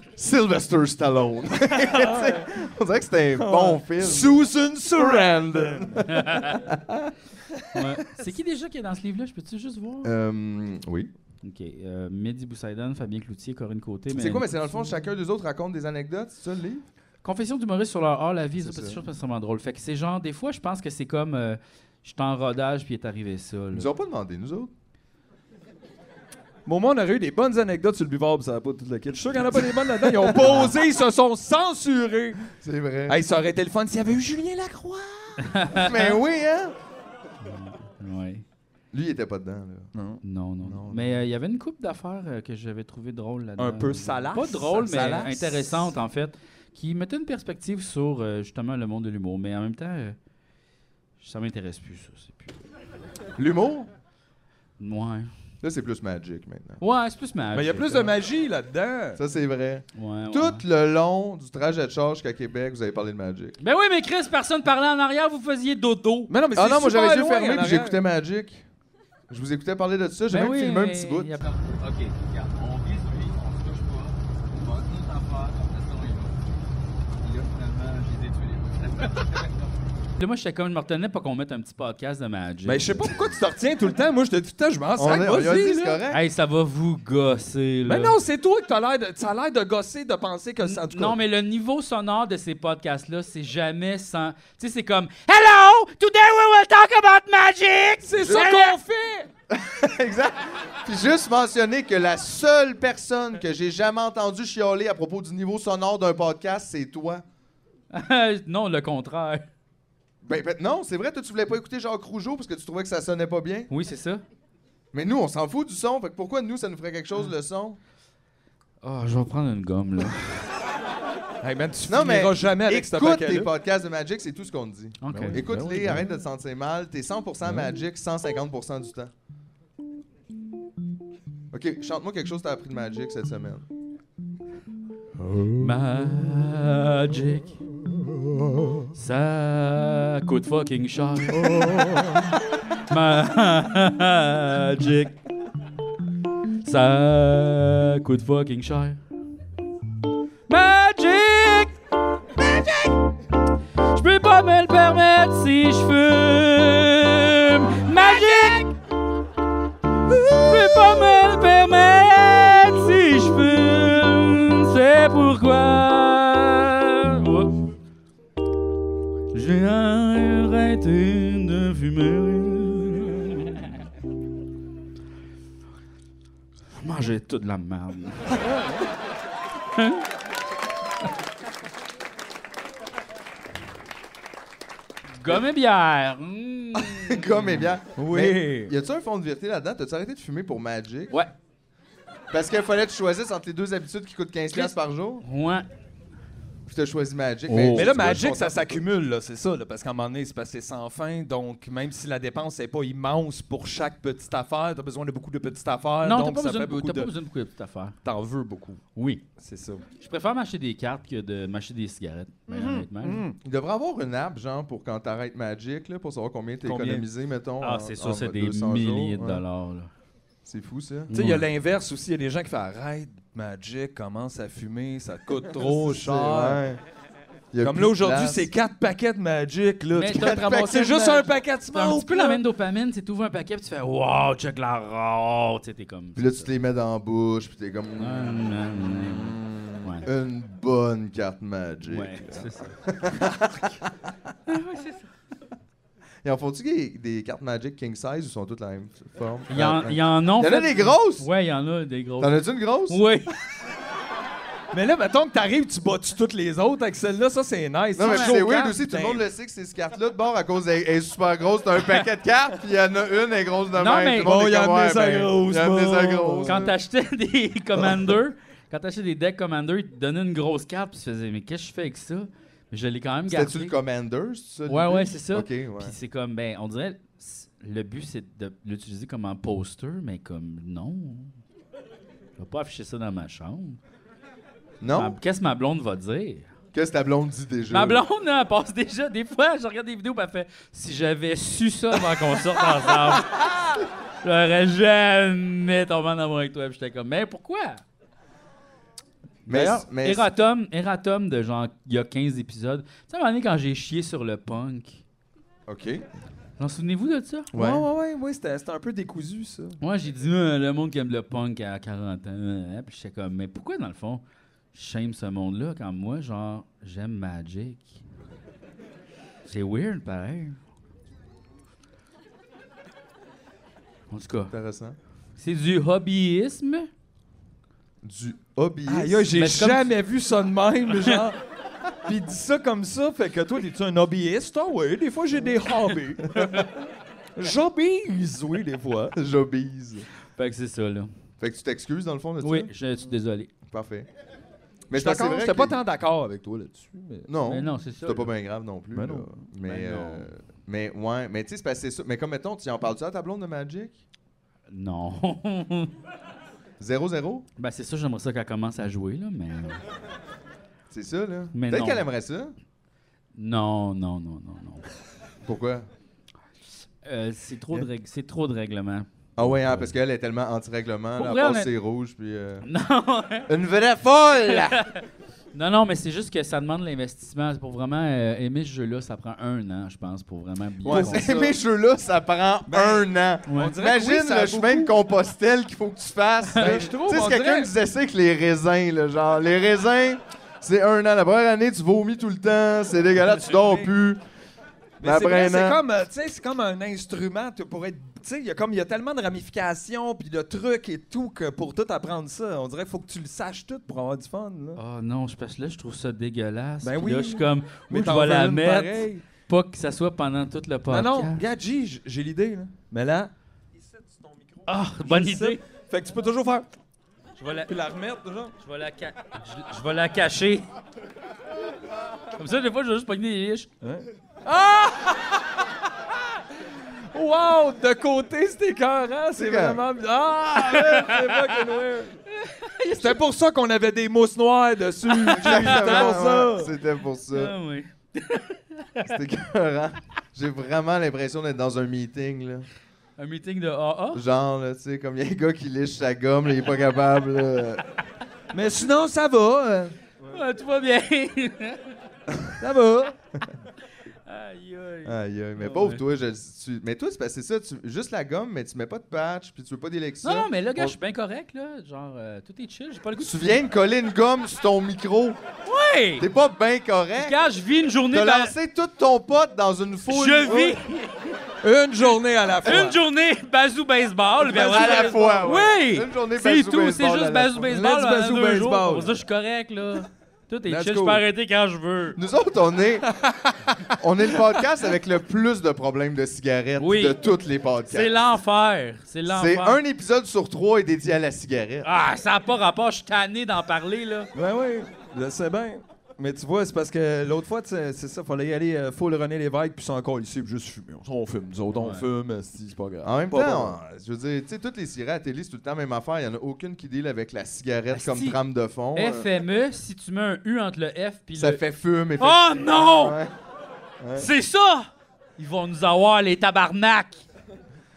Speaker 2: Sylvester Stallone. Tu sais, on dirait que c'était un bon film.
Speaker 3: Susan Sarandon.
Speaker 1: Ouais. C'est qui déjà qui est dans ce livre-là? Je peux-tu juste voir?
Speaker 2: Euh, oui.
Speaker 1: OK. euh, Mehdi Boussaïdan, Fabien Cloutier, Corinne Côté.
Speaker 2: C'est quoi, mais c'est dans le fond, chacun des autres raconte des anecdotes, c'est ça le livre?
Speaker 1: Confession d'humoriste sur leur art, la vie, c'est
Speaker 2: C'est
Speaker 1: pas
Speaker 2: ça.
Speaker 1: chose vraiment drôle. Fait que c'est genre, des fois, je pense que c'est comme. euh, je suis en rodage, puis est arrivé ça. là.
Speaker 2: Ils nous ont pas demandé, nous autres.
Speaker 3: Bon, moi, on aurait eu des bonnes anecdotes sur le buvard, pis ça n'a pas toute la kit. Je suis sûr qu'il n'y en a pas des bonnes là-dedans. Ils ont posé, ils se sont censurés.
Speaker 2: C'est vrai.
Speaker 3: Hey, ça aurait été le fun s'il y avait eu Julien Lacroix.
Speaker 2: mais oui, hein?
Speaker 1: Ouais.
Speaker 2: Lui, il était pas dedans, là.
Speaker 1: Non, non.
Speaker 2: Non,
Speaker 1: mais euh, il y avait une coupe d'affaires euh, que j'avais trouvé drôle là-dedans.
Speaker 3: Un peu salace,
Speaker 1: Pas drôle, mais
Speaker 3: salace.
Speaker 1: intéressante, en fait, qui mettait une perspective sur, euh, justement, le monde de l'humour. Mais en même temps, euh, ça m'intéresse plus, ça. C'est plus... hein.
Speaker 2: L'humour?
Speaker 1: Ouais.
Speaker 2: Là, c'est plus magic maintenant.
Speaker 1: Ouais, c'est plus mal.
Speaker 3: Ah, Mais il y a plus de magie là-dedans.
Speaker 2: Ça, c'est vrai.
Speaker 1: Ouais, ouais.
Speaker 2: Tout le long du trajet de charge qu'à Québec, vous avez parlé de Magic.
Speaker 1: Ben oui, mais Chris, personne parlait en arrière, vous faisiez dodo.
Speaker 3: Mais non, mais
Speaker 2: Ah
Speaker 3: c'est
Speaker 2: non, moi
Speaker 3: super
Speaker 2: j'avais les
Speaker 3: loin, en
Speaker 2: yeux fermés puis
Speaker 3: arrière.
Speaker 2: j'écoutais Magic. Je vous écoutais parler de
Speaker 3: Ben
Speaker 2: ça, j'ai même filmé un petit bout.
Speaker 1: Ben il y a-
Speaker 4: Ok, regarde, on visualise, on se touche pas, on va tenir ta part, après ça on y va. Et là finalement, j'ai détruit les
Speaker 1: Là, moi, j'étais comme, je me retenais pas qu'on mette un petit podcast de Magic.
Speaker 3: Ben, je sais pas pourquoi tu te retiens tout le temps. Moi, je te dis tout le temps, je m'en
Speaker 2: On
Speaker 3: sac,
Speaker 2: a- on lui a dit,
Speaker 3: vas-y.
Speaker 2: c'est
Speaker 3: là.
Speaker 2: correct.
Speaker 1: Hey, ça va vous gosser, là.
Speaker 3: Mais Ben non, c'est toi que t'as l'air de, ça a l'air de gosser, de penser que ça. en tout cas-
Speaker 1: Non, mais le niveau sonore de ces podcasts-là, c'est jamais sans. Tu sais, c'est comme Hello, today we will talk about magic.
Speaker 3: C'est ça qu'on fait.
Speaker 2: exact. Puis juste mentionner que la seule personne que j'ai jamais entendu chialer à propos du niveau sonore d'un podcast, c'est toi.
Speaker 1: non, le contraire.
Speaker 2: Ben, ben, non, c'est vrai, toi tu voulais pas écouter Jacques Rougeau parce que tu trouvais que ça sonnait pas bien.
Speaker 1: Oui, c'est ça.
Speaker 2: Mais nous, on s'en fout du son, fait que pourquoi nous ça nous ferait quelque
Speaker 3: Hmm.
Speaker 2: chose le son
Speaker 1: Oh, je vais prendre une gomme là.
Speaker 3: Hey, man, tu
Speaker 2: Non,
Speaker 3: finiras
Speaker 2: mais
Speaker 3: jamais avec ce
Speaker 2: Écoute les
Speaker 3: paquet
Speaker 2: podcasts de Magic, c'est tout ce qu'on te dit.
Speaker 1: Ok.
Speaker 3: Ben oui.
Speaker 2: Écoute-les,
Speaker 3: ben
Speaker 2: arrête de te sentir mal. T'es 100% Magic, 150% du temps. Ok, chante-moi quelque chose que t'as appris de Magic cette semaine.
Speaker 1: Magic, ça coûte fucking cher. Magic, ça coûte fucking cher. Magic, Magic, je peux pas me le permettre si je fume. Magic, je peux pas me le permettre si je fume. C'est pourquoi Oups. j'ai arrêté de fumer. Manger toute la merde. Gomme et bière. Mm.
Speaker 2: Comme et bien.
Speaker 3: Oui.
Speaker 2: Mais y a-tu un fond de vérité là-dedans T'as-tu arrêté de fumer pour Magic
Speaker 1: Ouais.
Speaker 2: Parce qu'il fallait que tu choisisses entre les deux habitudes qui coûtent 15$ piastres par jour.
Speaker 1: Ouais.
Speaker 2: Puis t'as choisi Magic.
Speaker 1: Oh.
Speaker 3: Mais là,
Speaker 2: tu vois, je
Speaker 3: Magic,
Speaker 2: suis content
Speaker 3: ça
Speaker 2: pour toi.
Speaker 3: s'accumule, là, c'est ça, là, parce qu'à un moment donné, c'est parce que c'est sans fin, donc même si la dépense n'est pas immense pour chaque petite affaire, t'as besoin de beaucoup de petites affaires,
Speaker 1: Non, t'as
Speaker 3: donc
Speaker 1: pas,
Speaker 3: ça
Speaker 1: besoin
Speaker 3: fait
Speaker 1: de beaucoup-
Speaker 3: beaucoup
Speaker 1: t'as
Speaker 3: de...
Speaker 1: pas besoin de beaucoup de petites affaires.
Speaker 3: T'en veux beaucoup,
Speaker 1: Oui.
Speaker 3: c'est ça.
Speaker 1: Je préfère m'acheter des cartes que de m'acheter des cigarettes. ben, honnêtement.
Speaker 2: Il devrait avoir une app, genre, pour quand t'arrêtes Magic, là, pour savoir combien t'as
Speaker 3: Combien?
Speaker 2: économisé, mettons.
Speaker 1: Ah,
Speaker 2: en-
Speaker 1: c'est
Speaker 2: en
Speaker 1: sûr, c'est des
Speaker 2: 200 ben, jours.
Speaker 1: milliers de
Speaker 2: Ouais.
Speaker 1: dollars. là.
Speaker 2: C'est fou, ça.
Speaker 3: Tu sais, il y a
Speaker 1: Ouais.
Speaker 3: l'inverse aussi, il y a des gens qui font « Arrête, Magic, commence à fumer, ça te coûte trop
Speaker 2: C'est-
Speaker 3: cher.
Speaker 2: ouais. Y a
Speaker 3: Oh, Comme
Speaker 2: plus
Speaker 3: là,
Speaker 2: de
Speaker 3: aujourd'hui,
Speaker 2: place.
Speaker 3: c'est quatre paquets de Magic, là,
Speaker 1: Mais
Speaker 3: tu
Speaker 1: t'as
Speaker 3: peux te
Speaker 2: un paquet
Speaker 3: ramasser
Speaker 2: de
Speaker 3: juste un
Speaker 2: Magic.
Speaker 3: paquet de
Speaker 1: C'est un petit
Speaker 3: smoke,
Speaker 1: peu
Speaker 3: là.
Speaker 1: la même dopamine, c'est tu ouvres un paquet puis tu fais Wow, check la rare! Tu sais, t'es comme.
Speaker 2: Puis là, tu te les mets dans la bouche, puis t'es comme
Speaker 1: Ouais,
Speaker 2: une bonne carte Magic.
Speaker 1: ouais, c'est ça.
Speaker 2: Et en font-tu des, des cartes Magic King Size ou sont toutes la même forme?
Speaker 1: Il y en, il y en a.
Speaker 2: Il y en a des grosses!
Speaker 1: Ouais, il y en a des grosses.
Speaker 2: T'en as-tu une grosse?
Speaker 1: Oui.
Speaker 3: Mais là, mettons que t'arrives, tu bats toutes les autres avec celle-là, ça, c'est nice.
Speaker 2: Non, mais
Speaker 3: Tu
Speaker 2: c'est
Speaker 3: joues aux
Speaker 2: weird
Speaker 3: cartes,
Speaker 2: aussi, tout le
Speaker 3: ben,
Speaker 2: monde le sait que ces cartes-là, de bord, à cause elle elle est super grosse, t'as un paquet de cartes, puis il y en a une, elle est grosse de
Speaker 1: Ben. Non,
Speaker 2: même.
Speaker 1: mais-
Speaker 2: Tout le monde
Speaker 3: Bon,
Speaker 2: est
Speaker 3: il a
Speaker 2: comme, ben,
Speaker 3: amené
Speaker 2: ouais,
Speaker 3: sa
Speaker 2: ben,
Speaker 3: grosse,
Speaker 2: Il a amené sa
Speaker 3: bon.
Speaker 2: grosse.
Speaker 1: Quand t'achetais des Commander, Quand t'achetais des decks Commander, ils te donnaient une grosse carte, puis tu faisais, mais qu'est-ce que je fais avec ça? Mais je l'ai quand même gardé.
Speaker 2: C'était-tu le Commander, c'est ça?
Speaker 1: Ouais,
Speaker 2: l'idée?
Speaker 1: ouais, c'est ça.
Speaker 2: Ok, ouais.
Speaker 1: Puis c'est comme, ben, on dirait, c- le but, c'est de l'utiliser comme un poster, mais comme, non. Je vais pas afficher ça dans ma chambre. Ma-
Speaker 2: Non?
Speaker 1: Qu'est-ce que ma blonde va dire?
Speaker 2: Qu'est-ce que ta blonde dit déjà?
Speaker 1: Ma blonde, là, elle passe déjà. Des fois, je regarde des vidéos, puis elle fait Si j'avais su ça avant qu'on sorte ensemble, j'aurais jamais tombé en amour avec toi. Puis j'étais comme Mais pourquoi
Speaker 2: Mais,
Speaker 1: Parce-
Speaker 2: mais
Speaker 1: Erratum, Erratum de genre, il y a 15 épisodes. Tu sais, à un moment donné, quand j'ai chié sur le punk,
Speaker 2: OK. Ouais,
Speaker 1: vous en souvenez-vous de ça
Speaker 3: Ouais, ouais, ouais, ouais, c'était c'était un peu décousu, ça.
Speaker 1: Moi, j'ai dit Euh, Le monde qui aime le punk à 40 ans. hein. Puis j'étais comme Mais pourquoi, dans le fond, je shame ce monde-là quand moi, genre, j'aime Magic C'est weird, pareil. En tout cas,
Speaker 2: Intéressant.
Speaker 1: c'est du hobbyisme.
Speaker 2: Du hobby.
Speaker 3: Aïe, aïe, j'ai
Speaker 1: Mais c'est comme
Speaker 3: jamais vu ça de même, genre. Puis il dit ça comme ça, fait que toi, t'es-tu un hobbyiste? Ah oui, des fois j'ai des hobbies. J'obéis, oui, des fois.
Speaker 2: J'obéise.
Speaker 1: Fait que c'est ça, là.
Speaker 2: Fait que tu t'excuses dans le fond de ça?
Speaker 1: Oui, je suis désolé.
Speaker 2: Parfait.
Speaker 3: Mais
Speaker 2: Mais c'est vrai que les-
Speaker 3: d'accord avec toi là-dessus. mais-
Speaker 2: Non.
Speaker 1: Mais non, c'est ça.
Speaker 2: C'était pas
Speaker 1: là.
Speaker 2: bien grave non plus.
Speaker 3: Ben
Speaker 2: là.
Speaker 3: non.
Speaker 2: Mais,
Speaker 1: Ben non.
Speaker 2: euh, mais ouais, mais tu sais, c'est parce que c'est ça. Mais comme mettons, tu en parles-tu à ta blonde de Magic?
Speaker 1: Non.
Speaker 2: 0-0?
Speaker 1: Ben, c'est ça, j'aimerais ça qu'elle commence à jouer, là, mais. euh,
Speaker 2: C'est ça, là?
Speaker 1: Mais
Speaker 2: Peut-être
Speaker 1: non.
Speaker 2: qu'elle aimerait ça.
Speaker 1: Non, non, non, non, non.
Speaker 2: Pourquoi?
Speaker 1: Euh, c'est trop, de règ- c'est trop de règlements.
Speaker 2: Ah ouais, hein, parce qu'elle est tellement anti-règlement,
Speaker 1: Pour
Speaker 2: là, elle
Speaker 1: vrai,
Speaker 2: passe
Speaker 1: honnête-
Speaker 2: ses rouges, puis... euh,
Speaker 1: Non,
Speaker 2: Une vraie folle!
Speaker 1: non, non, mais c'est juste que ça demande de l'investissement. Pour vraiment euh, aimer ce jeu-là, ça prend un an, je pense, pour vraiment bien.
Speaker 2: Ouais,
Speaker 1: comprendre.
Speaker 2: c'est- mes cheveux-là, ça Ben, prend un an.
Speaker 1: Ouais.
Speaker 3: dirait que
Speaker 2: Imagine
Speaker 3: oui, ça a
Speaker 2: le chemin de Compostelle qu'il faut que tu fasses.
Speaker 3: Ben,
Speaker 2: là.
Speaker 3: je
Speaker 2: Tu
Speaker 3: trouve,
Speaker 2: sais,
Speaker 3: on
Speaker 2: c'est quelqu'un
Speaker 3: dirait-
Speaker 2: qui disait ça avec les raisins, là, genre, les raisins, c'est un an. La première année, tu vomis tout le temps, c'est dégueulasse, tu dors plus.
Speaker 3: Mais c'est vrai, c'est comme, euh, tu sais, c'est comme un instrument tu- pour être. Tu sais, il y a comme- il y a tellement de ramifications, puis de trucs et tout, que pour tout apprendre ça, on dirait qu'il faut que tu le saches tout pour avoir du fun. Là.
Speaker 1: Oh non, je parce que là, je trouve ça dégueulasse.
Speaker 3: Ben
Speaker 1: Puis
Speaker 3: oui.
Speaker 1: Là, je suis comme,
Speaker 3: Mais
Speaker 1: où je
Speaker 3: t'en
Speaker 1: vais
Speaker 3: fais
Speaker 1: la
Speaker 3: une
Speaker 1: mettre,
Speaker 3: pareille.
Speaker 1: pas que ça soit pendant tout le podcast.
Speaker 3: Non, non, regarde, G, j- j'ai l'idée. là. Mais là.
Speaker 1: Ah, bonne
Speaker 3: ça.
Speaker 1: idée.
Speaker 3: Fait que tu peux toujours faire.
Speaker 1: Je vais la,
Speaker 3: Puis la remettre, genre.
Speaker 1: je vais la, ca- je, je vais la cacher. Comme ça, des fois, je vais juste pogner les liches.
Speaker 3: Wow, de côté, c'était écœurant, c'est
Speaker 2: C'est quand-
Speaker 3: vraiment. Ah, man, c'est fucking weird. C'était pour ça qu'on avait des mousses noires dessus. G, C'était pour ça. Ah.
Speaker 2: Exactement, ouais, C'était pour
Speaker 1: Ah
Speaker 2: ça.
Speaker 1: oui.
Speaker 2: C'était écœurant. J'ai vraiment l'impression d'être dans un meeting, là.
Speaker 1: Un meeting de AA.
Speaker 2: Genre, là, tu sais, comme il y a un gars qui liche sa gomme, là, il est pas capable, là.
Speaker 3: Mais sinon, ça va. euh,
Speaker 1: Ah, tout va bien.
Speaker 3: Ça va.
Speaker 1: aïe, aïe.
Speaker 2: Aïe, aïe, mais
Speaker 1: Ah
Speaker 2: pauvre
Speaker 1: ouais.
Speaker 2: toi, je, tu- mais toi, c'est parce que c'est ça, tu, juste la gomme, mais tu mets pas de patch, puis tu veux pas d'Alexa.
Speaker 1: Non, non, mais là, gars,
Speaker 2: On-
Speaker 1: je suis bien correct, là. Genre, euh, tout est chill, j'ai pas le goût de
Speaker 2: Tu viens de coller une gomme sur ton micro.
Speaker 1: Hey!
Speaker 2: T'es pas bien correct.
Speaker 1: Quand je vis une journée...
Speaker 2: T'as
Speaker 1: dans-
Speaker 2: lancé tout ton pote dans une foule.
Speaker 1: Je vis
Speaker 3: Une journée à la fois.
Speaker 1: une journée bazou baseball. ben
Speaker 2: Bazou
Speaker 1: voilà.
Speaker 2: à la fois, ouais.
Speaker 1: Oui!
Speaker 2: Une journée
Speaker 1: C'est
Speaker 2: bazou
Speaker 1: tout, c'est
Speaker 2: baseball à
Speaker 1: juste
Speaker 2: la
Speaker 1: bazou
Speaker 2: fois.
Speaker 1: baseball.
Speaker 3: Let's
Speaker 1: pendant
Speaker 3: bazou
Speaker 1: deux
Speaker 3: baseball.
Speaker 1: jours. Pour ça, je suis correct, là. Tout est
Speaker 2: Let's
Speaker 1: chill,
Speaker 2: go.
Speaker 1: je peux arrêter quand je veux.
Speaker 2: Nous autres, on est, on est le podcast avec le plus de problèmes de cigarettes
Speaker 1: Oui.
Speaker 2: de tous les
Speaker 1: C'est
Speaker 2: podcasts.
Speaker 1: l'enfer. C'est
Speaker 2: C'est
Speaker 1: l'enfer.
Speaker 2: un épisode sur trois est dédié à la cigarette.
Speaker 1: Ah, ça n'a pas rapport, je suis tanné d'en parler, là.
Speaker 3: Ben oui, je sais bien. Mais tu vois, c'est parce que l'autre fois, tu sais, c'est ça, fallait y aller euh, full René Lévesque, puis c'est encore ici, puis juste fumer. On fume, nous autres, on fume, esti, c'est pas grave.
Speaker 2: En même
Speaker 3: Pas
Speaker 2: temps, euh, je veux dire, tu sais, toutes les cigarettes à la télé, c'est tout le temps la même affaire. Il n'y en a aucune qui deal avec la cigarette
Speaker 1: Ah,
Speaker 2: comme
Speaker 1: si.
Speaker 2: trame de fond. Euh,
Speaker 1: FME, E, si tu mets un U entre le F puis
Speaker 2: Ça
Speaker 1: le...
Speaker 2: fait fume, effectivement.
Speaker 1: Oh non!
Speaker 2: Ouais.
Speaker 1: C'est ça! Ils vont nous avoir, les tabarnak!
Speaker 3: bon.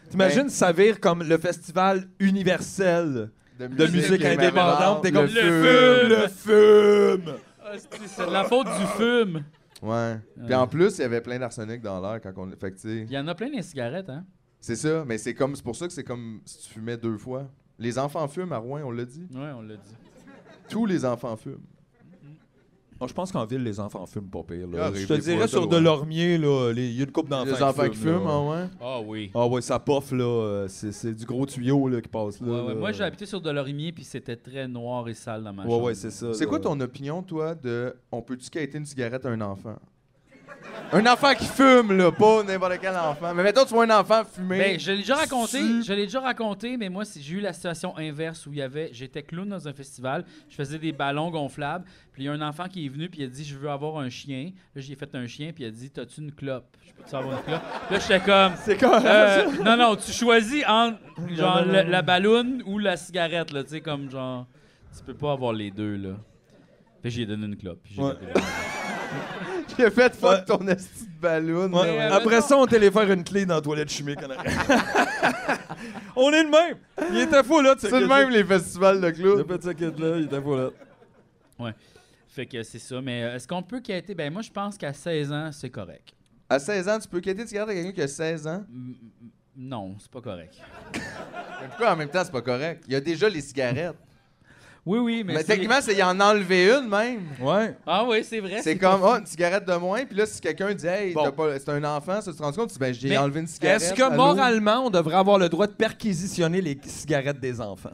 Speaker 3: T'imagines, ça vire comme le festival universel de musique
Speaker 2: et
Speaker 3: indépendante. T'es comme
Speaker 1: le fume.
Speaker 3: le fume.
Speaker 1: Ah, C'est de la faute du fume.
Speaker 2: Ouais. Puis en plus, il y avait plein d'arsenic dans l'air quand on. Fait que, tu sais,
Speaker 1: Il y en a plein des cigarettes, hein?
Speaker 2: C'est ça, mais c'est comme c'est pour ça que c'est comme si tu fumais deux fois. Les enfants fument à Rouen, on l'a dit.
Speaker 1: Ouais, on l'a dit.
Speaker 2: Tous les enfants fument.
Speaker 3: Oh, je pense qu'en ville, les enfants fument pas pire. Là.
Speaker 2: Ah,
Speaker 3: Je te
Speaker 2: arrive,
Speaker 3: dirais
Speaker 2: ouais,
Speaker 3: sur
Speaker 2: ouais.
Speaker 3: Delormier, là, les- il y a une couple d'enfants.
Speaker 2: les enfants qui fument,
Speaker 3: là.
Speaker 2: ah ouais.
Speaker 1: Ah oui.
Speaker 3: Ah ouais, ça pof, là. euh, C'est c'est du gros tuyau là, qui passe là.
Speaker 1: Ouais, ouais.
Speaker 3: là.
Speaker 2: Euh.
Speaker 1: Moi, j'ai habité sur Delorimier, puis c'était très noir et sale dans ma
Speaker 3: Ouais,
Speaker 1: chambre.
Speaker 3: ouais, c'est ça.
Speaker 2: C'est
Speaker 3: là.
Speaker 2: quoi ton opinion, toi, de on peut-tu quitter une cigarette à un enfant? Un enfant qui fume, là, pas n'importe quel enfant. Mais mettons, tu vois un enfant fumer.
Speaker 1: Ben, je l'ai déjà raconté,
Speaker 2: Su-
Speaker 1: je l'ai déjà raconté, mais moi, si- j'ai eu la situation inverse où il y avait, j'étais clown dans un festival, je faisais des ballons gonflables, puis il y a un enfant qui est venu puis il a dit je veux avoir un chien. Là, j'ai fait un chien puis il a dit t'as-tu une clope Je peux tu avoir une clope Là, j'étais comme
Speaker 2: C'est correct.
Speaker 1: Euh, non non, tu choisis entre genre
Speaker 2: Non, non,
Speaker 1: la,
Speaker 2: non.
Speaker 1: la balloune ou la cigarette là, tu sais comme genre tu peux pas avoir les deux là. Puis j'ai donné une clope. puis j'ai
Speaker 3: Ouais.
Speaker 1: fait des ballons.
Speaker 2: J'ai fait fuck ton esti de ballon.
Speaker 3: Ouais,
Speaker 1: Mais, euh,
Speaker 3: Après
Speaker 1: mettons-
Speaker 3: ça, on t'est allé faire une clé dans la toilette chimique en arrière. on est le même. Il était fou là.
Speaker 2: C'est le même, les festivals de
Speaker 3: Le
Speaker 2: clowns.
Speaker 3: petit kid là, il était fou là.
Speaker 1: Fait que c'est ça, mais euh, est-ce qu'on peut qu'il été ben moi je pense qu'à 16 ans, c'est correct.
Speaker 2: À 16 ans, tu peux quitter, tu gardes à quelqu'un qui a 16 ans.
Speaker 1: M- m- Non, c'est pas correct.
Speaker 2: Mais pourquoi en même temps, c'est pas correct? Il y a déjà les cigarettes.
Speaker 1: Oui, oui, mais.
Speaker 2: Mais
Speaker 1: c'est-
Speaker 2: techniquement, c'est y en enlever une même.
Speaker 3: Ouais.
Speaker 1: Ah oui, c'est vrai.
Speaker 2: C'est comme, oh, une cigarette de moins. Puis là, si quelqu'un dit, hey,
Speaker 3: Bon.
Speaker 2: t'as pas- c'est un enfant, ça, tu te rends compte, tu dis, ben, j'ai
Speaker 1: Mais
Speaker 2: enlevé une cigarette.
Speaker 3: Est-ce que
Speaker 2: allô?
Speaker 3: moralement, on devrait avoir le droit de perquisitionner les cigarettes des enfants?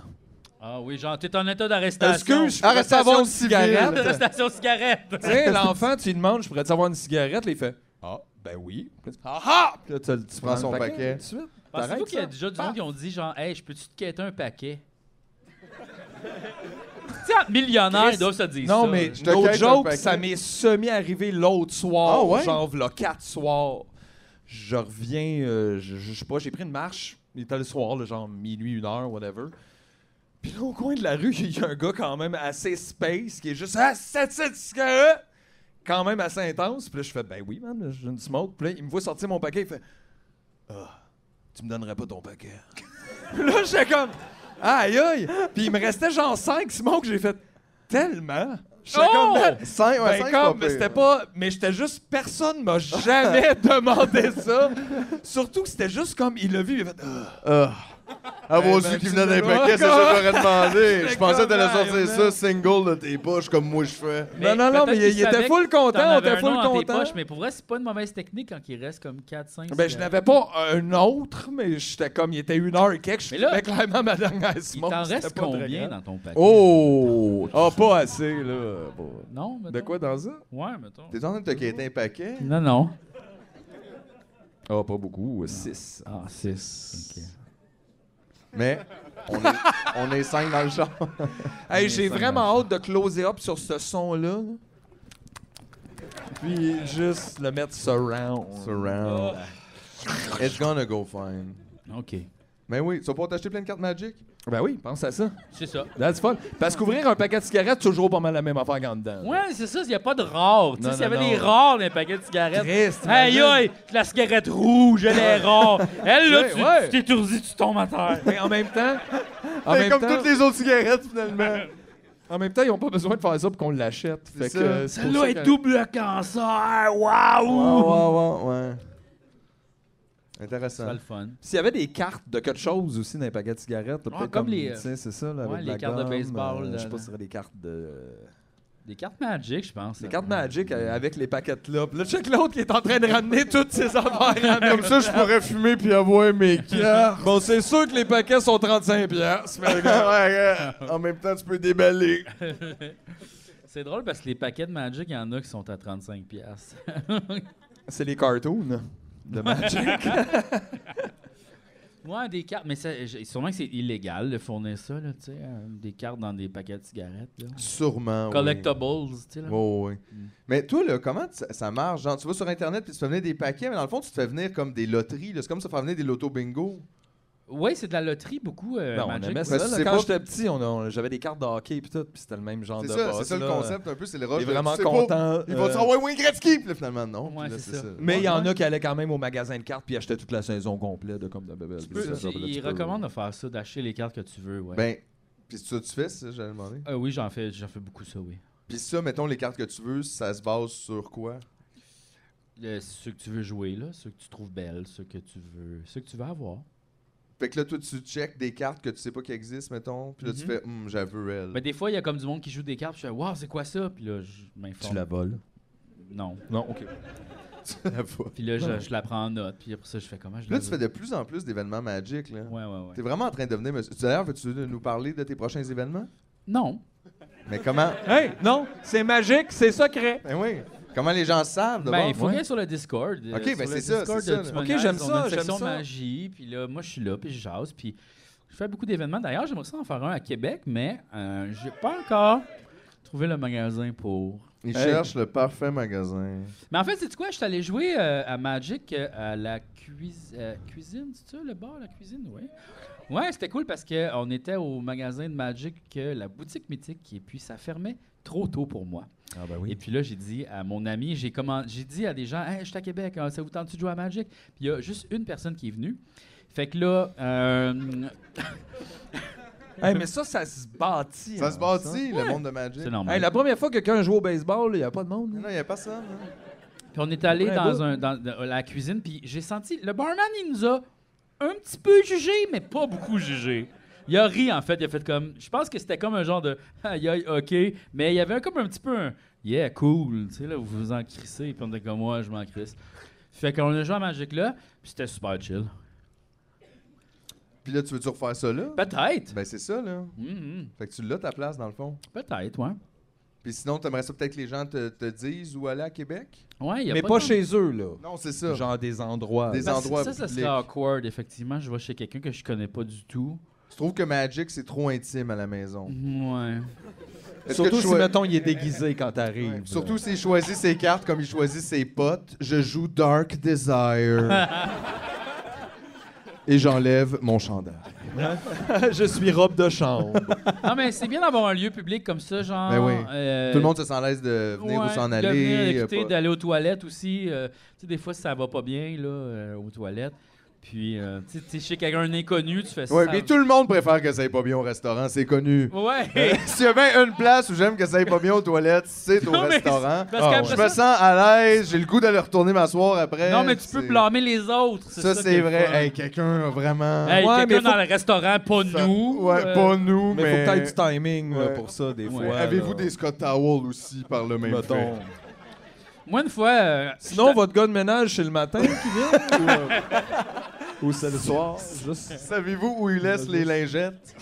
Speaker 1: Ah oui, genre, t'es en état d'arrestation.
Speaker 3: Excuse, Ah, je pourrais
Speaker 2: Arrestation
Speaker 3: avoir une
Speaker 2: civile.
Speaker 3: cigarette.
Speaker 1: Arrestation cigarette.
Speaker 3: Tu sais, l'enfant, tu lui demandes, je pourrais avoir une cigarette, là, il fait Ah, ben oui. Ah ah! Puis là, tu, le- tu prends
Speaker 2: son
Speaker 3: le
Speaker 2: paquet.
Speaker 3: tout de suite.
Speaker 1: Pensez-vous
Speaker 3: T'arrêtes
Speaker 1: qu'il y a
Speaker 3: ça?
Speaker 1: déjà du
Speaker 3: Paf.
Speaker 1: monde qui ont dit, genre, hey, je peux-tu te quêter un paquet? Tiens, millionnaire,
Speaker 3: Chris,
Speaker 1: ils doivent se dire ça.
Speaker 3: Non, mais
Speaker 2: Je te
Speaker 3: no
Speaker 2: quête un
Speaker 3: joke,
Speaker 2: paquet.
Speaker 3: ça m'est semi-arrivé l'autre soir,
Speaker 2: Ah ouais?
Speaker 3: genre v'là quatre soirs. Je reviens, euh, je, je sais pas, j'ai pris une marche, il était le soir, là, genre minuit, une heure, whatever. Puis là, au coin de la rue, il y a un gars quand même assez space qui est juste « Ah, c'est hein? cette cigarette! » Quand même assez intense. Puis là, je fais « Ben oui, man, j'ai une smoke. » Puis là, il me voit sortir mon paquet, il fait « Ah, tu me donnerais pas ton paquet. » Puis là, j'étais comme « Aïe, aïe! » Puis il me restait genre 5 smokes, j'ai fait « Tellement! » J'étais
Speaker 1: Oh!
Speaker 3: comme, Man,
Speaker 2: Cinq, ouais,
Speaker 3: ben
Speaker 2: cinq,
Speaker 3: comme,
Speaker 2: c'est
Speaker 3: mais
Speaker 2: pire.
Speaker 3: c'était pas. Mais j'étais juste. Personne m'a jamais demandé ça. Surtout que c'était juste comme. Il l'a vu, il a fait. Ah.
Speaker 2: Ah. À vos
Speaker 3: ben,
Speaker 2: yeux qui
Speaker 3: tu
Speaker 2: venaient d'un
Speaker 3: sais pas.
Speaker 2: paquet, c'est ça que j'aurais demandé. Je
Speaker 3: C'est
Speaker 2: pensais que t'allais
Speaker 3: comme,
Speaker 2: sortir
Speaker 3: man.
Speaker 2: ça single de tes poches comme moi je fais.
Speaker 3: Non, non, non, mais il- il était full content, on était full content.
Speaker 1: Poches, mais pour vrai, c'est pas une mauvaise technique quand il reste comme euh, 4, 5.
Speaker 3: Ben, je n'avais pas un autre, mais j'étais comme. Il était une heure et quelques. Je
Speaker 1: Mais là,
Speaker 3: fumais clairement ma dernière
Speaker 1: Il
Speaker 3: smoke.
Speaker 1: t'en
Speaker 3: c'était
Speaker 1: reste
Speaker 3: pas très
Speaker 1: combien
Speaker 3: grave.
Speaker 1: dans ton paquet?
Speaker 3: Oh! Ah, pas assez, là. pas-
Speaker 1: Non, mettons.
Speaker 3: De quoi dans ça?
Speaker 1: Ouais, mettons.
Speaker 2: T'es en train de te quitter un paquet?
Speaker 1: Non, non.
Speaker 3: Ah, pas beaucoup. 6.
Speaker 1: Ah, 6.
Speaker 2: Mais on est, on est cinq dans le char.
Speaker 3: Ah. Hey, j'ai vraiment hâte de closer up sur ce son-là. Puis juste le mettre surround.
Speaker 2: Surround.
Speaker 3: Ah, Oh.
Speaker 2: It's gonna go fine.
Speaker 1: OK.
Speaker 2: Mais oui, tu vas pouvoir t'acheter plein de cartes Magic?
Speaker 3: Ben oui, pense à ça.
Speaker 1: C'est ça.
Speaker 3: That's fun. Parce qu'ouvrir un paquet de cigarettes, toujours pas mal la même affaire qu'en dedans.
Speaker 1: Ouais, c'est ça, il n'y a pas de rare. Tu sais,
Speaker 3: Non,
Speaker 1: s'il y
Speaker 3: non,
Speaker 1: avait
Speaker 3: non.
Speaker 1: des rares dans les paquets de cigarettes.
Speaker 3: Triste,
Speaker 1: Aïe
Speaker 3: imagine.
Speaker 1: aïe, la cigarette rouge, elle est rare. Elle, là,
Speaker 3: Ouais,
Speaker 1: tu- tu
Speaker 3: ouais.
Speaker 1: t'étourdis, tu tombes à terre.
Speaker 3: Mais en même temps, en
Speaker 2: C'est
Speaker 3: même
Speaker 2: comme
Speaker 3: temps,
Speaker 2: toutes les autres cigarettes finalement.
Speaker 3: en même temps, ils ont pas besoin de faire ça pour qu'on l'achète. Fait
Speaker 2: C'est
Speaker 3: que,
Speaker 2: ça.
Speaker 3: euh, c'est pour
Speaker 1: Celle-là
Speaker 3: ça
Speaker 1: est
Speaker 3: que-
Speaker 1: double cancer,
Speaker 2: Ouais,
Speaker 1: waouh!
Speaker 2: ouais, ouais, ouais.
Speaker 1: C'est pas
Speaker 2: Intéressant.
Speaker 1: le fun.
Speaker 3: S'il y avait des cartes de quelque chose aussi dans les paquets de cigarettes, peut-être
Speaker 1: comme les, euh,
Speaker 3: tu sais, c'est ça, là,
Speaker 1: ouais,
Speaker 3: avec
Speaker 1: les
Speaker 3: de la
Speaker 1: cartes de
Speaker 3: gomme,
Speaker 1: baseball,
Speaker 3: euh,
Speaker 1: là,
Speaker 3: je sais pas
Speaker 1: là.
Speaker 3: si ce serait des cartes de.
Speaker 1: Des cartes Magic, je pense.
Speaker 3: Des cartes Magic euh, avec les paquets de là. Puis là, check l'autre qui est en train de ramener toutes ses affaires.
Speaker 2: Comme ça, je pourrais fumer puis avoir mes cartes.
Speaker 3: bon, c'est sûr que les paquets sont 35$. piastres, mais-
Speaker 2: en même temps, tu peux déballer.
Speaker 1: C'est drôle parce que les paquets de Magic, il y en a qui sont à 35$. piastres.
Speaker 3: c'est les cartoons de Magic.
Speaker 1: ouais, des cartes, mais ça, j- sûrement que c'est illégal de fournir ça, là, tu sais, euh, des cartes dans des paquets de cigarettes. là.
Speaker 3: Ah
Speaker 2: Sûrement. oui.
Speaker 1: Collectibles, tu sais. là.
Speaker 2: Oh, oui. Mais toi, là, comment ça, ça marche? Genre, tu vas sur Internet puis tu fais venir des paquets, mais dans le fond, tu te fais venir comme des loteries. là. C'est comme ça, faire venir des lotos bingo.
Speaker 1: Ouais, c'est de la loterie beaucoup, euh,
Speaker 3: Ben, on
Speaker 1: Magic.
Speaker 3: aimait
Speaker 2: Mais
Speaker 3: ça. là.
Speaker 2: c'est
Speaker 3: quand
Speaker 2: pas-
Speaker 3: j'étais petit, on, on- j'avais des cartes de hockey et tout, puis c'était le même genre
Speaker 2: C'est
Speaker 3: de
Speaker 2: ça,
Speaker 3: boss,
Speaker 2: c'est ça le
Speaker 3: là.
Speaker 2: concept un peu, c'est le
Speaker 3: T'es
Speaker 2: rush. de,
Speaker 3: vraiment
Speaker 2: tu sais
Speaker 3: content.
Speaker 2: pas, Ils vont
Speaker 3: euh,
Speaker 2: se renvoyer Wayne Gretzky, puis là, finalement, non.
Speaker 1: Ouais,
Speaker 2: Puis là,
Speaker 1: c'est ça.
Speaker 3: Mais il y en
Speaker 1: Ouais.
Speaker 3: a qui allaient quand même au magasin de cartes puis achetaient toute la saison complète de comme de bébé.
Speaker 1: Tu peux- tu- il
Speaker 3: euh,
Speaker 1: recommande de faire ça, d'acheter les cartes que tu veux, ouais.
Speaker 2: Ben, puis ça, tu fais ça, j'allais demander.
Speaker 1: Euh, oui, j'en fais, j'en fais beaucoup ça, oui.
Speaker 2: Puis ça, mettons, les cartes que tu veux, ça se base sur quoi?
Speaker 1: Euh, ceux que tu veux jouer, là, ceux que tu trouves belles, ceux que tu veux, ceux que tu veux avoir.
Speaker 2: Fait que là, toi, tu check des cartes que tu sais pas qui existent, mettons, puis là, tu
Speaker 1: Mhm.
Speaker 2: fais, hum, j'avoue, elle.
Speaker 1: Mais Ben, des fois, il y a comme du monde qui joue des cartes, puis je fais, waouh, c'est quoi ça? Puis là, je
Speaker 3: Tu
Speaker 1: m'informe.
Speaker 3: la voles?
Speaker 1: Non.
Speaker 3: Non, OK.
Speaker 2: J'avoue.
Speaker 1: Puis là, je,
Speaker 3: Non.
Speaker 1: je la prends en note, puis après ça, je fais comment je
Speaker 2: Là,
Speaker 1: la
Speaker 2: tu
Speaker 1: veux?
Speaker 2: fais de plus en plus d'événements Magic, là.
Speaker 1: Ouais, ouais, ouais.
Speaker 2: T'es vraiment en train de devenir monsieur. D'ailleurs, veux-tu nous parler de tes prochains événements?
Speaker 1: Non.
Speaker 2: Mais comment?
Speaker 3: Hey, non, c'est magique, c'est secret.
Speaker 2: Ben oui. Comment les gens savent d'abord?
Speaker 1: Ben, il faut
Speaker 3: Ouais.
Speaker 1: aller sur le Discord. euh,
Speaker 2: Ok,
Speaker 1: sur
Speaker 2: ben,
Speaker 1: le
Speaker 2: c'est ça,
Speaker 1: Discord
Speaker 2: c'est
Speaker 1: de
Speaker 2: ça.
Speaker 1: Tu
Speaker 2: Ok,
Speaker 1: me niaises,
Speaker 3: j'aime
Speaker 1: on
Speaker 3: ça,
Speaker 1: a une
Speaker 3: j'aime
Speaker 1: section
Speaker 3: ça.
Speaker 1: magie, puis là, moi, je suis là, puis je jase, puis je fais beaucoup d'événements. D'ailleurs, j'aimerais ça en faire un à Québec, mais euh, j'ai pas encore trouvé le magasin pour.
Speaker 2: Ils
Speaker 3: Hey.
Speaker 2: cherchent le parfait magasin.
Speaker 1: Mais en fait, c'est quoi? Je suis allé jouer euh, à Magic euh, à la cuis- euh, cuisine, c'est ça, le bar, la cuisine, ouais. Ouais, c'était cool parce qu'on était au magasin de Magic, euh, la boutique mythique, et puis ça fermait trop tôt pour moi.
Speaker 3: Ah, ben
Speaker 1: Et puis là, j'ai dit à mon ami, j'ai commen- j'ai dit à des gens, hey, je suis à Québec, hein, ça vous tente de jouer à Magic? Puis il y a juste une personne qui est venue. Fait que là, euh,
Speaker 3: Hey, mais ça, ça se bâtit.
Speaker 2: Ça
Speaker 3: hein,
Speaker 2: se bâtit, le
Speaker 1: Ouais.
Speaker 2: monde de Magic.
Speaker 1: c'est
Speaker 2: Non,
Speaker 1: normal.
Speaker 3: Hey, la première fois que quelqu'un joue au baseball, il n'y a pas de monde.
Speaker 2: il
Speaker 3: là.
Speaker 2: n'y a personne. hein.
Speaker 1: Puis on est allé
Speaker 3: Ouais,
Speaker 1: dans,
Speaker 3: beau.
Speaker 1: un, dans, dans la cuisine, puis j'ai senti. Le barman, il nous a un petit peu jugé, mais pas beaucoup jugé. Il a ri, en fait. Il a fait comme. Je pense que c'était comme un genre de. Aïe, aïe, OK. Mais il y avait un- comme un petit peu un. Yeah, cool. Tu sais, là, vous vous en crissez, puis on était comme moi, je m'en crisse. Fait qu'on a joué à Magic là, puis c'était super chill.
Speaker 2: Puis là, tu veux-tu refaire ça là?
Speaker 1: Peut-être.
Speaker 2: Ben, c'est ça, là.
Speaker 1: Hum, hum.
Speaker 2: Fait que tu l'as ta place, dans le fond.
Speaker 1: Peut-être, ouais.
Speaker 2: Puis sinon, t'aimerais ça peut-être que les gens te, te disent où aller à Québec?
Speaker 1: Ouais, il y a
Speaker 3: Mais
Speaker 1: pas,
Speaker 3: pas,
Speaker 1: tant-
Speaker 3: chez eux, là.
Speaker 2: Non, c'est ça.
Speaker 3: Genre des endroits.
Speaker 2: Des-
Speaker 1: Parce que
Speaker 2: endroits
Speaker 1: Ça, ça serait
Speaker 2: publics.
Speaker 1: awkward, effectivement. Je vais chez quelqu'un que je connais pas du tout.
Speaker 2: Je trouve que Magic, c'est trop intime à la maison.
Speaker 1: Ouais.
Speaker 2: Est-ce que
Speaker 3: Surtout
Speaker 2: tu
Speaker 3: si,
Speaker 2: choi-
Speaker 3: mettons, il est déguisé quand t'arrives.
Speaker 2: Ouais.
Speaker 3: là.
Speaker 2: Surtout s'il choisit ses cartes comme il choisit ses potes. Je joue Dark Desire. Et j'enlève mon chandail.
Speaker 3: je suis robe de chambre.
Speaker 1: Non, Ah, mais c'est bien d'avoir un lieu public comme ça, genre.
Speaker 2: Ben oui.
Speaker 1: euh,
Speaker 2: Tout le monde se sent à l'aise de venir ou
Speaker 1: ouais,
Speaker 2: s'en
Speaker 1: de
Speaker 2: aller.
Speaker 1: venir
Speaker 2: euh,
Speaker 1: écouter,
Speaker 2: pas-
Speaker 1: d'aller aux toilettes aussi. euh, tu sais, des fois, ça va pas bien, là, euh, aux toilettes. Puis, euh, tu sais, tu sais, chez quelqu'un un inconnu, tu fais ça.
Speaker 2: Ouais, mais tout le monde préfère que ça aille pas bien au restaurant, c'est connu. Euh,
Speaker 1: Ouais!
Speaker 2: S'il y a bien une place où j'aime que ça aille pas bien aux toilettes, c'est au
Speaker 1: Non, mais
Speaker 2: restaurant.
Speaker 1: c'est- parce
Speaker 2: Ah
Speaker 1: qu'après
Speaker 2: ouais. Je
Speaker 1: ça-
Speaker 2: me sens à l'aise, j'ai le goût d'aller retourner m'asseoir après.
Speaker 1: non, mais tu peux
Speaker 2: c'est-
Speaker 1: blâmer les autres.
Speaker 2: Ça,
Speaker 1: qui
Speaker 2: c'est
Speaker 1: est le
Speaker 2: vrai.
Speaker 1: fun.
Speaker 2: Hey, quelqu'un, vraiment.
Speaker 1: Hey,
Speaker 3: Ouais,
Speaker 1: quelqu'un
Speaker 3: mais faut-
Speaker 1: dans le restaurant, pas
Speaker 2: Ça-
Speaker 1: nous.
Speaker 2: Ouais,
Speaker 1: euh,
Speaker 2: pas nous, mais.
Speaker 3: Mais faut peut-être du timing là,
Speaker 2: Ouais.
Speaker 3: pour ça, des
Speaker 1: Ouais.
Speaker 3: fois.
Speaker 2: Avez-vous
Speaker 3: là.
Speaker 2: des Scott Towel aussi par le même
Speaker 3: Mettons.
Speaker 2: fait?
Speaker 1: Moi, une fois. euh,
Speaker 3: Sinon, votre gars de ménage, c'est le matin qui vient ou, euh, ou c'est le soir? Juste...
Speaker 2: Savez-vous où il laisse les lingettes?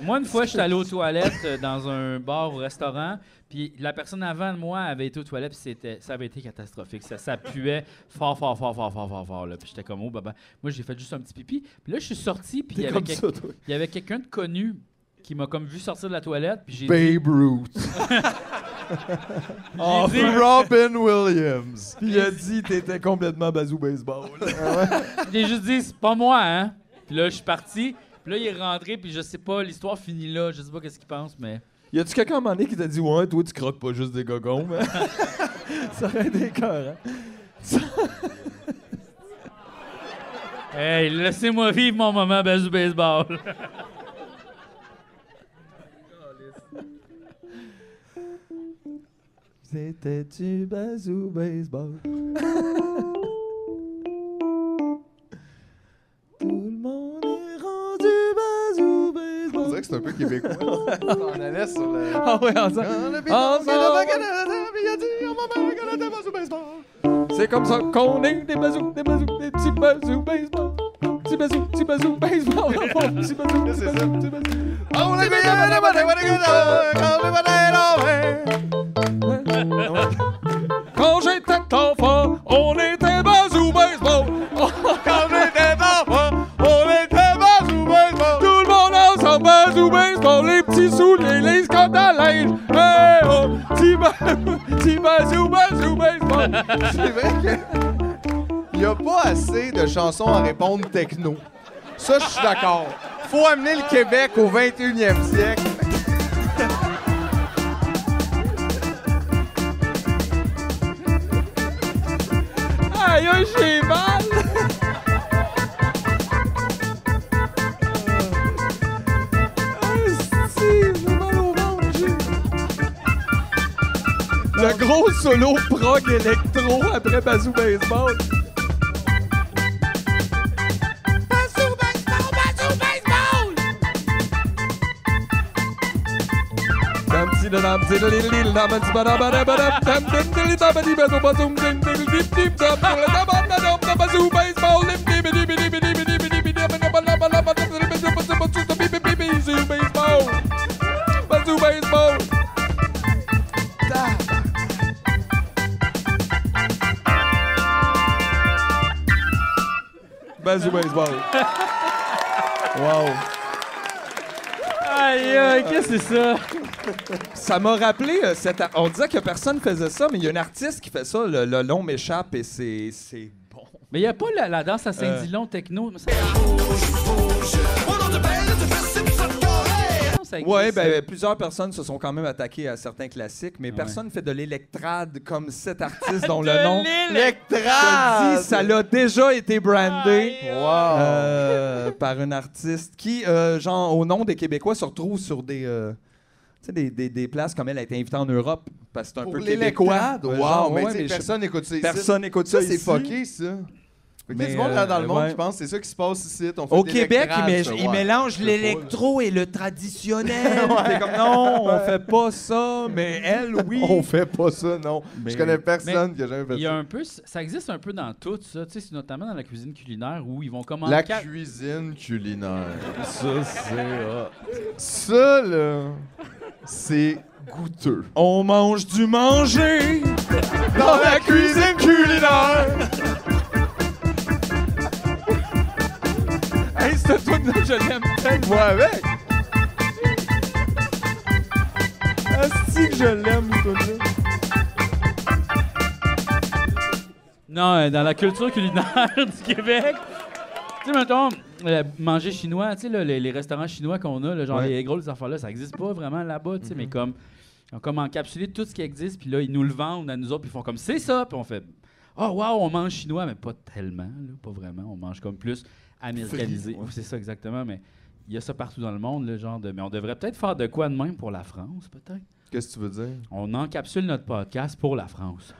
Speaker 1: Moi, une fois, je suis allé aux toilettes euh, dans un bar ou restaurant, puis la personne avant de moi avait été aux toilettes, puis c'était, ça avait été catastrophique. Ça, ça puait fort, fort, fort, fort, fort, fort, fort. Là. Puis j'étais comme, oh, baba. Moi, j'ai fait juste un petit pipi. Puis là, je suis sorti, puis il y,
Speaker 3: T'es
Speaker 1: avait
Speaker 3: comme
Speaker 1: quel-
Speaker 3: ça, toi.
Speaker 1: il y avait quelqu'un de connu qui m'a comme vu sortir de la toilette, puis j'ai dit,
Speaker 2: Babe Ruth.
Speaker 3: Oh,
Speaker 1: dit-
Speaker 2: Robin Williams.
Speaker 3: puis il a dit t'étais complètement bazou baseball.
Speaker 1: j'ai juste dit, c'est pas moi, hein. Puis là, je suis parti. Puis là, il est rentré, puis je sais pas, l'histoire finit là. Je sais pas qu'est-ce qu'il pense, mais.
Speaker 3: y a-tu quelqu'un à un moment donné qui t'a dit ouais toi tu croques pas juste des gogons? mais- ça aurait été écœurant.
Speaker 1: Hey, laissez-moi vivre mon moment basou baseball.
Speaker 3: C'était du bazou baseball. Tout le monde est rendu bazou baseball.
Speaker 2: On dirait que c'est un peu québécois. On allait sur le.
Speaker 3: Ah ouais, en disant- Ah, non. C'est comme ça qu'on est des bazous, des bazous, des petits bazous baseball. Petit bazou, petit bazou baseball. Petit bazou,
Speaker 2: Là,
Speaker 3: petit
Speaker 2: c'est
Speaker 3: bazou, petit bazou. Quand j'étais enfant, on était bazou baseball. Tout le monde ensemble, bazou baseball. Les petits souliers, les scottes à linge. Eh oh, petit bazou, petit bazou, bazou baseball.
Speaker 2: C'est vrai que. Il n'y a pas assez de chansons à répondre techno. Ça, je suis d'accord. Faut amener le Québec au 21e siècle.
Speaker 3: Aïe, aïe, j'ai mal! Ah, Le gros solo prog électro après Bazou Baseball. Bazou Baseball, Bazou Baseball! Dam si da dam si da li li dam si ba da ba da ba da dam dim di li da ba di ba do ba zum dim di li dip dip dam do la da ba da dam da ba zu baseball lim di bi di bi di bi di bi di bi di bi da ba da ba da ba da ba da ba da ba da ba zu da bi bi bi bi zu baseball ba zu baseball. Da. Bazou Baseball. wow.
Speaker 1: Aïe, aïe, qu'est-ce que c'est ça?
Speaker 3: Ça m'a rappelé, euh, cet ar- on disait que personne faisait ça, mais il y a un artiste qui fait ça, le, le long m'échappe et c'est c'est bon.
Speaker 1: Mais il n'y a pas la, la
Speaker 3: Euh.
Speaker 1: danse à Saint-Dilon techno. mais ça- Non, ça existe,
Speaker 3: Ouais,
Speaker 1: ça.
Speaker 3: ben plusieurs personnes se sont quand même attaquées à certains classiques, mais personne fait de l'électrade comme cet artiste dont le nom. Je le dis, ça l'a déjà été brandé.
Speaker 2: Ah,
Speaker 3: euh, par un artiste qui, euh, genre, au nom des Québécois, se retrouve sur des, euh, tu sais, des, des- des places comme elle a été invitée en Europe parce que c'est un
Speaker 2: Pour
Speaker 3: peu québécois.
Speaker 2: l'électrade,
Speaker 3: Euh,
Speaker 2: wow,
Speaker 3: genre,
Speaker 2: mais,
Speaker 3: ouais,
Speaker 2: tu sais,
Speaker 3: mais je-
Speaker 2: personne n'écoute ça ici.
Speaker 3: personne écoute ça.
Speaker 2: Ça, c'est
Speaker 3: ici.
Speaker 2: fucké, ça. Fait que
Speaker 3: Mais,
Speaker 2: tu sais, du monde là dans
Speaker 3: euh,
Speaker 2: le monde
Speaker 3: ouais.
Speaker 2: qui pense que c'est ça qui se passe ici. on fait
Speaker 3: Au
Speaker 2: de
Speaker 3: Québec, ils, mé-
Speaker 2: l'électrade, ça,
Speaker 3: ils
Speaker 2: ouais.
Speaker 3: mélange
Speaker 2: sais pas, là.
Speaker 3: l'électro et le traditionnel. C'est comme non, on fait pas ça, mais elle, oui.
Speaker 2: On fait pas ça, non.
Speaker 3: Mais-
Speaker 2: Je connais personne qui a jamais fait
Speaker 1: Il y
Speaker 2: ça.
Speaker 1: a un peu, ça existe un peu dans tout ça, tu sais, c'est notamment dans la cuisine culinaire où ils vont commander.
Speaker 2: La
Speaker 1: quatre-
Speaker 2: cuisine culinaire.
Speaker 3: Ça, c'est.
Speaker 2: Ça, là, c'est goûteux.
Speaker 3: On mange du manger dans la cuisine culinaire. hey, cette tune je l'aime tellement.
Speaker 2: Moi avec!
Speaker 3: Asti que je l'aime, cette là
Speaker 1: Non, euh, dans la culture culinaire du Québec. Tu sais, mettons, euh, manger chinois, tu sais, là, les, les restaurants chinois qu'on a, là, genre
Speaker 2: Ouais.
Speaker 1: les grosses affaires-là, ça n'existe pas vraiment là-bas, tu sais, mais comme, ils ont comme encapsulé tout ce qui existe, puis là, ils nous le vendent à nous autres, puis ils font comme, c'est ça, puis on fait, oh, wow, on mange chinois, mais pas tellement, là, pas vraiment, on mange comme plus américanisé. Oui, c'est ça, exactement, mais il y a ça partout dans le monde, le genre de, mais on devrait peut-être faire de quoi de même pour la France, peut-être?
Speaker 2: Qu'est-ce que tu veux dire?
Speaker 1: On encapsule notre podcast pour la France.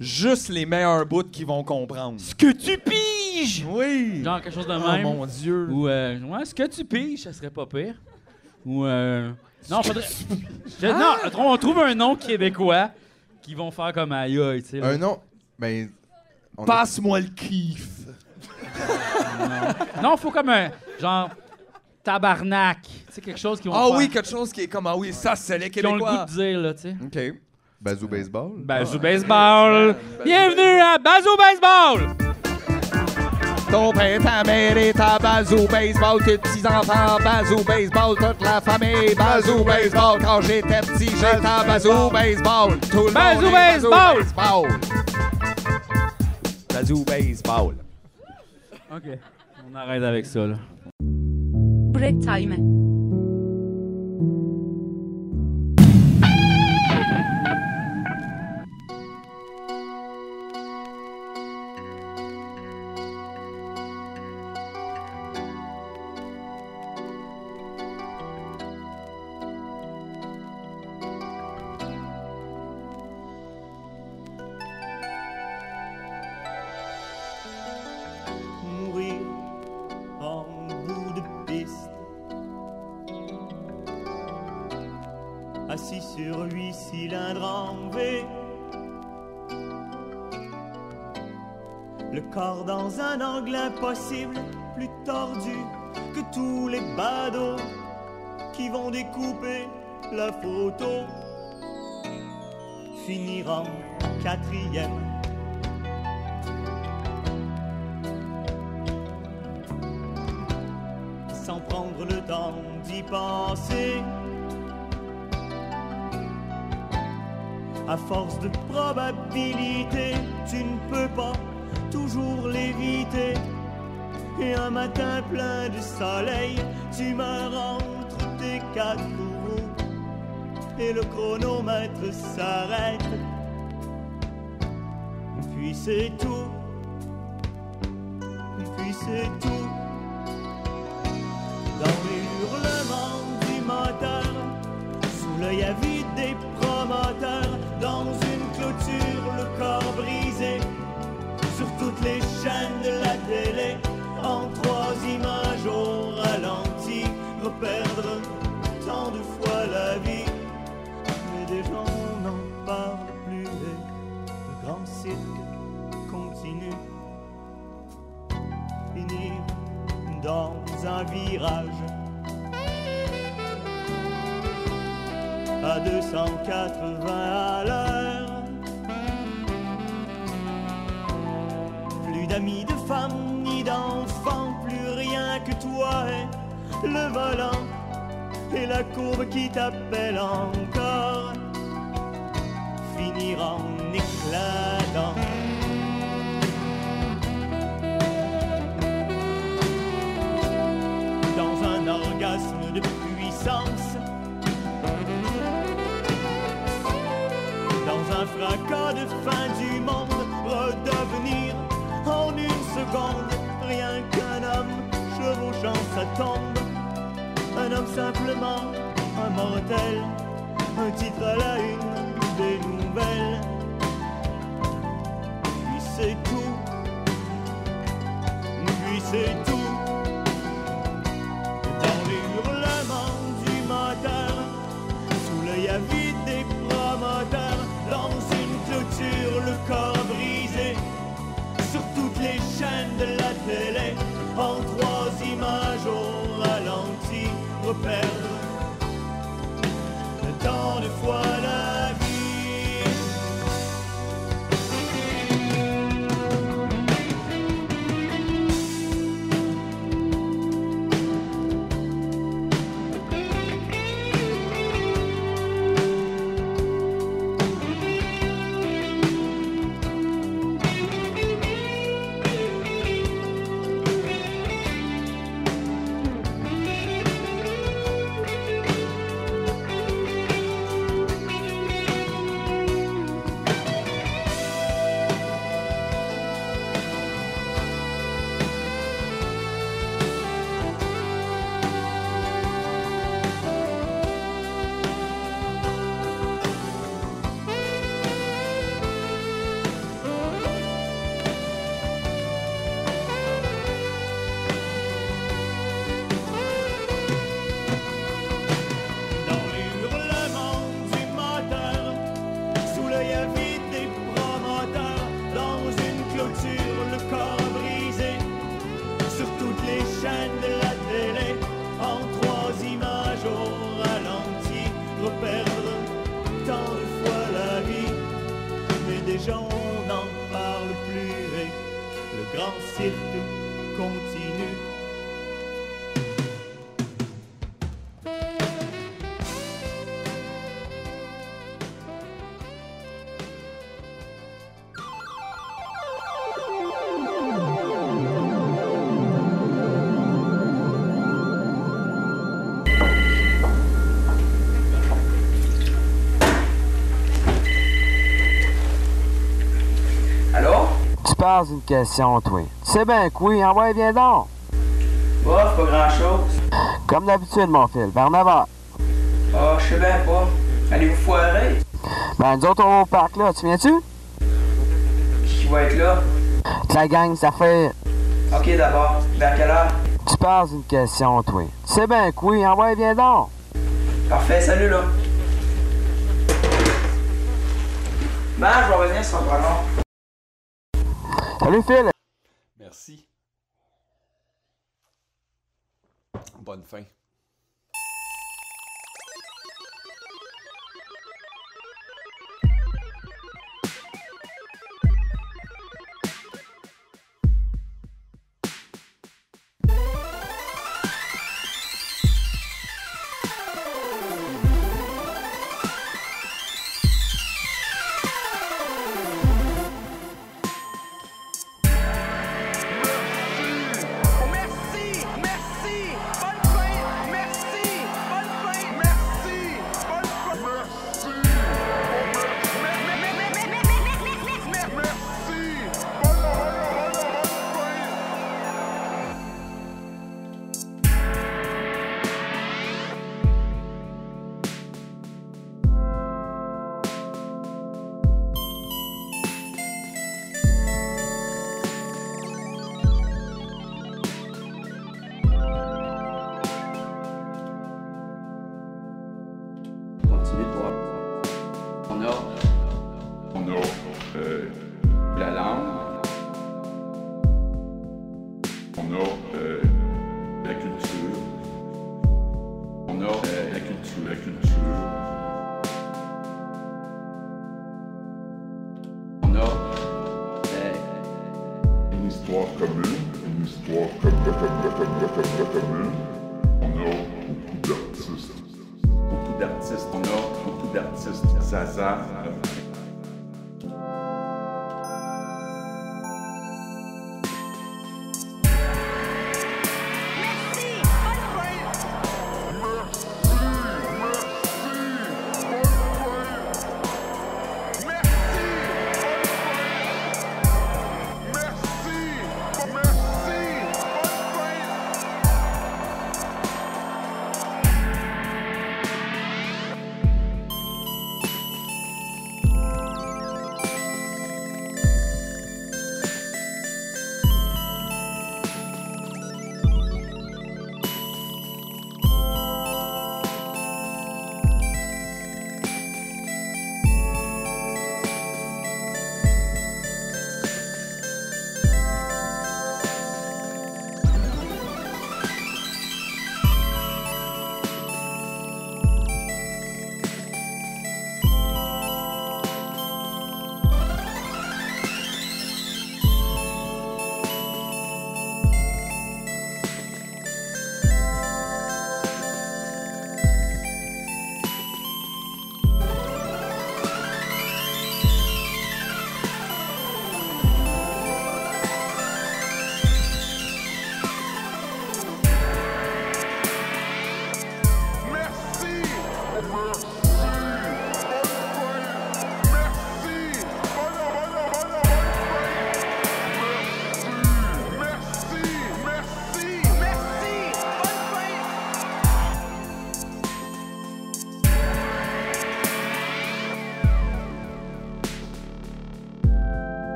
Speaker 3: Juste les meilleurs bouts qui vont comprendre.
Speaker 1: Ce que tu piges!
Speaker 3: Oui.
Speaker 1: Genre quelque chose de
Speaker 3: Oh
Speaker 1: même.
Speaker 3: mon Dieu.
Speaker 1: Ou euh, ouais, ce que tu piges, ça serait pas pire. Ou euh, non, faudrait. Je- Non, tr- on trouve un nom québécois qui vont faire comme aïe aïe, tu sais. là.
Speaker 2: Un nom. Ben. on a-
Speaker 3: Passe-moi le kiff.
Speaker 1: Non, faut comme un genre tabarnak, tu sais quelque chose qui vont
Speaker 3: Ah
Speaker 1: faire-
Speaker 3: oui, quelque chose qui est comme ah oui, ça c'est les
Speaker 1: qui ont le goût
Speaker 3: Québécois.
Speaker 1: de dire là, tu sais.
Speaker 3: Ok.
Speaker 2: Bazou Baseball?
Speaker 1: Bazou baseball.
Speaker 3: Bazou-
Speaker 1: Bienvenue à Bazou baseball.
Speaker 3: Ton père, ta mère et ta base au baseball, tes petits enfants, base au baseball, toute la famille, base au baseball. Quand j'étais petit, j'étais à base au baseball. Tout le
Speaker 1: Base
Speaker 3: monde
Speaker 1: au
Speaker 3: est base au
Speaker 1: baseball.
Speaker 3: baseball. Base au baseball.
Speaker 1: Ok, on arrête avec ça là.
Speaker 5: Break time.
Speaker 6: mourir en bout de piste. Assis sur huit cylindres en V, le corps dans un angle impossible, plus tordu que tous les badauds qui vont découper la photo. Finir en quatrième. sans prendre le temps d'y penser. À force de probabilité, tu ne peux pas toujours l'éviter. Et un matin plein de soleil, tu meurs entre tes quatre roues. Et le chronomètre s'arrête. Puis c'est tout. Puis c'est tout dans les hurlements du moteur, sous l'œil avide des promoteurs, dans une clôture, le corps brisé, sur toutes les chaînes de la télé, en trois images au ralenti, reperdre tant de fois la vie, mais des gens n'en parlent plus, et le grand cirque continue finir dans un virage. À 280 à l'heure, plus d'amis, de femmes, ni d'enfants, plus rien que toi et le volant et la courbe qui t'appelle encore finir en éclatant. Dans un orgasme de puissance, dans un fracas de fin du monde, redevenir en une seconde, rien qu'un homme chevauchant sa tombe, un homme simplement, un mortel, un titre à la une des nouvelles, puis c'est tout, puis c'est tout. Dans les hurlements du moteur, sous l'œil avide des promoteurs, dans une clôture, le corps brisé, sur toutes les chaînes de la télé, en trois images au ralenti, repère. Tant de fois la vie dans les hurlements du moteur, sous l'œil avide des promoteurs, dans une clôture, le corps brisé, sur toutes les chaînes de la télé, en trois images au ralenti, reperdre tant de fois la vie, mais déjà on n'en parle plus et le grand cirque continue.
Speaker 7: Alors?
Speaker 8: Tu poses une question, toi. Tu sais bien que oui, envoie bien donc.
Speaker 7: Bof, pas grand chose.
Speaker 8: Comme d'habitude, mon fils, vers 9h.
Speaker 7: Ah, je sais bien pas. Allez-vous foirer?
Speaker 8: Ben, nous autres, on va au parc, là. Tu viens-tu?
Speaker 7: Qui va être là?
Speaker 8: Toute la gang, ça fait...
Speaker 7: Ok, d'abord. Vers quelle heure?
Speaker 8: Tu poses une question, toi. Tu sais bien que oui, envoie bien donc.
Speaker 7: Parfait, salut là. Ben, je vais revenir sans pas long.
Speaker 8: Salut, Phil.
Speaker 3: Merci. Bonne fin.
Speaker 9: Merci, merci, bonne fin euh, euh, euh, euh, beaucoup d'artistes, on a beaucoup d'artistes, Zaza.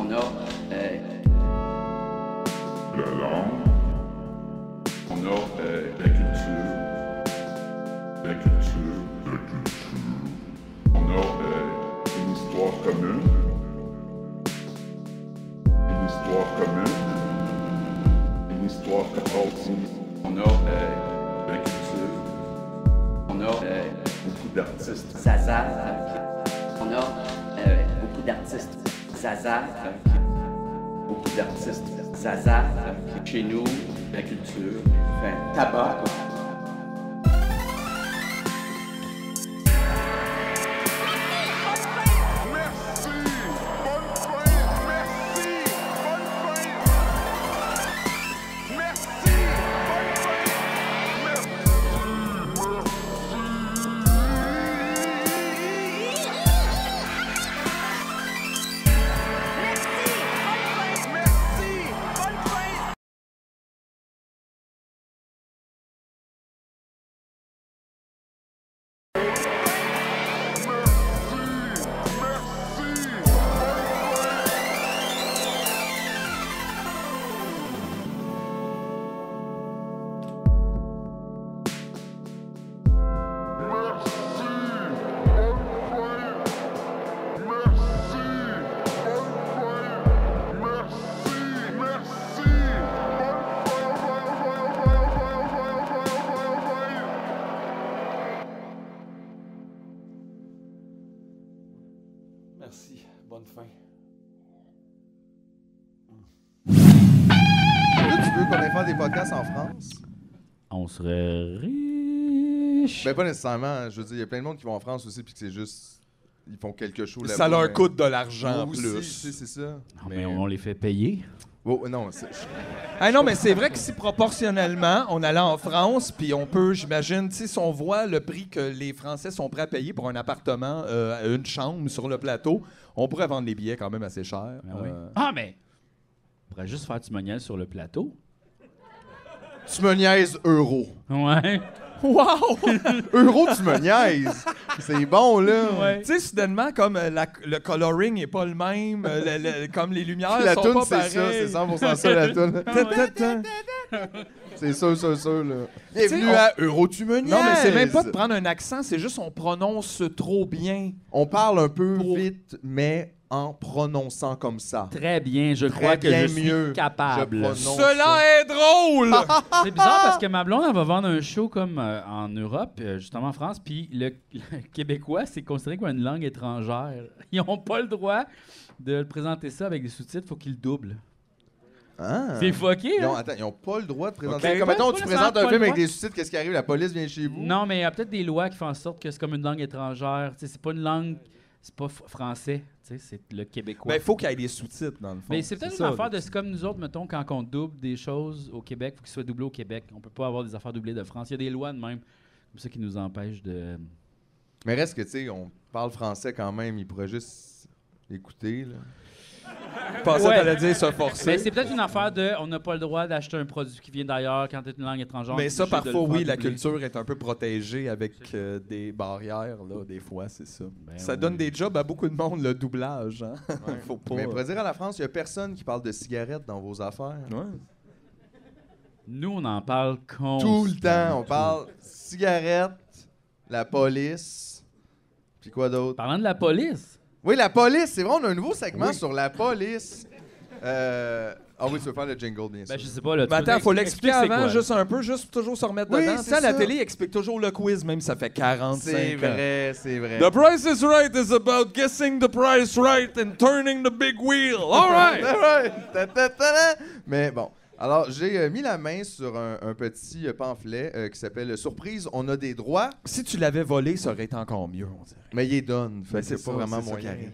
Speaker 7: On a euh,
Speaker 9: La langue, on a euh, la culture, la culture, la culture. On a euh, une histoire commune, une histoire commune, une histoire commune. On a euh, la culture,
Speaker 7: on a euh,
Speaker 9: beaucoup d'artistes.
Speaker 7: Zaza. euh, On a euh, beaucoup d'artistes Zaza. euh, Beaucoup d'artistes Zaza. euh, Chez nous, la culture, enfin, tabac. quoi.
Speaker 3: Merci. Bonne fin.
Speaker 2: Là, tu veux qu'on aille faire des podcasts en France?
Speaker 1: On serait riche.
Speaker 2: Ben, pas nécessairement. Je veux dire, il y a plein de monde qui vont en France aussi, puis que c'est juste. Ils font quelque chose là-bas.
Speaker 3: Ça leur
Speaker 2: mais-
Speaker 3: coûte de l'argent en
Speaker 2: Aussi, tu sais,
Speaker 3: plus.
Speaker 2: C'est ça.
Speaker 1: Non, mais on les fait payer.
Speaker 2: Oh, non, c'est-
Speaker 3: Ah non, mais c'est vrai que si proportionnellement, on allait en France, puis on peut, j'imagine, tu sais, si on voit le prix que les Français sont prêts à payer pour un appartement, euh, une chambre sur le plateau, on pourrait vendre les billets quand même assez cher.
Speaker 1: Ben oui.
Speaker 3: Euh,
Speaker 1: Ah, mais. On pourrait juste faire Timoniel sur le plateau.
Speaker 2: Tu me niaises, euro.
Speaker 1: Ouais.
Speaker 3: Wow!
Speaker 2: Euro, tu me niaises. C'est bon, là.
Speaker 3: tu sais, soudainement, comme euh, la- le coloring est pas le même, euh, le- le- comme les lumières
Speaker 2: La
Speaker 3: sont
Speaker 2: toune,
Speaker 3: pas
Speaker 2: c'est ça. C'est
Speaker 3: pareilles.
Speaker 2: 100% ça, la toune.
Speaker 3: Ta-ta-ta.
Speaker 2: C'est sûr, sûr, sûr, là.
Speaker 3: Tu
Speaker 2: Bienvenue
Speaker 3: sais,
Speaker 2: à Euro, tu me niaises.
Speaker 3: Non, mais c'est même pas de prendre un accent, c'est juste on prononce trop bien.
Speaker 2: On parle un peu
Speaker 3: Pour-
Speaker 2: vite, mais en prononçant comme ça.
Speaker 1: Très bien, je
Speaker 2: Très
Speaker 1: crois que
Speaker 2: bien
Speaker 1: je suis
Speaker 2: mieux.
Speaker 1: capable.
Speaker 2: Je prononce
Speaker 3: Cela
Speaker 2: ça.
Speaker 3: est drôle!
Speaker 1: C'est bizarre parce que ma blonde, elle va vendre un show comme euh, en Europe, euh, justement en France, puis le, le québécois, c'est considéré comme une langue étrangère. Ils n'ont pas le droit de le présenter ça avec des sous-titres, faut qu'ils le doublent.
Speaker 2: Ah.
Speaker 1: C'est fucké,
Speaker 2: Euh, Ils ont,
Speaker 1: hein?
Speaker 2: attends, ils n'ont pas le droit de présenter.
Speaker 1: Ben,
Speaker 2: Comme
Speaker 1: pas-
Speaker 2: mettons,
Speaker 1: pas
Speaker 2: tu
Speaker 1: nécessairement
Speaker 2: présentes un
Speaker 1: pas
Speaker 2: film
Speaker 1: le
Speaker 2: avec
Speaker 1: droit.
Speaker 2: des sous-titres, qu'est-ce qui arrive? La police vient chez vous?
Speaker 1: Non, mais il y a peut-être des lois qui font en sorte que c'est comme une langue étrangère. Tu sais, c'est pas une langue, c'est pas f- français, tu sais, c'est le québécois.
Speaker 3: Ben, il faut qu'il y ait des sous-titres, dans le fond.
Speaker 1: Mais c'est peut-être une
Speaker 3: ça,
Speaker 1: affaire
Speaker 3: là.
Speaker 1: de c'est comme nous autres, mettons, quand on double des choses au Québec, il faut qu'ils soient doublés au Québec. On peut pas avoir des affaires doublées de France. Il y a des lois de même, comme ça, qui nous empêchent de.
Speaker 2: Mais reste que, tu sais, on parle français quand même, ils pourraient juste écouter. Là.
Speaker 3: Je pensais
Speaker 1: Ouais.
Speaker 3: que t'allais dire se
Speaker 1: Mais
Speaker 3: forcer.
Speaker 1: c'est peut-être une affaire de. On n'a pas le droit d'acheter un produit qui vient d'ailleurs quand t'es une langue étrangère.
Speaker 3: Mais
Speaker 1: t'es
Speaker 3: ça,
Speaker 1: obligé de le
Speaker 3: parfois, oui,
Speaker 1: faire
Speaker 3: la
Speaker 1: doubler.
Speaker 3: culture est un peu protégée avec euh, des barrières, là, des fois, c'est ça.
Speaker 1: Ben
Speaker 3: ça
Speaker 1: oui.
Speaker 3: donne des jobs à beaucoup de monde, le doublage. Hein? Faut pas. euh,
Speaker 2: Mais pour dire à la France, il n'y a personne qui parle de cigarettes dans vos affaires.
Speaker 3: Ouais.
Speaker 1: Nous, on en parle constamment.
Speaker 2: Tout le temps, on parle cigarettes, la police, puis quoi d'autre?
Speaker 1: Parlant de la police,
Speaker 2: Oui, la police, c'est vrai, on a un nouveau segment sur la police. Euh, Ah oui, tu veux faire le jingle, bien sûr.
Speaker 1: ben, je sais pas. Là, tu
Speaker 3: Mais
Speaker 1: peux
Speaker 3: attends,
Speaker 1: nous
Speaker 3: faut
Speaker 1: ex-
Speaker 3: l'expliquer
Speaker 1: expliquer c'est
Speaker 3: avant,
Speaker 1: quoi.
Speaker 3: juste un peu, juste toujours se remettre
Speaker 2: Oui,
Speaker 3: dedans.
Speaker 2: c'est
Speaker 3: Ça, la
Speaker 2: ça.
Speaker 3: télé explique toujours le quiz, même si ça fait 45
Speaker 2: c'est
Speaker 3: ans.
Speaker 2: vrai, c'est vrai.
Speaker 3: The Price is Right is about guessing the price right and turning the big wheel. All right!
Speaker 2: Ta- ta- ta- ta. Mais bon. Alors, j'ai euh, mis la main sur un, un petit euh, pamphlet euh, qui s'appelle Surprise, on a des droits,
Speaker 3: si tu l'avais volé, ça aurait été encore mieux, on dirait.
Speaker 2: mais il est donne. Fait
Speaker 3: Ben,
Speaker 2: que c'est
Speaker 3: c'est
Speaker 2: pas
Speaker 3: ça,
Speaker 2: vraiment
Speaker 3: c'est ça
Speaker 2: moyen.
Speaker 3: qui arrive.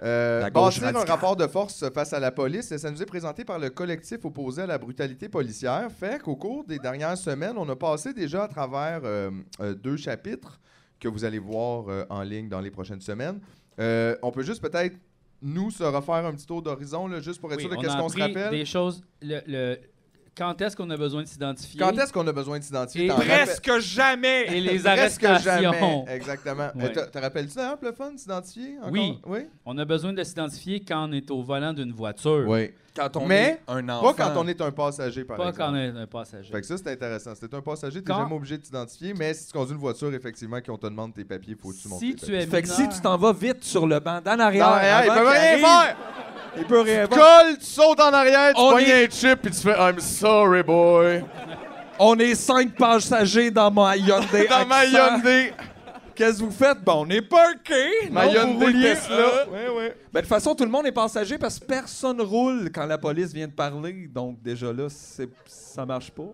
Speaker 2: Euh,
Speaker 3: La gauche
Speaker 2: bâtir un
Speaker 3: radicale.
Speaker 2: rapport de force face à la police, ça nous est présenté par le collectif opposé à la brutalité policière. Fait qu'au cours des dernières semaines, on a passé déjà à travers euh, euh, deux chapitres que vous allez voir euh, en ligne dans les prochaines semaines. Euh, on peut juste peut-être nous se refaire un petit tour d'horizon, là, juste pour être
Speaker 1: Oui,
Speaker 2: sûr de
Speaker 1: on
Speaker 2: qu'est-ce
Speaker 1: a
Speaker 2: qu'on se
Speaker 1: appris
Speaker 2: rappelle.
Speaker 1: Des choses. Le, le- quand est-ce qu'on a besoin de s'identifier
Speaker 2: Quand est-ce qu'on a besoin de s'identifier?
Speaker 1: Et
Speaker 3: Ah,
Speaker 2: T'en rappelles-
Speaker 3: Presque jamais!
Speaker 1: Et les
Speaker 2: presque
Speaker 1: arrestations.
Speaker 2: jamais. Exactement.
Speaker 1: Ouais.
Speaker 2: Euh, Te, te rappelles-tu d'ailleurs, le fun, de s'identifier? encore?
Speaker 1: Oui.
Speaker 2: Oui?
Speaker 1: On a besoin de s'identifier quand on est au volant d'une voiture.
Speaker 2: Oui.
Speaker 3: Quand on est
Speaker 2: Mais,
Speaker 3: un
Speaker 2: Pas
Speaker 3: enfant.
Speaker 2: quand on est un passager, par
Speaker 1: Pas
Speaker 2: exemple.
Speaker 1: quand on est un passager.
Speaker 2: Fait que ça, c'est intéressant. Si t'es un passager, t'es
Speaker 1: Quand-
Speaker 2: jamais obligé de t'identifier, mais si tu conduis une voiture, effectivement, qu'on te demande tes papiers, faut que tu montes
Speaker 1: si
Speaker 2: tes
Speaker 1: tu
Speaker 2: papiers.
Speaker 1: es
Speaker 3: Fait que si
Speaker 1: mineur-
Speaker 3: tu t'en vas vite sur le banc d'en arrière,
Speaker 2: Non, hey, il
Speaker 3: avant
Speaker 2: peut
Speaker 3: qu'il
Speaker 2: rien
Speaker 3: arrive,
Speaker 2: faire!
Speaker 3: Il peut rien
Speaker 2: Tu
Speaker 3: faire.
Speaker 2: colles, tu sautes en arrière, tu
Speaker 3: On
Speaker 2: pognes
Speaker 3: est-
Speaker 2: un chip, puis tu fais « I'm sorry, boy!
Speaker 3: On est cinq passagers dans ma Hyundai. »
Speaker 2: Dans ma
Speaker 3: Accent.
Speaker 2: Hyundai!
Speaker 3: Qu'est-ce que vous faites? Ben, on est parké.
Speaker 2: Ma
Speaker 3: Non, vous
Speaker 2: Hyundai
Speaker 3: rouliez,
Speaker 2: Tesla!
Speaker 3: euh.
Speaker 2: Oui, oui.
Speaker 3: Ben, de toute façon, tout le monde est passager parce que personne roule quand la police vient de parler. Donc, déjà là, c'est- ça marche pas.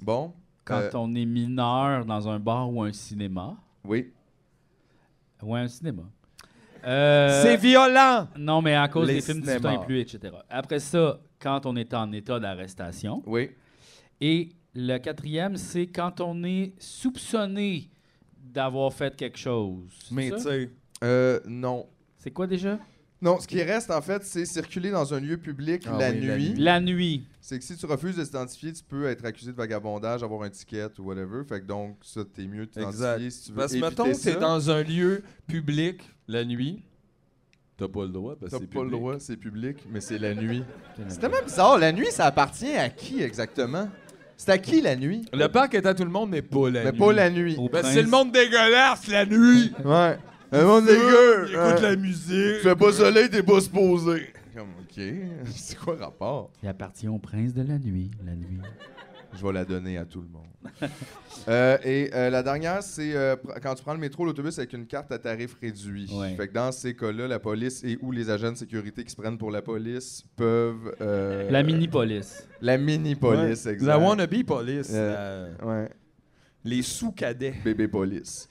Speaker 2: Bon.
Speaker 1: Quand
Speaker 2: Euh,
Speaker 1: on est mineur dans un bar ou un cinéma.
Speaker 2: Oui.
Speaker 1: Ou un cinéma. Euh,
Speaker 3: C'est violent.
Speaker 1: Non, mais à cause
Speaker 3: Les
Speaker 1: des films du
Speaker 3: cinémas.
Speaker 1: temps plus, etc. Après ça, quand on est en état d'arrestation.
Speaker 2: Oui.
Speaker 1: Et le quatrième, c'est quand on est soupçonné d'avoir fait quelque chose. C'est
Speaker 3: Mais
Speaker 1: ça?
Speaker 3: tu sais,
Speaker 2: Euh, non.
Speaker 1: C'est quoi déjà?
Speaker 2: Non, ce qui reste, en fait, c'est circuler dans un lieu public
Speaker 3: Ah
Speaker 2: la
Speaker 3: oui, la
Speaker 2: nuit.
Speaker 3: nuit.
Speaker 1: La nuit.
Speaker 2: C'est que si tu refuses de t'identifier, tu peux être accusé de vagabondage, avoir un ticket ou whatever. Fait que donc, ça, t'es mieux de t'identifier
Speaker 3: Exact.
Speaker 2: si tu veux
Speaker 3: parce que
Speaker 2: éviter
Speaker 3: mettons,
Speaker 2: ça.
Speaker 3: c'est dans un lieu public la nuit. T'as pas le droit parce
Speaker 2: T'as
Speaker 3: que
Speaker 2: pas
Speaker 3: c'est
Speaker 2: le
Speaker 3: public.
Speaker 2: droit, c'est public, mais c'est la nuit. C'est
Speaker 1: C'est
Speaker 2: tellement bizarre. La nuit, ça appartient à qui exactement? C'est à qui la nuit?
Speaker 3: Le parc est à tout le monde, mais pas la
Speaker 2: mais
Speaker 3: nuit.
Speaker 2: pas la nuit.
Speaker 1: Au
Speaker 3: Ben,
Speaker 1: prince.
Speaker 3: c'est le monde dégueulasse la nuit.
Speaker 2: Ouais. Le monde des gueux!
Speaker 3: Il écoute la musique.
Speaker 2: hein. euh, Fais pas soleil, t'es pas supposé! Comme, ok, c'est quoi le rapport?
Speaker 1: Il appartient au prince de la nuit, la nuit.
Speaker 2: Je vais la donner à tout le monde. Euh, et euh, la dernière, c'est euh, pr- quand tu prends le métro, l'autobus avec une carte à tarif réduit.
Speaker 1: Ouais.
Speaker 2: Fait que dans ces cas-là, la police et ou les agents de sécurité qui se prennent pour la police peuvent. euh,
Speaker 1: La mini-police.
Speaker 2: La mini-police,
Speaker 3: Ouais.
Speaker 2: exact.
Speaker 3: La wannabe police.
Speaker 2: Euh,
Speaker 3: la-
Speaker 2: Ouais.
Speaker 3: Les sous-cadets.
Speaker 2: bébé police.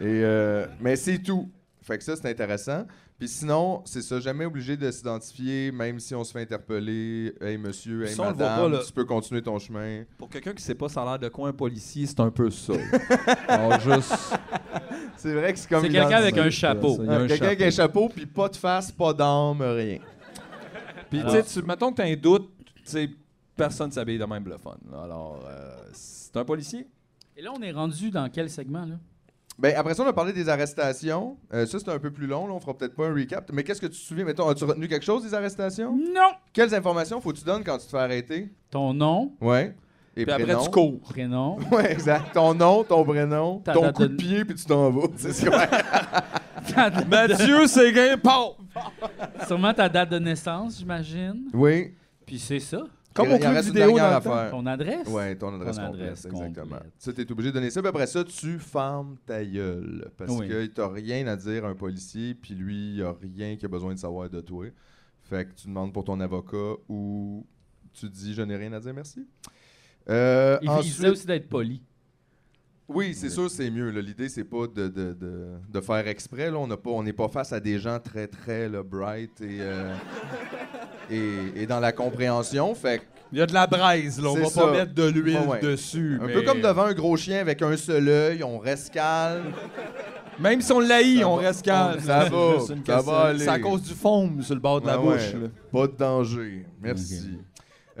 Speaker 2: Et, euh, mais c'est tout. Fait que ça, c'est intéressant. Puis sinon, c'est ça, jamais obligé de s'identifier, même si on se fait interpeller. Hey monsieur, hey
Speaker 3: Ça, on le voit
Speaker 2: madame,
Speaker 3: pas, là.
Speaker 2: tu peux continuer ton chemin.
Speaker 3: Pour quelqu'un qui sait pas ça a l'air de quoi un policier, c'est un peu ça. Alors, juste...
Speaker 2: C'est vrai que c'est comme.
Speaker 1: C'est quelqu'un avec
Speaker 2: identifié.
Speaker 1: un chapeau.
Speaker 3: Il y a un
Speaker 2: Quelqu'un avec un
Speaker 3: chapeau.
Speaker 2: chapeau, puis pas de face, pas d'arme, rien.
Speaker 3: Puis, tu sais, tu- mettons que t'as un doute, tu sais, personne s'habille de même le fun. là. Alors, euh, c'est un policier?
Speaker 1: Et là, on est rendu dans quel segment, là?
Speaker 2: Ben, après ça, on a parlé des arrestations. Euh, ça, c'était un peu plus long, là, on fera peut-être pas un recap. Mais qu'est-ce que tu te souviens? Mettons, as-tu retenu quelque chose des arrestations?
Speaker 1: Non!
Speaker 2: Quelles informations faut-tu donner quand tu te fais arrêter?
Speaker 1: Ton nom,
Speaker 2: Ouais. Et
Speaker 3: Puis après,
Speaker 2: prénom.
Speaker 3: tu cours.
Speaker 1: prénom,
Speaker 2: Ouais, exact. Ton nom, ton prénom,
Speaker 1: Ta
Speaker 2: ton
Speaker 1: date
Speaker 2: coup de
Speaker 1: de-
Speaker 2: pied, puis tu t'en vas. Tu sais, c'est comme-
Speaker 1: ta date-
Speaker 3: Mathieu Séguin, pauvre!
Speaker 1: sûrement ta date de naissance, j'imagine.
Speaker 2: Oui.
Speaker 1: Puis c'est ça.
Speaker 3: Comme au
Speaker 2: Il en
Speaker 3: club
Speaker 2: reste une
Speaker 3: vidéo
Speaker 2: dernière
Speaker 3: dans le
Speaker 2: affaire.
Speaker 3: temps.
Speaker 1: Ton adresse.
Speaker 2: Ouais, ton adresse
Speaker 1: Ton
Speaker 2: complète,
Speaker 1: adresse
Speaker 2: exactement.
Speaker 1: complète.
Speaker 2: Tu t'es obligé de donner ça, puis après ça, tu fermes ta gueule. Parce
Speaker 1: Oui.
Speaker 2: que t'as rien à dire à un policier, puis lui, il a rien qu'il a besoin de savoir de toi. Fait que tu demandes pour ton avocat ou tu dis « je n'ai rien à dire, merci Euh,
Speaker 1: Il, il
Speaker 2: ensuite-
Speaker 1: disait aussi d'être poli.
Speaker 2: Oui, c'est sûr, c'est mieux. là. L'idée, c'est pas de, de- de- de faire exprès. Là. On n'est pas, on n'est pas face à des gens très, très là, bright et, euh, et, et dans la compréhension. Fait que
Speaker 3: Il y a de la braise, là. On
Speaker 2: C'est
Speaker 3: va
Speaker 2: ça.
Speaker 3: pas mettre de l'huile
Speaker 2: Ouais, ouais.
Speaker 3: dessus.
Speaker 2: un
Speaker 3: mais-
Speaker 2: peu comme devant un gros chien avec un seul œil, on reste calme.
Speaker 3: Même si on l'aïe,
Speaker 2: Ça
Speaker 3: on
Speaker 2: va.
Speaker 3: reste calme.
Speaker 2: Ça
Speaker 3: C'est
Speaker 2: va,
Speaker 3: juste une
Speaker 2: ça va
Speaker 3: question.
Speaker 2: aller.
Speaker 3: C'est à cause du foam sur le bord de la
Speaker 2: Ouais,
Speaker 3: bouche,
Speaker 2: ouais.
Speaker 3: là.
Speaker 2: Pas de danger. Merci.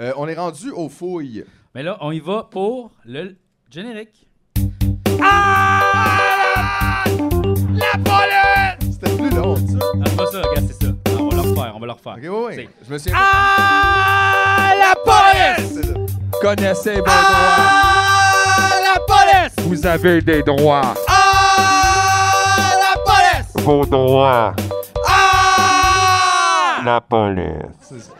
Speaker 2: Euh, on est rendu aux fouilles.
Speaker 1: Mais là, on y va pour le générique.
Speaker 2: C'était plus long, ça.
Speaker 1: Ah, c'est pas ça, regarde, c'est ça. Ah, on va le refaire, on va le refaire.
Speaker 2: Ok, ouais, ouais. Je me suis.
Speaker 3: Ah, la police! Connaissez vos droits. Ah, la police!
Speaker 9: Vous avez des droits.
Speaker 3: Ah, la police!
Speaker 9: Vos droits.
Speaker 3: Ah!
Speaker 9: La police.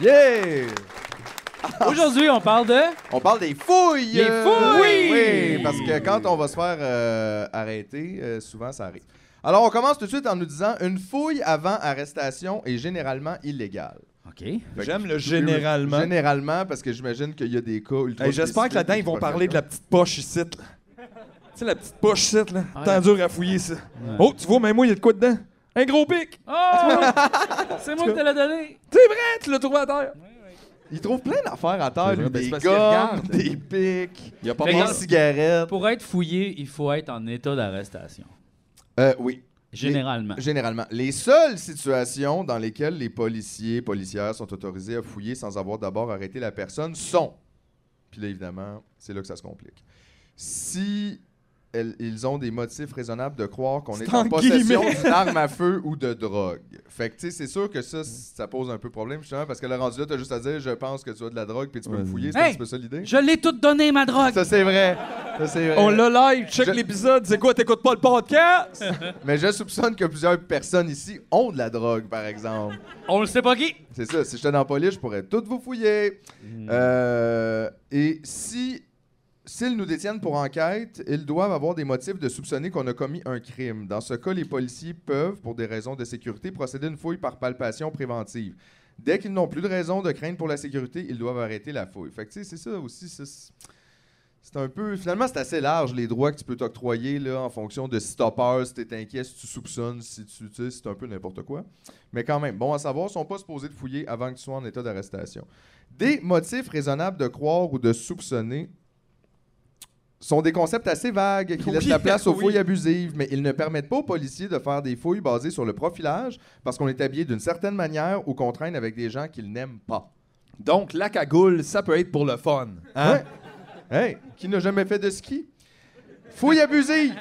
Speaker 2: Yeah!
Speaker 1: Aujourd'hui, on parle de.
Speaker 2: On parle des fouilles!
Speaker 1: Les fouilles!
Speaker 2: Oui! Parce que quand on va se faire euh, arrêter, euh, souvent ça arrive. Alors, on commence tout de suite en nous disant une fouille avant arrestation est généralement illégale.
Speaker 1: OK.
Speaker 2: Fait que-
Speaker 3: J'aime le généralement.
Speaker 2: Généralement, parce que j'imagine qu'il y a des cas ultra.
Speaker 3: Hey, J'espère que là-dedans, ils vont parler de la petite poche ici. là. Tu sais, la petite poche ici, là. Tant dur à fouiller, ça. Oh, tu vois, même moi, il y a de quoi dedans? Un gros pic!
Speaker 1: Oh! c'est moi qui te l'ai donné.
Speaker 3: C'est vrai, tu l'as trouvé à terre!
Speaker 2: Ils trouvent plein d'affaires à terre,
Speaker 3: C'est vrai,
Speaker 2: lui,
Speaker 3: ben,
Speaker 2: Ah, des
Speaker 3: c'est parce qu'ils
Speaker 2: gommes,
Speaker 3: regardent.
Speaker 2: des pics,
Speaker 3: Il y a pas
Speaker 1: Mais
Speaker 2: des
Speaker 1: regarde-
Speaker 2: cigarettes.
Speaker 1: Pour être fouillé, il faut être en état d'arrestation.
Speaker 2: Euh, oui.
Speaker 1: Généralement.
Speaker 2: Généralement. Les seules situations dans lesquelles les policiers, policières sont autorisés à fouiller sans avoir d'abord arrêté la personne sont. Puis là, évidemment, c'est là que ça se complique. Si elles- ils ont des motifs raisonnables de croire qu'on
Speaker 3: C'est
Speaker 2: est en
Speaker 3: en
Speaker 2: possession
Speaker 3: guillemets.
Speaker 2: d'une arme à feu ou de drogue. Fait que, tu sais, c'est sûr que ça, ça pose un peu problème, justement, parce que le rendu là, t'as juste à dire je pense que tu as de la drogue, puis tu peux me
Speaker 3: Ouais.
Speaker 2: fouiller. C'est un
Speaker 1: Hey!
Speaker 2: petit peu ça l'idée.
Speaker 1: Je l'ai toute donné, ma drogue.
Speaker 2: Ça, c'est vrai. Ça, c'est vrai.
Speaker 3: On l'a live, check
Speaker 2: Je-
Speaker 3: l'épisode, c'est quoi, t'écoutes pas le podcast?
Speaker 2: Mais je soupçonne que plusieurs personnes ici ont de la drogue, par exemple.
Speaker 1: On le sait pas qui.
Speaker 2: C'est ça, si j'étais dans la police, je pourrais toutes vous fouiller. Euh, et si s'ils nous détiennent pour enquête, ils doivent avoir des motifs de soupçonner qu'on a commis un crime. Dans ce cas, les policiers peuvent, pour des raisons de sécurité, procéder à une fouille par palpation préventive. Dès qu'ils n'ont plus de raison de crainte pour la sécurité, ils doivent arrêter la fouille. Fait que, tu sais, c'est ça aussi. ça, c'est- C'est un peu. Finalement, c'est assez large, les droits que tu peux t'octroyer là, en fonction de si t'as peur, si t'es inquiet, si tu soupçonnes, si tu. Tu sais, c'est un peu n'importe quoi. Mais quand même, bon à savoir, ils sont pas supposés de fouiller avant que tu sois en état d'arrestation. Des motifs raisonnables de croire ou de soupçonner sont des concepts assez vagues qui
Speaker 3: Oui,
Speaker 2: laissent la place aux
Speaker 3: oui.
Speaker 2: fouilles abusives, mais ils ne permettent pas aux policiers de faire des fouilles basées sur le profilage parce qu'on est habillé d'une certaine manière ou qu'on traîne avec des gens qu'ils n'aiment pas.
Speaker 3: Donc, la cagoule, ça peut être pour le fun. Hein?
Speaker 2: Ouais. Hey, qui n'a jamais fait de ski? Fouille abusive!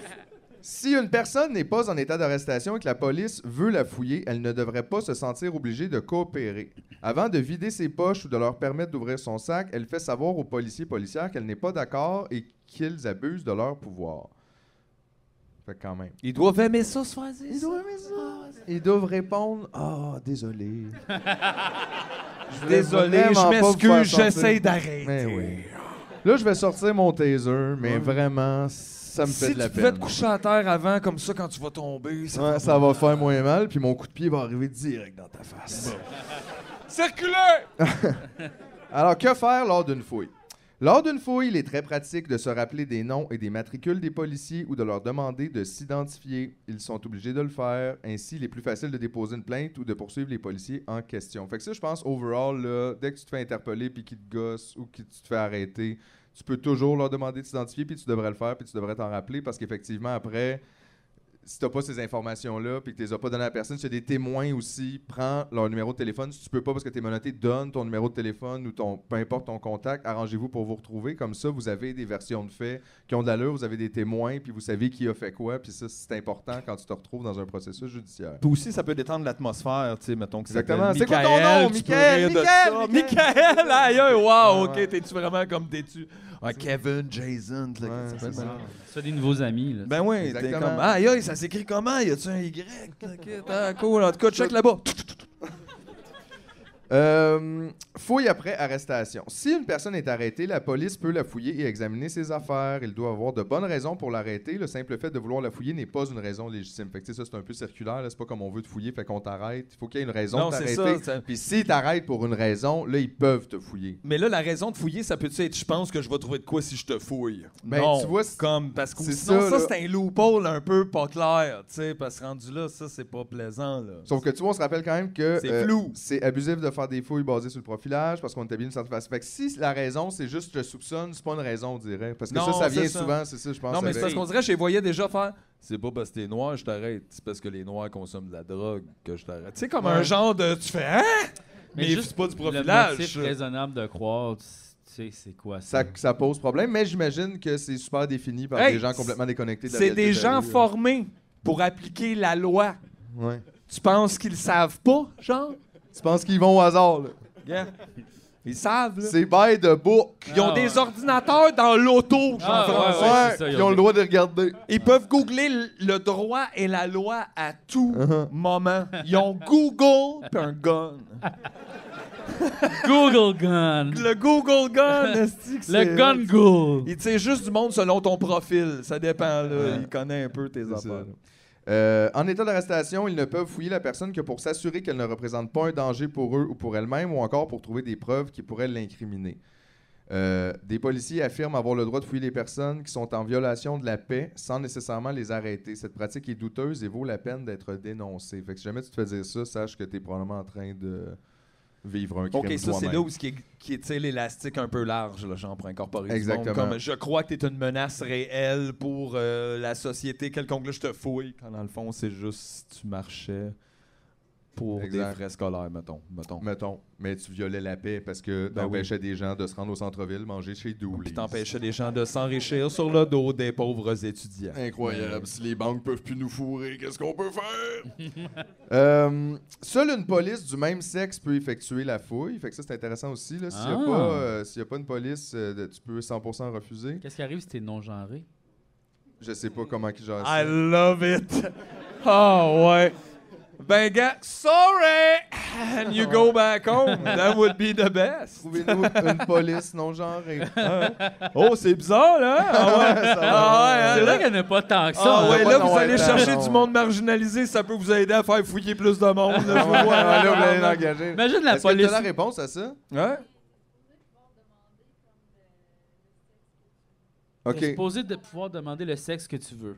Speaker 2: Si une personne n'est pas en état d'arrestation et que la police veut la fouiller, elle ne devrait pas se sentir obligée de coopérer. Avant de vider ses poches ou de leur permettre d'ouvrir son sac, elle fait savoir aux policiers et policières qu'elle n'est pas d'accord et qu'ils abusent de leur pouvoir. Fait que quand même.
Speaker 3: Ils doivent aimer ça, se faire dire.
Speaker 2: Ils doivent répondre Ah, désolé. Je voulais
Speaker 3: Désolé,
Speaker 2: vraiment
Speaker 3: je
Speaker 2: pas vous faire
Speaker 3: m'excuse,
Speaker 2: sentir-
Speaker 3: j'essaie d'arrêter.
Speaker 2: Mais oui. Là, je vais sortir mon taser, mais vraiment, ça me fait
Speaker 3: si
Speaker 2: de la
Speaker 3: tu pouvais
Speaker 2: peine.
Speaker 3: te coucher à terre avant, comme ça, quand tu vas tomber, ça
Speaker 2: Ouais, ça va faire moins mal, puis mon coup de pied va arriver direct dans ta face.
Speaker 3: Circulez!
Speaker 2: Alors, que faire lors d'une fouille? Lors d'une fouille, il est très pratique de se rappeler des noms et des matricules des policiers ou de leur demander de s'identifier. Ils sont obligés de le faire. Ainsi, il est plus facile de déposer une plainte ou de poursuivre les policiers en question. Fait que ça, je pense, overall, là, dès que tu te fais interpeller puis qu'ils te gossent ou que tu te fais arrêter, tu peux toujours leur demander de s'identifier puis tu devrais le faire puis tu devrais t'en rappeler parce qu'effectivement, après, si t'as pas ces informations-là, puis que tu les as pas données à la personne, si t'as des témoins aussi, prends leur numéro de téléphone. Si tu peux pas parce que t'es menotté, donne ton numéro de téléphone ou ton, peu importe ton contact, arrangez-vous pour vous retrouver. Comme ça, vous avez des versions de faits qui ont de l'allure, vous avez des témoins, puis vous savez qui a fait quoi, puis ça, c'est important quand tu te retrouves dans un processus judiciaire.
Speaker 3: Puis aussi, ça peut détendre l'atmosphère, tu sais, mettons que
Speaker 2: Exactement.
Speaker 3: s'appelle
Speaker 2: C'est quoi ton nom,
Speaker 3: tu peux
Speaker 2: Michael,
Speaker 3: rire de
Speaker 2: Michael,
Speaker 3: ça.
Speaker 2: Michael.
Speaker 3: Michael, aïe, aïe, wow,
Speaker 2: Ouais, ouais.
Speaker 3: ok, t'es-tu vraiment comme t'es-tu? Ah, Kevin, Jason, là,
Speaker 2: Ouais,
Speaker 3: qu'est-ce que
Speaker 2: c'est
Speaker 3: ça.
Speaker 2: ça.
Speaker 1: Tu fais des nouveaux amis, là.
Speaker 3: Ben oui, t'es
Speaker 2: Exactement.
Speaker 3: comme, aïe, aïe, ça s'écrit comment? Y a-tu un Y? T'inquiète, ah, cool, en tout cas, check là-bas.
Speaker 2: Euh, fouille après arrestation. Si une personne est arrêtée, la police peut la fouiller et examiner ses affaires. Il doit avoir de bonnes raisons pour l'arrêter. Le simple fait de vouloir la fouiller n'est pas une raison légitime. Fait que, tu sais, ça, c'est un peu circulaire. là. C'est pas comme on veut te fouiller, fait qu'on t'arrête. Il faut qu'il y ait une raison
Speaker 3: Non,
Speaker 2: de
Speaker 3: c'est
Speaker 2: t'arrêter.
Speaker 3: ça, ça-
Speaker 2: Puis s'ils t'arrêtent pour une raison, là, ils peuvent te fouiller.
Speaker 3: Mais là, la raison de fouiller, ça peut-tu être je pense que je vais trouver de quoi si je te fouille?
Speaker 2: Ben,
Speaker 3: non,
Speaker 2: tu vois, c'est-
Speaker 3: comme, parce que
Speaker 2: c'est
Speaker 3: sinon,
Speaker 2: ça,
Speaker 3: ça,
Speaker 2: là.
Speaker 3: c'est un loophole un peu pas clair, tu sais, parce que rendu là, ça, c'est pas plaisant, là.
Speaker 2: Sauf que tu vois, on se rappelle quand même que euh,
Speaker 3: C'est flou.
Speaker 2: c'est abusif de faire des fouilles basées sur le profilage parce qu'on établit une certaine façon. Fait que si la raison, c'est juste je te soupçonne, c'est pas une raison, on dirait. Parce que
Speaker 3: Non,
Speaker 2: ça, ça
Speaker 3: c'est
Speaker 2: vient
Speaker 3: ça.
Speaker 2: souvent, c'est ça, je pense.
Speaker 3: Non, mais c'est parce
Speaker 2: avec-
Speaker 3: qu'on dirait, je les voyais déjà faire. C'est pas Oh, parce que t'es noir, je t'arrête. C'est parce que les noirs consomment de la drogue que je t'arrête. C'est comme un
Speaker 2: Ouais.
Speaker 3: genre de. Tu fais, hein? Mais,
Speaker 1: juste
Speaker 3: c'est pas du
Speaker 1: Le motif
Speaker 3: profilage.
Speaker 1: raisonnable de croire, tu sais, c'est quoi ça?
Speaker 2: ça, ça pose problème, mais j'imagine que c'est super défini par
Speaker 3: Hey,
Speaker 2: des gens complètement déconnectés de la
Speaker 3: C'est
Speaker 2: réalité
Speaker 3: des
Speaker 2: de la
Speaker 3: gens
Speaker 2: rue,
Speaker 1: E.
Speaker 2: là.
Speaker 3: formés pour appliquer la loi.
Speaker 2: Ouais.
Speaker 3: Tu penses qu'ils savent pas, genre?
Speaker 2: Tu penses qu'ils vont au hasard, là?
Speaker 3: Yeah. Ils savent, là.
Speaker 2: C'est by de book.
Speaker 3: Ils ont
Speaker 1: Ah,
Speaker 3: des
Speaker 1: ouais.
Speaker 3: ordinateurs dans l'auto,
Speaker 1: Ah, ouais,
Speaker 3: Jean-François.
Speaker 1: ouais, c'est ça,
Speaker 2: ils
Speaker 1: ils ont
Speaker 2: ont le
Speaker 1: des-
Speaker 2: droit de regarder.
Speaker 3: Ils peuvent googler l- le droit et la loi à tout moment. Ils ont Google puis un gun.
Speaker 1: Google Gun!
Speaker 3: Le Google gun, esti, que c'est-
Speaker 1: Le Gun Google!
Speaker 3: Il tire juste du monde selon ton profil. Ça dépend, là. Il connaît un peu tes
Speaker 2: C'est
Speaker 3: affaires.
Speaker 2: ça, là. Euh, en état d'arrestation, ils ne peuvent fouiller la personne que pour s'assurer qu'elle ne représente pas un danger pour eux ou pour elle-même, ou encore pour trouver des preuves qui pourraient l'incriminer. Euh, des policiers affirment avoir le droit de fouiller les personnes qui sont en violation de la paix sans nécessairement les arrêter. Cette pratique est douteuse et vaut la peine d'être dénoncée. Fait que si jamais tu te fais dire ça, sache que tu es probablement en train de vivre un crime
Speaker 3: OK, ça, c'est
Speaker 2: toi-même.
Speaker 3: là où ce qui est, qui est, tu sais, l'élastique un peu large, là, genre, pour incorporer du monde.
Speaker 2: Exactement.
Speaker 3: Comme, je crois que t'es une menace réelle pour euh, la société quelconque, là, je te fouille. Quand, dans le fond, c'est juste si tu marchais pour
Speaker 2: Exact.
Speaker 3: des frais scolaires, mettons. mettons.
Speaker 2: Mettons, mais tu violais la paix parce que
Speaker 3: Ben
Speaker 2: t'empêchais des gens de se rendre au centre-ville, manger chez Dooley.
Speaker 3: Puis t'empêchais les gens de s'enrichir sur le dos des pauvres étudiants.
Speaker 2: Incroyable. Si les banques peuvent plus nous fourrer, qu'est-ce qu'on peut faire? Euh, seule une police du même sexe peut effectuer la fouille. Fait que ça, c'est intéressant aussi. là. S'il n'y
Speaker 1: Ah.
Speaker 2: a, pas, euh, s'il y a pas une police, euh, de- tu peux 100% refuser.
Speaker 1: Qu'est-ce qui arrive si t'es non-genré?
Speaker 2: Je sais pas comment qui gère
Speaker 3: I
Speaker 2: ça.
Speaker 3: love it. Oh, ouais. Ben, gars, sorry! And you go back home. That would be the best.
Speaker 2: Trouvez-nous une police non-genrée.
Speaker 3: Oh, c'est bizarre, là. Ah ouais.
Speaker 2: Ça va.
Speaker 3: Ah
Speaker 1: C'est
Speaker 3: ouais,
Speaker 1: vrai
Speaker 3: hein,
Speaker 1: qu'il n'y en a pas tant que ça.
Speaker 3: Ah
Speaker 1: hein.
Speaker 3: ouais,
Speaker 2: pas
Speaker 3: là,
Speaker 2: de
Speaker 3: vous
Speaker 2: Noël
Speaker 3: allez
Speaker 2: blanc,
Speaker 3: chercher
Speaker 2: non.
Speaker 3: du monde marginalisé, ça peut vous aider à faire fouiller plus de monde. là, je vous
Speaker 2: Ouais,
Speaker 3: vois.
Speaker 2: là, vous allez l'engager.
Speaker 1: Imagine la
Speaker 2: Est-ce que
Speaker 1: police.
Speaker 2: t'as la réponse à ça?
Speaker 3: Hein?
Speaker 1: T'es
Speaker 2: OK.
Speaker 1: supposé de pouvoir demander le sexe que tu veux.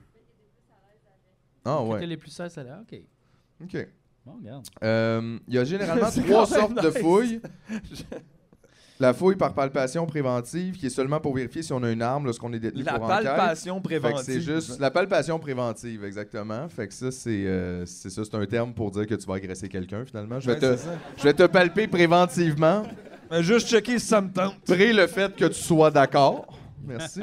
Speaker 2: Ah,
Speaker 1: T'es
Speaker 2: ouais.
Speaker 1: les plus sales, ça là. OK.
Speaker 2: OK.
Speaker 1: Bon, regarde.
Speaker 2: Euh, Il y a généralement
Speaker 3: C'est
Speaker 2: trois
Speaker 3: quand même
Speaker 2: sortes de
Speaker 3: nice.
Speaker 2: fouilles. La fouille par palpation préventive, qui est seulement pour vérifier si on a une arme lorsqu'on est détenu
Speaker 3: La
Speaker 2: pour enquête.
Speaker 3: palpation
Speaker 2: Fait que
Speaker 3: préventive.
Speaker 2: c'est juste la palpation préventive, exactement. Fait que ça, c'est euh, c'est ça, c'est un terme pour dire que tu vas agresser quelqu'un, finalement. Je vais,
Speaker 3: Ouais,
Speaker 2: te,
Speaker 3: c'est ça.
Speaker 2: je vais te palper préventivement,
Speaker 3: Mais juste checker si ça me tente.
Speaker 2: près le fait que tu sois d'accord. Merci.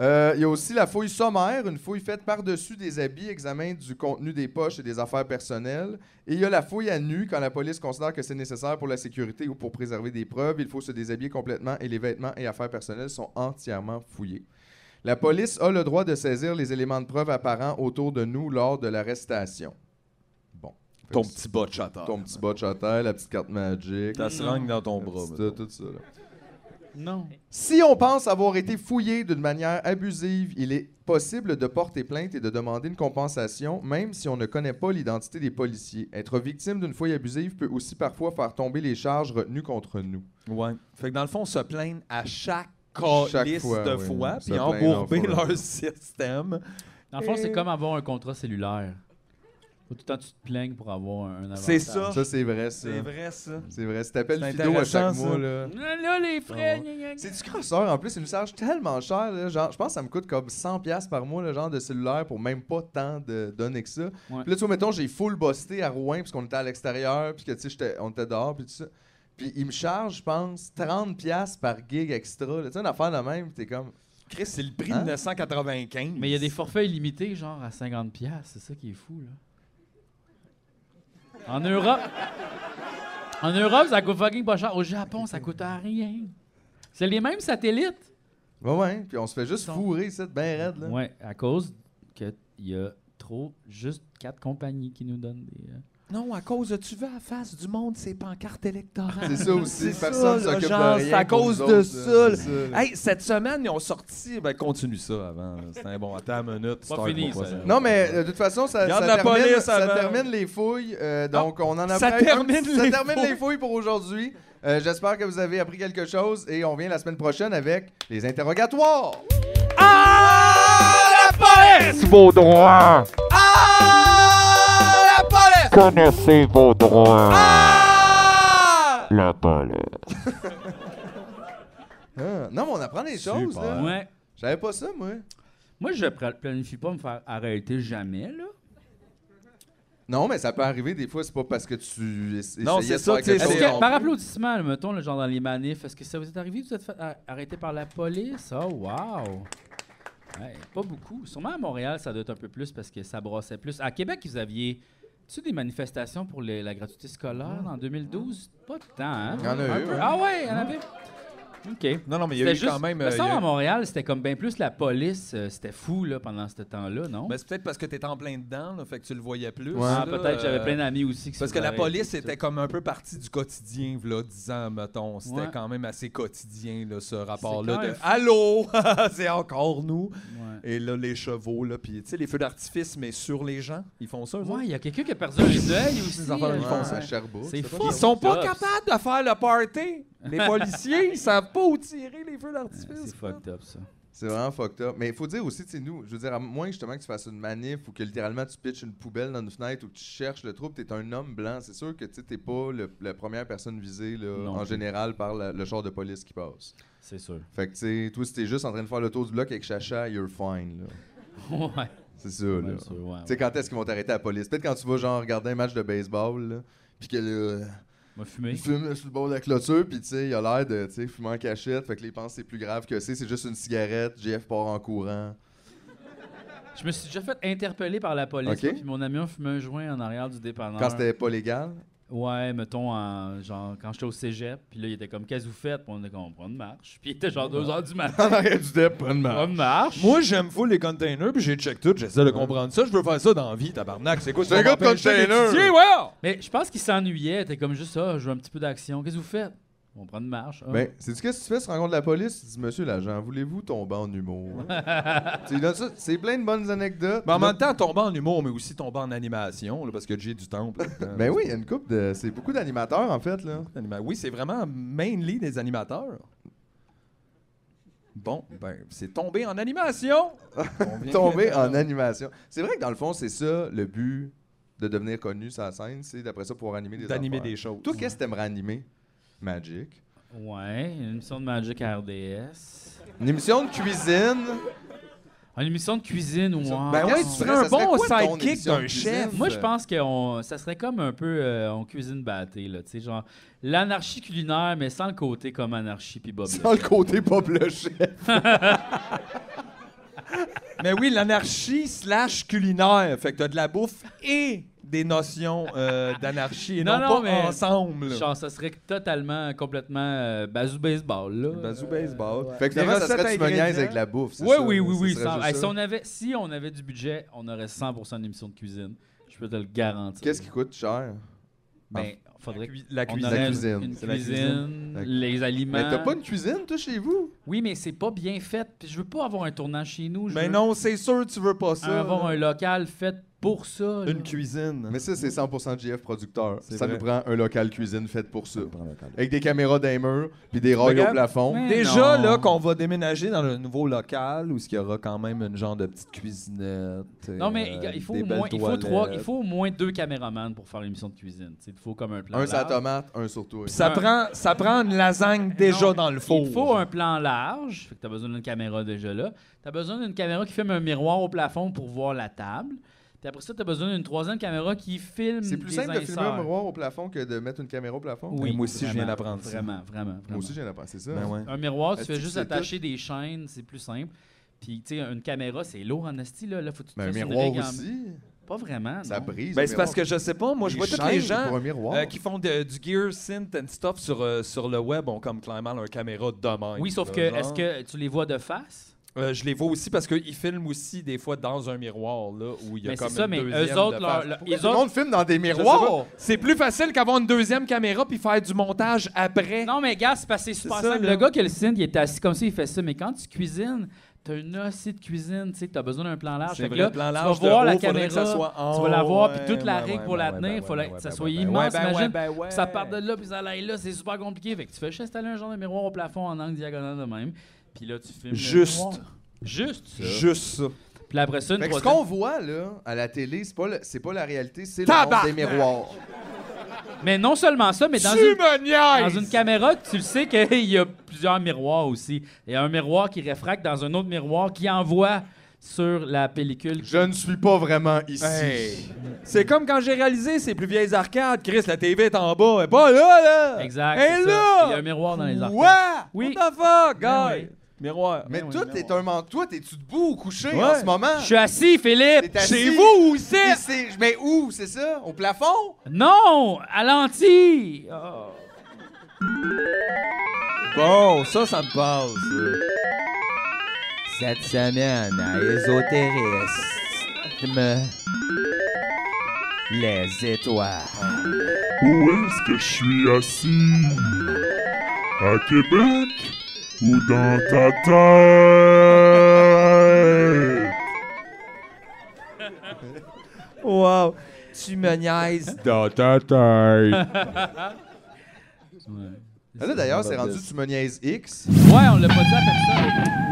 Speaker 2: Euh, Il y a aussi la fouille sommaire, une fouille faite par-dessus des habits, examen du contenu des poches et des affaires personnelles. Et il y a la fouille à nu, quand la police considère que c'est nécessaire pour la sécurité ou pour préserver des preuves, il faut se déshabiller complètement et les vêtements et affaires personnelles sont entièrement fouillés. La police a le droit de saisir les éléments de preuve apparents autour de nous lors de l'arrestation. Bon.
Speaker 3: Ton
Speaker 2: Fait que
Speaker 3: petit bot de chatter.
Speaker 2: c'est ton petit botch à terre, la petite carte magique,
Speaker 3: Ta seringue dans ton
Speaker 2: la
Speaker 3: bras.
Speaker 2: petite-
Speaker 3: mettons.
Speaker 2: tout ça. là.
Speaker 1: Non.
Speaker 2: Si on pense avoir été fouillé d'une manière abusive, il est possible de porter plainte et de demander une compensation, même si on ne connaît pas l'identité des policiers. Être victime d'une fouille abusive peut aussi parfois faire tomber les charges retenues contre nous.
Speaker 3: Ouais. Fait que dans le fond, se plaindre à chaque
Speaker 2: Chaque
Speaker 3: calice
Speaker 2: fois,
Speaker 3: de
Speaker 2: oui.
Speaker 3: fois,
Speaker 2: Se
Speaker 3: puis
Speaker 2: plaindre en
Speaker 3: embourber
Speaker 2: fois.
Speaker 3: leur système.
Speaker 1: Dans le fond, c'est comme avoir un contrat cellulaire. Faut tout le temps que tu te plaignes pour avoir un avantage.
Speaker 3: C'est ça.
Speaker 2: Ça, c'est vrai, ça.
Speaker 3: C'est vrai, ça.
Speaker 2: C'est vrai. Si t'appelles
Speaker 3: C'est
Speaker 2: Fido à chaque
Speaker 3: intéressant,
Speaker 2: mois,
Speaker 3: ça.
Speaker 2: là.
Speaker 1: Là, Ah, là, les frais. gna, gna, gna.
Speaker 2: C'est du crosseur en plus, c'est une charge tellement chère. là, genre, je pense que ça me coûte comme 100$ par mois, le genre de cellulaire, pour même pas tant de données que ça. Puis là, tu vois, mettons, j'ai full busté à Rouen, parce qu'on était à l'extérieur, puis que, tu sais, j'étais- on était dehors, puis tout ça. Puis il me charge, je pense, 30$ par gig extra. là. Tu sais, une affaire de même, puis t'es comme.
Speaker 3: Chris, c'est le prix
Speaker 2: Hein?
Speaker 3: de 1995.
Speaker 1: Mais il y a des forfaits illimités, genre à 50$. piastres. C'est ça qui est fou, là. En Europe. En Europe, ça coûte fucking pas cher. Au Japon, ça coûte à rien. C'est les mêmes satellites.
Speaker 2: Ouais, ouais. Puis on se fait juste
Speaker 1: Sont-
Speaker 2: fourrer, ça, de ben raide, là.
Speaker 1: Ouais, à cause qu'il y a trop, juste quatre compagnies qui nous donnent des. euh,
Speaker 3: Non, à cause de tu veux à face du monde, c'est pancartes électorales.
Speaker 2: C'est ça aussi,
Speaker 3: C'est
Speaker 2: personne
Speaker 3: ça, là,
Speaker 2: s'occupe de
Speaker 3: genre,
Speaker 2: rien.
Speaker 3: C'est à
Speaker 2: pour
Speaker 3: cause
Speaker 2: nous
Speaker 3: de
Speaker 2: autres,
Speaker 3: ça.
Speaker 2: là. C'est là.
Speaker 3: Hey, cette semaine, ils ont sorti. Ben, continue ça avant. C'est un bon. Attends une minute.
Speaker 1: Pas
Speaker 3: Star
Speaker 1: fini,
Speaker 3: Wars,
Speaker 1: ça.
Speaker 3: hein.
Speaker 2: Non, mais euh, de toute façon, ça, ça
Speaker 3: Garde la
Speaker 2: termine,
Speaker 3: police
Speaker 2: ça
Speaker 3: avant.
Speaker 2: termine les fouilles. euh, donc, on en a
Speaker 3: Ah, ça
Speaker 2: appris-
Speaker 3: termine
Speaker 2: ça
Speaker 3: les
Speaker 2: termine
Speaker 3: fouilles.
Speaker 2: les fouilles pour aujourd'hui. Euh, J'espère que vous avez appris quelque chose et on vient la semaine prochaine avec les interrogatoires.
Speaker 8: Vos droits. Connaissez vos droits. La police.
Speaker 2: Ah, non, mais on apprend des choses. là.
Speaker 1: Ouais.
Speaker 2: J'avais pas ça, moi.
Speaker 1: Moi, je pla- planifie pas me faire arrêter jamais, là.
Speaker 2: Non, mais ça peut arriver des fois, c'est pas parce que tu es-
Speaker 3: Non,
Speaker 2: essayais
Speaker 3: c'est ça,
Speaker 2: de faire
Speaker 3: tu sais,
Speaker 2: quelque
Speaker 1: Est-ce
Speaker 2: chose
Speaker 1: que,
Speaker 2: non
Speaker 1: par
Speaker 2: plus.
Speaker 1: applaudissement, là, mettons, le genre dans les manifs, est-ce que ça vous est arrivé de vous êtes fait ar- arrêter par la police? Oh, wow! Ouais, pas beaucoup. Sûrement à Montréal, ça doit être un peu plus parce que ça brassait plus. À Québec, vous aviez tu sais, des manifestations pour les- la gratuité scolaire en 2012? Pas de temps, hein?
Speaker 2: Il y en a
Speaker 1: Un
Speaker 2: eu,
Speaker 1: peu.
Speaker 2: ouais.
Speaker 1: Ah ouais, il y en avait. OK.
Speaker 3: Non, non, mais il y a
Speaker 1: C'était
Speaker 3: eu
Speaker 1: juste-
Speaker 3: quand même.
Speaker 1: me
Speaker 3: euh, il y a
Speaker 1: semble,
Speaker 3: eu-
Speaker 1: à Montréal, c'était comme bien plus la police. euh, c'était fou, là, pendant ce temps-là, non?
Speaker 3: Ben, c'est peut-être parce que t'étais en plein dedans, là, fait que tu le voyais plus.
Speaker 1: Ah,
Speaker 3: là,
Speaker 1: peut-être, j'avais
Speaker 3: euh,
Speaker 1: plein d'amis aussi qui se
Speaker 3: Parce que la
Speaker 1: faisaient arrêter,
Speaker 3: police
Speaker 1: tout ça.
Speaker 3: était comme un peu partie du quotidien, v'là 10 ans, mettons. C'était
Speaker 1: Ouais.
Speaker 3: quand même assez quotidien, là, ce
Speaker 1: quand
Speaker 3: rapport-là.
Speaker 1: même
Speaker 3: De,
Speaker 1: fou.
Speaker 3: Allô, c'est encore nous.
Speaker 1: Ouais.
Speaker 3: Et là, les chevaux, là, puis tu sais, les feux d'artifice, mais sur les gens, ils font ça. eux
Speaker 1: Ouais,
Speaker 3: autres?
Speaker 1: il y a quelqu'un qui a perdu un œil aussi.
Speaker 3: Ces enfants-là,
Speaker 1: euh,
Speaker 3: ils
Speaker 2: Ouais,
Speaker 3: font
Speaker 2: à
Speaker 3: ça.
Speaker 2: Sherbrooke,
Speaker 1: C'est
Speaker 2: ça
Speaker 1: fou.
Speaker 2: passe.
Speaker 3: Ils sont pas
Speaker 1: Tops.
Speaker 3: capables de faire le party. Les policiers, ils savent pas où tirer les feux d'artifice.
Speaker 1: C'est fucked up, ça.
Speaker 2: C'est vraiment fucked up. Mais il faut dire aussi, tu sais, nous, je veux dire, à moins justement que tu fasses une manif ou que littéralement tu pitches une poubelle dans une fenêtre ou que tu cherches le trou, t'es un homme blanc. C'est sûr que tu sais, t'es pas le- la première personne visée là,
Speaker 1: Non.
Speaker 2: en général par la- le char de police qui passe.
Speaker 1: C'est sûr.
Speaker 2: Fait que tu sais, toi, si t'es juste en train de faire le tour du bloc avec Chacha, you're fine. là.
Speaker 1: ouais.
Speaker 2: C'est ça, là.
Speaker 1: Même
Speaker 2: Tu
Speaker 1: sûr, ouais,
Speaker 2: sais,
Speaker 1: ouais.
Speaker 2: quand est-ce qu'ils vont t'arrêter à la police? Peut-être quand tu vas genre regarder un match de baseball, là, puis que là,
Speaker 1: M'a fumé.
Speaker 2: il fume sur le bord de la clôture, puis tu sais, il a l'air de tu sais, fumer en cachette, fait que les pensent que c'est plus grave que c'est, c'est juste une cigarette, JF part en courant.
Speaker 1: Je me suis déjà fait interpeller par la police.
Speaker 2: Ok.
Speaker 1: là, Puis mon ami a fumé un joint en arrière du dépanneur.
Speaker 2: Quand c'était pas légal.
Speaker 1: Ouais, mettons, en- genre, quand j'étais au cégep. Puis là, il était comme qu'est-ce que vous faites? Puis on était comme on prend une marche. Puis il était genre 2 h du
Speaker 3: Ah,
Speaker 1: matin.
Speaker 2: En arrière du dep, pas de
Speaker 1: On
Speaker 2: marche.
Speaker 1: marche.
Speaker 3: Moi, j'aime fou les containers, puis j'ai check tout, j'essaie de comprendre ça. Je veux faire ça dans la vie, tabarnak. C'est quoi
Speaker 2: C'est un gars de container.
Speaker 1: Mais je pense qu'il s'ennuyait. Il était comme juste ça. Je veux un petit peu d'action. Qu'est-ce que vous faites? On prend une marche. Ah.
Speaker 2: Ben, c'est du qu'est-ce que tu fais sur rencontre de la police? Tu dis, monsieur l'agent, voulez-vous tomber en humour? Tu lui donnes ça, c'est plein de bonnes anecdotes.
Speaker 3: Mais Ben, en
Speaker 2: Là-
Speaker 3: même temps, tomber en humour, mais aussi tomber en animation, là, parce que j'ai du temps. là-dedans.
Speaker 2: Ben oui, il y a une coupe de. C'est beaucoup d'animateurs, en fait, là.
Speaker 3: Anima- Oui, c'est vraiment mainly des animateurs. Bon, ben, c'est tomber en animation. On vient-
Speaker 2: Tomber en animation. C'est vrai que dans le fond, c'est ça le but de devenir connu sur la scène, c'est d'après ça pouvoir animer des
Speaker 3: D'animer
Speaker 2: affaires.
Speaker 3: des choses.
Speaker 2: Toi, qu'est-ce que t'aimerais animer? Magic.
Speaker 1: Ouais, une émission de Magic à RDS.
Speaker 2: Une émission de cuisine.
Speaker 1: Une émission de cuisine, ouais.
Speaker 3: Ben ouais, tu
Speaker 2: Qu'est-ce que
Speaker 3: serais
Speaker 2: tu
Speaker 3: un
Speaker 2: ferais? Ça
Speaker 3: bon
Speaker 2: serait quoi ton
Speaker 3: sidekick
Speaker 2: émission de
Speaker 3: d'un
Speaker 2: cuisine?
Speaker 3: chef.
Speaker 1: Moi, je pense que on- ça serait comme un peu euh, on cuisine battée, là, tu sais, genre l'anarchie culinaire, mais sans le côté comme anarchie puis Bob.
Speaker 2: Sans le côté pas le chef.
Speaker 3: Mais oui, l'anarchie slash culinaire. Fait que t'as de la bouffe et des notions euh, d'anarchie. Et
Speaker 1: Non,
Speaker 3: non,
Speaker 1: non,
Speaker 3: pas
Speaker 1: mais-
Speaker 3: ensemble. là.
Speaker 1: Genre, ça serait totalement, complètement euh, bazou baseball, là.
Speaker 3: Bazou baseball.
Speaker 2: Fait que finalement,
Speaker 3: Les
Speaker 2: ça serait tu
Speaker 3: recettes
Speaker 2: me niaises
Speaker 3: ingrédients.
Speaker 2: avec la bouffe. c'est
Speaker 1: Oui,
Speaker 2: Ben, ça,
Speaker 1: oui, oui,
Speaker 2: ce
Speaker 1: oui.
Speaker 2: serait
Speaker 1: sans-
Speaker 2: juste
Speaker 1: Hey,
Speaker 2: ça.
Speaker 1: si, on avait, si on avait du budget, on aurait 100% d'émissions de cuisine. Je peux te le garantir.
Speaker 2: Qu'est-ce qui coûte cher?
Speaker 1: Ben, Faudrait
Speaker 3: Cui- la
Speaker 1: qu'on
Speaker 3: cuisine.
Speaker 1: aurait
Speaker 2: La
Speaker 1: une-
Speaker 2: cuisine.
Speaker 1: Une
Speaker 3: C'est la
Speaker 1: cuisine,
Speaker 2: La-
Speaker 1: les aliments.
Speaker 2: Mais t'as pas une cuisine, toi, chez vous?
Speaker 1: Oui, mais c'est pas bien fait. Puis je veux pas avoir un tournage chez nous. Je
Speaker 3: Mais
Speaker 2: Ben
Speaker 1: veux
Speaker 3: Ben non, c'est sûr, tu veux pas ça.
Speaker 2: euh,
Speaker 1: avoir un local fait pour ça.
Speaker 3: Une
Speaker 1: là.
Speaker 3: cuisine.
Speaker 2: Mais ça, c'est 100% GF producteur.
Speaker 3: C'est
Speaker 2: Ça
Speaker 3: vrai.
Speaker 2: nous prend un local cuisine fait pour ça. Avec des caméras d'un mur, puis des rails au
Speaker 3: Regarde.
Speaker 2: plafond.
Speaker 1: Mais
Speaker 3: Déjà,
Speaker 1: non.
Speaker 3: là, qu'on va déménager dans le nouveau local où il y aura quand même une genre de petite cuisinette.
Speaker 1: Non, mais
Speaker 3: euh,
Speaker 1: il faut,
Speaker 3: des
Speaker 1: au
Speaker 3: belles
Speaker 1: moins, il, faut trois, il
Speaker 3: toilettes.
Speaker 1: faut au moins deux caméramans pour faire l'émission de cuisine. Tu sais, Il faut comme un plan
Speaker 2: Un
Speaker 1: large.
Speaker 2: sur la tomate, un sur toi.
Speaker 3: Puis Ça,
Speaker 1: Ouais.
Speaker 3: prend, ça prend une lasagne déjà
Speaker 1: Non,
Speaker 3: dans le four.
Speaker 1: Il faut un plan large. Fait que t'as besoin d'une caméra déjà là. T'as besoin d'une caméra qui filme un miroir au plafond pour voir la table. Puis après ça, t'as besoin d'une troisième caméra qui filme
Speaker 2: C'est plus
Speaker 1: des
Speaker 2: simple de filmer un
Speaker 1: inserts.
Speaker 2: miroir au plafond que de mettre une caméra au plafond.
Speaker 1: Oui,
Speaker 3: moi aussi, je viens
Speaker 1: vraiment,
Speaker 3: d'apprendre ça.
Speaker 1: Vraiment, vraiment, vraiment.
Speaker 2: Moi aussi, j'ai l'impression, c'est ça.
Speaker 3: Ben ouais.
Speaker 1: Un miroir, tu
Speaker 2: Est-ce
Speaker 1: fais
Speaker 2: que
Speaker 1: juste
Speaker 2: c'est
Speaker 1: attacher des chaînes, c'est plus simple. Puis, tu sais, une caméra, c'est lourd en asti, là. là faut que tu te
Speaker 2: Mais un
Speaker 1: fasses une
Speaker 2: miroir
Speaker 1: règle en-
Speaker 2: aussi,
Speaker 1: Pas vraiment,
Speaker 2: ça
Speaker 1: non.
Speaker 2: brise.
Speaker 3: Ben,
Speaker 2: le
Speaker 3: c'est parce
Speaker 2: miroir.
Speaker 3: que je sais pas, moi, je
Speaker 2: Les
Speaker 3: vois tous les
Speaker 2: chaînes
Speaker 3: gens
Speaker 2: Pour un miroir.
Speaker 3: euh, qui font de- du gear, synth and stuff sur, euh, sur le web ont comme clairement leur caméra de même.
Speaker 1: Oui, sauf
Speaker 3: là,
Speaker 1: que,
Speaker 3: Ben genre.
Speaker 1: est-ce que tu les vois de face?
Speaker 3: Euh, je les vois aussi parce qu'ils filment aussi des fois dans un miroir, là, où il y a
Speaker 1: Mais c'est
Speaker 3: comme
Speaker 1: ça,
Speaker 3: une
Speaker 1: mais
Speaker 3: deuxième
Speaker 1: eux autres,
Speaker 3: de
Speaker 1: leur-
Speaker 3: face.
Speaker 1: leur-
Speaker 2: Pourquoi
Speaker 1: ils
Speaker 2: tout le
Speaker 1: autres...
Speaker 2: monde filme dans des
Speaker 3: Je sais
Speaker 2: miroirs?
Speaker 3: pas. C'est plus facile qu'avoir une deuxième caméra puis faire du montage après.
Speaker 1: Non, mais gars, c'est parce que c'est super
Speaker 3: ça,
Speaker 1: simple.
Speaker 3: là.
Speaker 1: Le gars qui a le synth, il est assis comme ça, il fait ça. Mais quand tu cuisines, t'as une assis de cuisine, tu sais, t'as besoin d'un plan large.
Speaker 3: C'est
Speaker 1: Fait que
Speaker 3: vrai,
Speaker 1: là,
Speaker 3: le plan
Speaker 1: tu vas
Speaker 3: large de
Speaker 1: voir
Speaker 3: haut,
Speaker 1: la
Speaker 3: faudrait
Speaker 1: caméra,
Speaker 3: que ça soit en
Speaker 1: tu vas la voir,
Speaker 3: haut,
Speaker 1: puis toute la
Speaker 3: ouais,
Speaker 1: règle
Speaker 3: ouais,
Speaker 1: pour la
Speaker 3: ouais,
Speaker 1: tenir,
Speaker 3: ouais,
Speaker 1: il faut la-
Speaker 3: ouais,
Speaker 1: que ça
Speaker 3: ouais,
Speaker 1: soit
Speaker 3: ouais, ben
Speaker 1: immense,
Speaker 3: ouais, ouais,
Speaker 1: imagine.
Speaker 3: ouais, ouais,
Speaker 1: Puis ça
Speaker 3: ouais.
Speaker 1: part de là, puis ça aille là, c'est super compliqué. Fait que tu fais juste installer un genre de miroir au plafond en angle diagonal de même. Puis là, tu filmes. le
Speaker 3: Juste.
Speaker 1: miroir. Juste ça.
Speaker 3: Juste ça.
Speaker 1: Puis après ça, une
Speaker 2: Fait que ce
Speaker 1: troisième-
Speaker 2: qu'on voit là, à la télé, c'est pas, le- c'est pas la réalité, c'est le monde
Speaker 3: Tabarnak!
Speaker 2: des miroirs.
Speaker 1: Mais non seulement ça, mais dans
Speaker 3: tu
Speaker 1: une...
Speaker 3: me
Speaker 1: Dans
Speaker 3: niaises!
Speaker 1: une caméra, tu le sais qu'il y a plusieurs miroirs aussi. Il y a un miroir qui réfracte dans un autre miroir qui envoie sur la pellicule.
Speaker 2: Je ne suis pas vraiment ici.
Speaker 3: Hey. C'est comme quand j'ai réalisé ces plus vieilles arcades. Chris, la TV est en bas. Elle est pas là, là!
Speaker 1: Exact.
Speaker 3: Elle
Speaker 1: c'est
Speaker 3: est
Speaker 1: ça.
Speaker 3: là!
Speaker 1: Il y a un miroir dans les arcades.
Speaker 3: Ouais!
Speaker 1: Oui.
Speaker 3: What the fuck,
Speaker 1: Ben
Speaker 3: guy?
Speaker 1: oui.
Speaker 3: Miroir.
Speaker 2: Mais
Speaker 1: Ben oui,
Speaker 2: toi,
Speaker 1: ben
Speaker 2: t'es un menteur. Toi, t'es-tu debout ou couché
Speaker 3: Ouais.
Speaker 2: en ce moment?
Speaker 1: Je suis assis, Philippe!
Speaker 2: T'es assis.
Speaker 3: Chez vous ou c'est?
Speaker 2: Puis c'est- Mais où, c'est ça? Au plafond?
Speaker 1: Non! Alenti!
Speaker 3: Ah.
Speaker 1: Oh.
Speaker 3: Bon, ça, ça me parle, ça. Cette semaine, à ésotérisme, les étoiles.
Speaker 9: Où est-ce que je suis assis À Québec ou dans ta tête
Speaker 3: Wow, tu me niaises.
Speaker 9: Dans ta tête.
Speaker 2: Ah, Là, d'ailleurs, c'est rendu Tu me niaises X.
Speaker 1: Ouais, on l'a pas dit à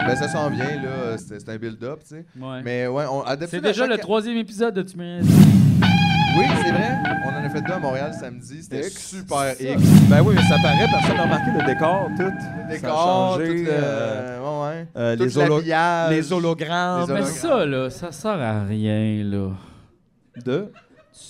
Speaker 1: personne.
Speaker 2: Ben, ça s'en vient, là. C'est c'est un build-up, tu sais.
Speaker 1: Ouais.
Speaker 2: Mais ouais, on à
Speaker 1: C'est
Speaker 2: d'habitude, à
Speaker 1: déjà le
Speaker 2: chaque-
Speaker 1: troisième épisode de Tu me-
Speaker 2: Oui, c'est vrai. On en a fait deux à Montréal samedi. C'était
Speaker 3: X.
Speaker 2: super
Speaker 3: Ça.
Speaker 2: X.
Speaker 3: Ben oui, mais ça paraît, personne n'a remarqué le décor, tout.
Speaker 2: Les
Speaker 3: Ça a
Speaker 2: corps,
Speaker 3: changé,
Speaker 2: tout le-
Speaker 3: euh,
Speaker 2: ouais, ouais.
Speaker 3: euh,
Speaker 2: Tout
Speaker 3: les, holo-
Speaker 2: l'habillage.
Speaker 3: les hologrammes.
Speaker 2: Les
Speaker 1: Mais
Speaker 2: hologrammes.
Speaker 1: ça, là, ça sert à rien, là.
Speaker 3: de...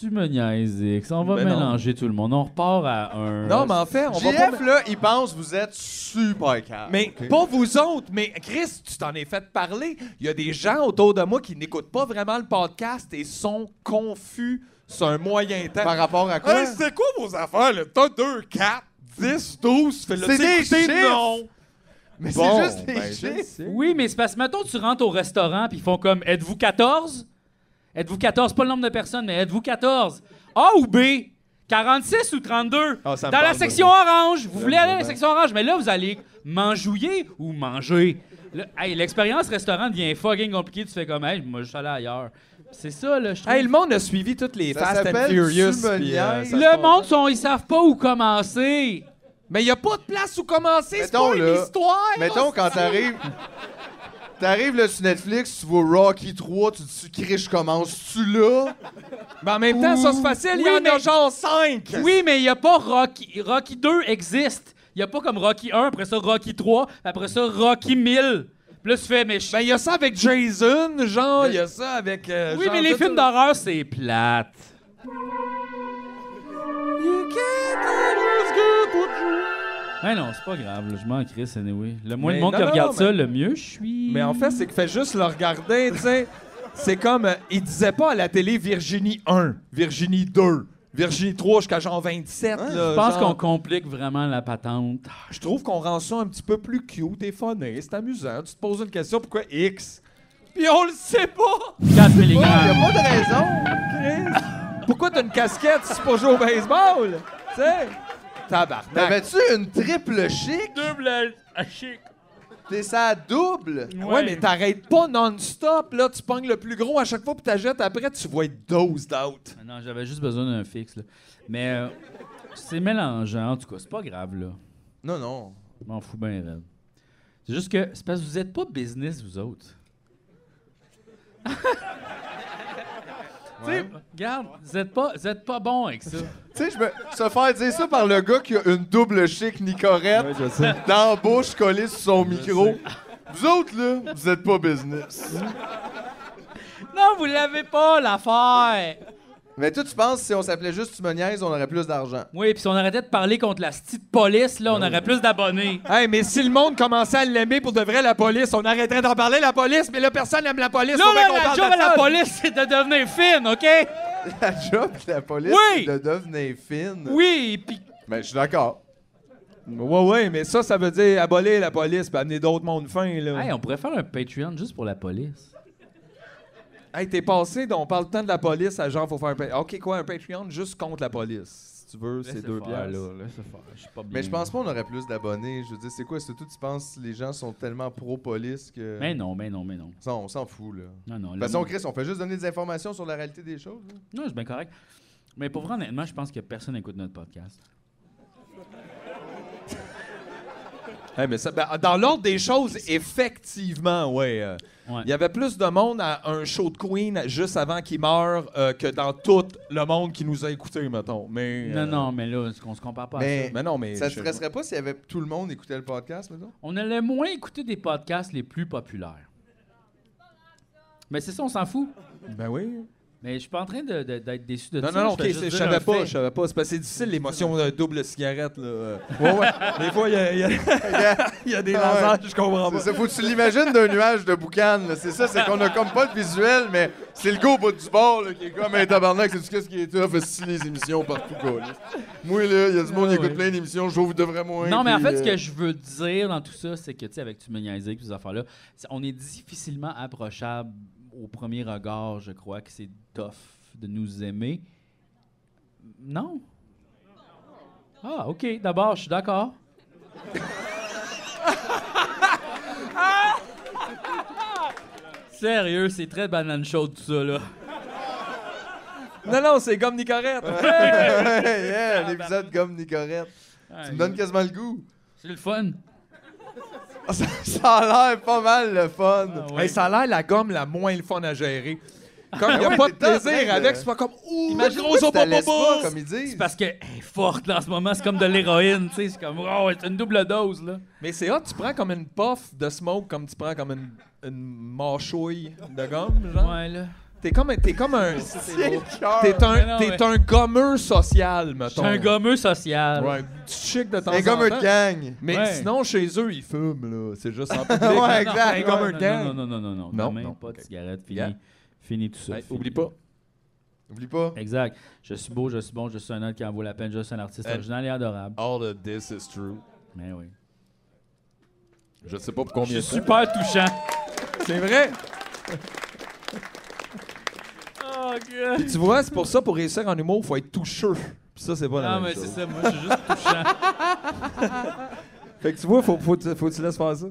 Speaker 1: Tu me niaises, X. On va
Speaker 3: Ben non.
Speaker 1: mélanger tout le monde. On repart à un.
Speaker 3: Non, mais en fait, on va pas...
Speaker 2: JF, là, il pense vous êtes super calme.
Speaker 3: Mais pas vous autres, mais Chris, tu t'en es fait parler. Il y a des gens autour de moi qui n'écoutent pas vraiment le podcast et sont confus sur un moyen temps.
Speaker 2: Par rapport à quoi?
Speaker 3: Hey, c'est quoi vos affaires, là? T'as 2, 4, 10, 12, fais le
Speaker 2: C'est des chiffres!
Speaker 3: non!
Speaker 2: mais
Speaker 3: Bon,
Speaker 2: c'est juste des
Speaker 3: ben, je
Speaker 2: chiffres.
Speaker 3: sais.
Speaker 1: Oui, mais c'est parce que, mettons, tu rentres au restaurant puis ils font comme Êtes-vous 14 Êtes-vous 14 Pas le nombre de personnes, mais êtes-vous 14 A ou B 46 ou 32
Speaker 3: Ah, ça me
Speaker 1: Dans la
Speaker 3: parle,
Speaker 1: section orange. Vous voulez aller dans la
Speaker 3: vraiment.
Speaker 1: section orange, mais là, vous allez manjouiller ou manger. Là, hey, L'expérience restaurant devient fucking compliquée. Tu fais comme Hey, moi, je suis allé ailleurs. C'est ça, là, je trouve.
Speaker 3: Hey, le monde a suivi toutes les
Speaker 2: Ça
Speaker 3: Fast and
Speaker 2: s'appelle
Speaker 3: Furious.
Speaker 2: Tu me
Speaker 3: puis, euh,
Speaker 2: niaises.
Speaker 3: ça se
Speaker 1: le
Speaker 3: passe.
Speaker 1: monde, sont, ils savent pas où commencer.
Speaker 3: Mais il a pas de place où commencer, c'est
Speaker 2: Mettons,
Speaker 3: pas une
Speaker 2: là,
Speaker 3: histoire!
Speaker 2: Mettons, quand t'arrives. T'arrives là sur Netflix, tu vois Rocky 3, tu te dis, Criche commence, tu là?
Speaker 3: Mais Ben, en même temps, ça c'est facile, il y
Speaker 1: Oui,
Speaker 3: en a
Speaker 1: mais-
Speaker 3: genre 5!
Speaker 1: Oui, mais il n'y a pas Rocky. Rocky 2 existe. Il n'y a pas comme Rocky 1, après ça Rocky 3, après ça Rocky 1000. Puis là, tu fais, mais je-
Speaker 3: Ben, il y a ça avec Jason, genre, il y a ça avec. euh,
Speaker 1: Oui,
Speaker 3: genre,
Speaker 1: mais les
Speaker 3: tout-
Speaker 1: films d'horreur, c'est plate.
Speaker 3: You can't always get what you-
Speaker 1: Mais Ben non, c'est pas grave, là, je m'en crisse, anyway. Le moins
Speaker 3: Mais
Speaker 1: de monde
Speaker 3: non,
Speaker 1: qui
Speaker 3: non,
Speaker 1: regarde
Speaker 3: mais-
Speaker 1: ça, le mieux je suis.
Speaker 3: Mais en fait, c'est que fait juste le regarder, tu sais. C'est comme. euh, il disait pas à la télé Virginie 1, Virginie 2, Virginie 3 jusqu'à genre 27. là,
Speaker 1: je pense
Speaker 3: genre.
Speaker 1: qu'on complique vraiment la patente.
Speaker 3: Je trouve qu'on rend ça un petit peu plus cute et funny. C'est amusant. Tu te poses une question, pourquoi X Puis on le sait pas
Speaker 1: Quatre
Speaker 2: Il y a
Speaker 1: Milligan.
Speaker 2: pas de raison.
Speaker 3: Chris. Pourquoi t'as une casquette si c'est pas jouer au baseball Tu sais? Tabarnak.
Speaker 2: T'avais-tu une triple chic?
Speaker 1: Double
Speaker 3: Ah,
Speaker 1: à chic.
Speaker 2: T'es ça double?
Speaker 3: Ouais, mais t'arrêtes pas non-stop, là. Tu pognes le plus gros à chaque fois, puis t'achètes après, tu vas être dosed out.
Speaker 1: Ah Non, j'avais juste besoin d'un fixe. là. Mais euh, c'est mélangeant, en tout cas. C'est pas grave, là.
Speaker 2: Non, non.
Speaker 1: Je m'en fous bien, raide. C'est juste que c'est parce que vous êtes pas business, vous autres. Tu sais, Regarde, vous êtes pas, vous êtes pas bon avec ça.
Speaker 2: Tu sais, je me. Se faire dire ça par le gars qui a une double chic Nicorette dans la bouche collée sur son micro. Vous autres, là, vous êtes pas business.
Speaker 1: non, vous l'avez pas, l'affaire!
Speaker 2: Mais toi, tu penses, si on s'appelait juste Tu me niaises, on aurait plus d'argent.
Speaker 1: Oui, puis si on arrêtait de parler contre la stie de police, là, on aurait plus d'abonnés.
Speaker 3: Hey, mais si le monde commençait à l'aimer pour de vrai, la police, on arrêterait d'en parler, la police, mais là, personne n'aime la police.
Speaker 1: Là,
Speaker 3: faut bien
Speaker 1: là,
Speaker 3: qu'on
Speaker 1: la
Speaker 3: parle
Speaker 1: job
Speaker 3: de
Speaker 1: à la
Speaker 3: ça.
Speaker 1: police, c'est de devenir fine, OK?
Speaker 2: La job de la police,
Speaker 1: Oui!
Speaker 2: c'est de devenir fine.
Speaker 1: Oui, puis
Speaker 2: Mais je suis d'accord.
Speaker 3: Ouais, ouais, mais ça, ça veut dire abolir la police puis amener d'autres mondes fins, là.
Speaker 2: Euh.
Speaker 1: Hey,
Speaker 3: Hey,
Speaker 1: on pourrait faire un Patreon juste pour la police.
Speaker 3: t'es passé, donc, on parle tant de la police à genre, faut faire un Patreon. OK, quoi, un Patreon juste contre la police, si tu veux, c'est deux pierres, là.
Speaker 2: Mais je pense pas qu'on aurait plus d'abonnés. Je veux dire, c'est quoi? Surtout, tu penses que les gens sont tellement pro-police que.
Speaker 1: Mais non, mais non, mais non.
Speaker 2: Ça, on s'en fout, là.
Speaker 1: Non, non.
Speaker 2: De
Speaker 1: le
Speaker 2: toute façon,
Speaker 1: monde-
Speaker 2: Chris, on fait juste donner des informations sur la réalité des choses. là.
Speaker 1: Non, c'est bien correct. Mais pour vrai, honnêtement, je pense que personne n'écoute notre podcast.
Speaker 3: Hey, mais ça, ben, dans l'ordre des choses, effectivement, ouais. euh, Il
Speaker 1: Ouais.
Speaker 3: y avait plus de monde à un show de Queen juste avant qu'il meure euh, que dans tout le monde qui nous a écoutés, mettons. Mais, euh,
Speaker 1: Non, non, mais là, on se compare pas à
Speaker 2: Mais-
Speaker 1: ça.
Speaker 3: Mais non, mais.
Speaker 2: Ça te
Speaker 3: je-
Speaker 2: stresserait pas s'il y avait tout le monde écoutait le podcast, maintenant?
Speaker 1: On allait moins écouter des podcasts les plus populaires. Mais c'est ça, on s'en fout.
Speaker 3: Ben oui.
Speaker 1: Mais je suis pas en train de- de- d'être déçu de
Speaker 3: Non,
Speaker 1: ça.
Speaker 3: non,
Speaker 1: je
Speaker 3: non, ok,
Speaker 1: fais juste
Speaker 3: c'est- je
Speaker 1: dire
Speaker 3: savais
Speaker 1: un
Speaker 3: pas,
Speaker 1: fait.
Speaker 3: je savais pas. C'est parce que c'est difficile l'émotion euh, double cigarette, là. euh. Ouais, ouais. Des fois, il y a, il y a- il y a des
Speaker 2: Ah ouais.
Speaker 3: lançages, je comprends
Speaker 1: bah.
Speaker 2: C'est
Speaker 3: pas.
Speaker 2: ça, faut que tu l'imagines d'un nuage de boucan. là. C'est ça, c'est qu'on a comme pas de visuel, mais c'est le gars au bout du bord là, qui est comme un tabarnak. C'est qu'est-ce qui est tough? Fait si les émissions partout, quoi. là. Moi, là, il y a du monde qui écoute plein d'émissions, je vous devrais moins.
Speaker 1: Ah, Non, mais en
Speaker 2: puis,
Speaker 1: fait, ce
Speaker 2: euh,
Speaker 1: que je veux dire dans tout ça, c'est que, tu sais, avec Tu me niaiser, puis ces affaires-là, c'est- on est difficilement approchable au premier regard, je crois, que c'est tough de nous aimer. Non? Ah, OK. D'abord, je suis d'accord. Sérieux, c'est très banane chaude, tout ça, là.
Speaker 3: Non, non, c'est comme Nicorette.
Speaker 2: Hey, yeah,
Speaker 1: Ah,
Speaker 2: l'épisode
Speaker 1: ben.
Speaker 2: gomme Nicorette. Tu me donnes quasiment le goût.
Speaker 1: C'est le fun.
Speaker 2: ça, ça a l'air pas mal le
Speaker 1: Ah,
Speaker 2: fun.
Speaker 3: Hey, ça a l'air la gomme la moins le fun à gérer. Comme il n'y a
Speaker 2: Ben ouais,
Speaker 3: pas de
Speaker 2: t'es en
Speaker 3: plaisir
Speaker 2: train de-
Speaker 3: avec, c'est pas comme Ouh,
Speaker 2: Imagine
Speaker 3: gros
Speaker 2: pourquoi tu
Speaker 3: pas
Speaker 2: la laisses pas, comme ils disent.
Speaker 1: C'est parce qu'elle est forte là, en ce moment, c'est comme de l'héroïne, tu sais. C'est comme, oh, c'est une double dose, là.
Speaker 3: Mais c'est hot, tu prends comme une puff de smoke, comme tu prends comme une, une mâchouille de gomme, genre.
Speaker 1: Ouais, là.
Speaker 3: T'es comme, un- t'es comme un.
Speaker 2: C'est le cœur.
Speaker 3: T'es
Speaker 1: Mais non,
Speaker 3: un,
Speaker 1: mais-
Speaker 3: t'es un gommeur social,
Speaker 1: Je
Speaker 3: mettons.
Speaker 1: suis un gommeux social.
Speaker 3: Ouais, tu chic de temps en temps.
Speaker 2: C'est comme un gang.
Speaker 3: Mais
Speaker 1: Ouais.
Speaker 3: sinon, chez eux, ils fument, là. C'est juste en public.
Speaker 2: Ouais,
Speaker 3: Non,
Speaker 2: exact,
Speaker 3: t'es comme un
Speaker 1: non,
Speaker 3: gang.
Speaker 1: Non, non, non, non, non.
Speaker 3: Non,
Speaker 1: Non, Demain,
Speaker 3: non,
Speaker 1: pas
Speaker 3: ok.
Speaker 1: de cigarette. Fini.
Speaker 3: Yeah.
Speaker 1: Fini tout ça.
Speaker 3: Hey,
Speaker 1: fini.
Speaker 3: oublie pas.
Speaker 2: Oublie pas.
Speaker 1: Exact. Je suis beau, je suis bon, je suis un homme qui en vaut la peine, je suis un artiste
Speaker 3: Hey.
Speaker 1: original et adorable.
Speaker 3: All of this is true.
Speaker 1: Mais
Speaker 3: Oh,
Speaker 1: oui.
Speaker 3: Je sais pas pour
Speaker 1: Je
Speaker 3: combien
Speaker 1: suis super touchant.
Speaker 3: C'est vrai.
Speaker 1: Oh, God.
Speaker 3: Tu vois, c'est pour ça, pour réussir en humour, faut être toucheux. Puis ça, c'est pas la
Speaker 1: Non,
Speaker 3: même
Speaker 1: mais
Speaker 3: chose.
Speaker 1: c'est ça, moi, je suis juste touchant.
Speaker 3: Fait que tu vois, faut, faut, faut que tu laisses faire ça.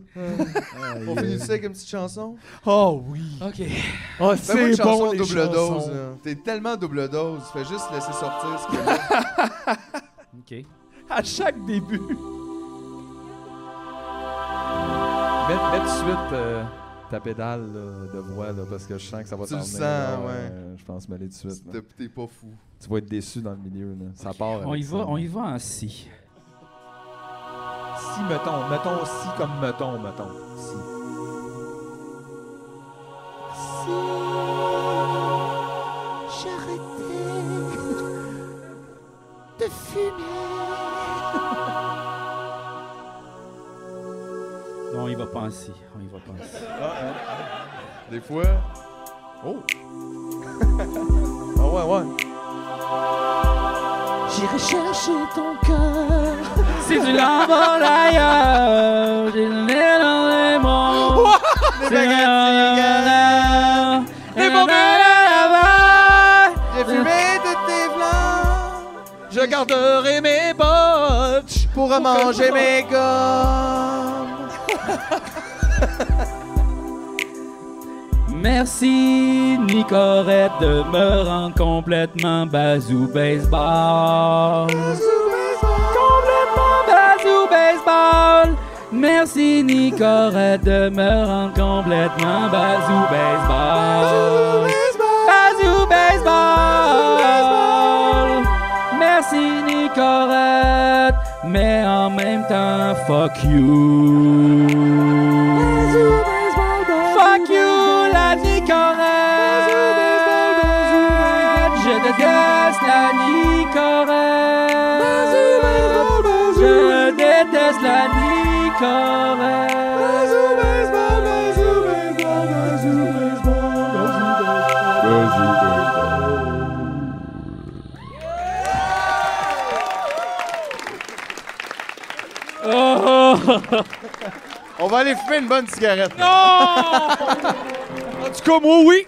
Speaker 2: On finit ça avec une petite chanson.
Speaker 3: Oh oui.
Speaker 1: OK.
Speaker 3: Oh,
Speaker 2: Fais-moi Ben, une
Speaker 3: c'est
Speaker 2: chanson
Speaker 3: bon, les
Speaker 2: double
Speaker 3: chansons.
Speaker 2: dose.
Speaker 1: hein.
Speaker 2: là. T'es tellement double dose. Fais juste laisser sortir ce que
Speaker 1: OK.
Speaker 3: À chaque début. Mets, mets tout de suite euh, ta pédale là, de voix, là, parce que je sens que ça va
Speaker 2: Tu le
Speaker 3: t'emmener,
Speaker 2: sens,
Speaker 3: là,
Speaker 2: ouais.
Speaker 3: euh, je pense m'aller tout de suite. là.
Speaker 2: t'es- t'es pas fou.
Speaker 3: Tu vas être déçu dans le milieu. Là. Ça part.
Speaker 1: On
Speaker 3: avec
Speaker 1: y va,
Speaker 3: ça.
Speaker 1: on y va en si.
Speaker 3: Si, mettons. Mettons si comme mettons, mettons. Si.
Speaker 1: Non, on y va pas en si. On y va pas en si.
Speaker 2: Des fois.
Speaker 3: Oh! ah ouais, ouais.
Speaker 1: Si tu l'envoles ailleurs, j'ai le nez dans les mots. C'est rien.
Speaker 3: Les
Speaker 1: Et
Speaker 3: mauvais
Speaker 1: la- la- la- la-
Speaker 2: J'ai fumé de tes flammes.
Speaker 3: Je Je garderai mes botches
Speaker 2: pour manger mes gommes.
Speaker 1: Merci Nicorette de me rendre complètement bazou baseball. Complètement bazou baseball. Merci Nicorette de me rendre complètement bazou baseball. Bazou baseball. Merci Nicorette, mais en même temps fuck you. Fuck you la Nicorette. Je déteste la Nicorette. Je déteste la Nicorette. Oh, oh, oh.
Speaker 2: On va aller fumer une bonne cigarette.
Speaker 1: Non!
Speaker 2: oh
Speaker 3: En tout cas, moi, oui.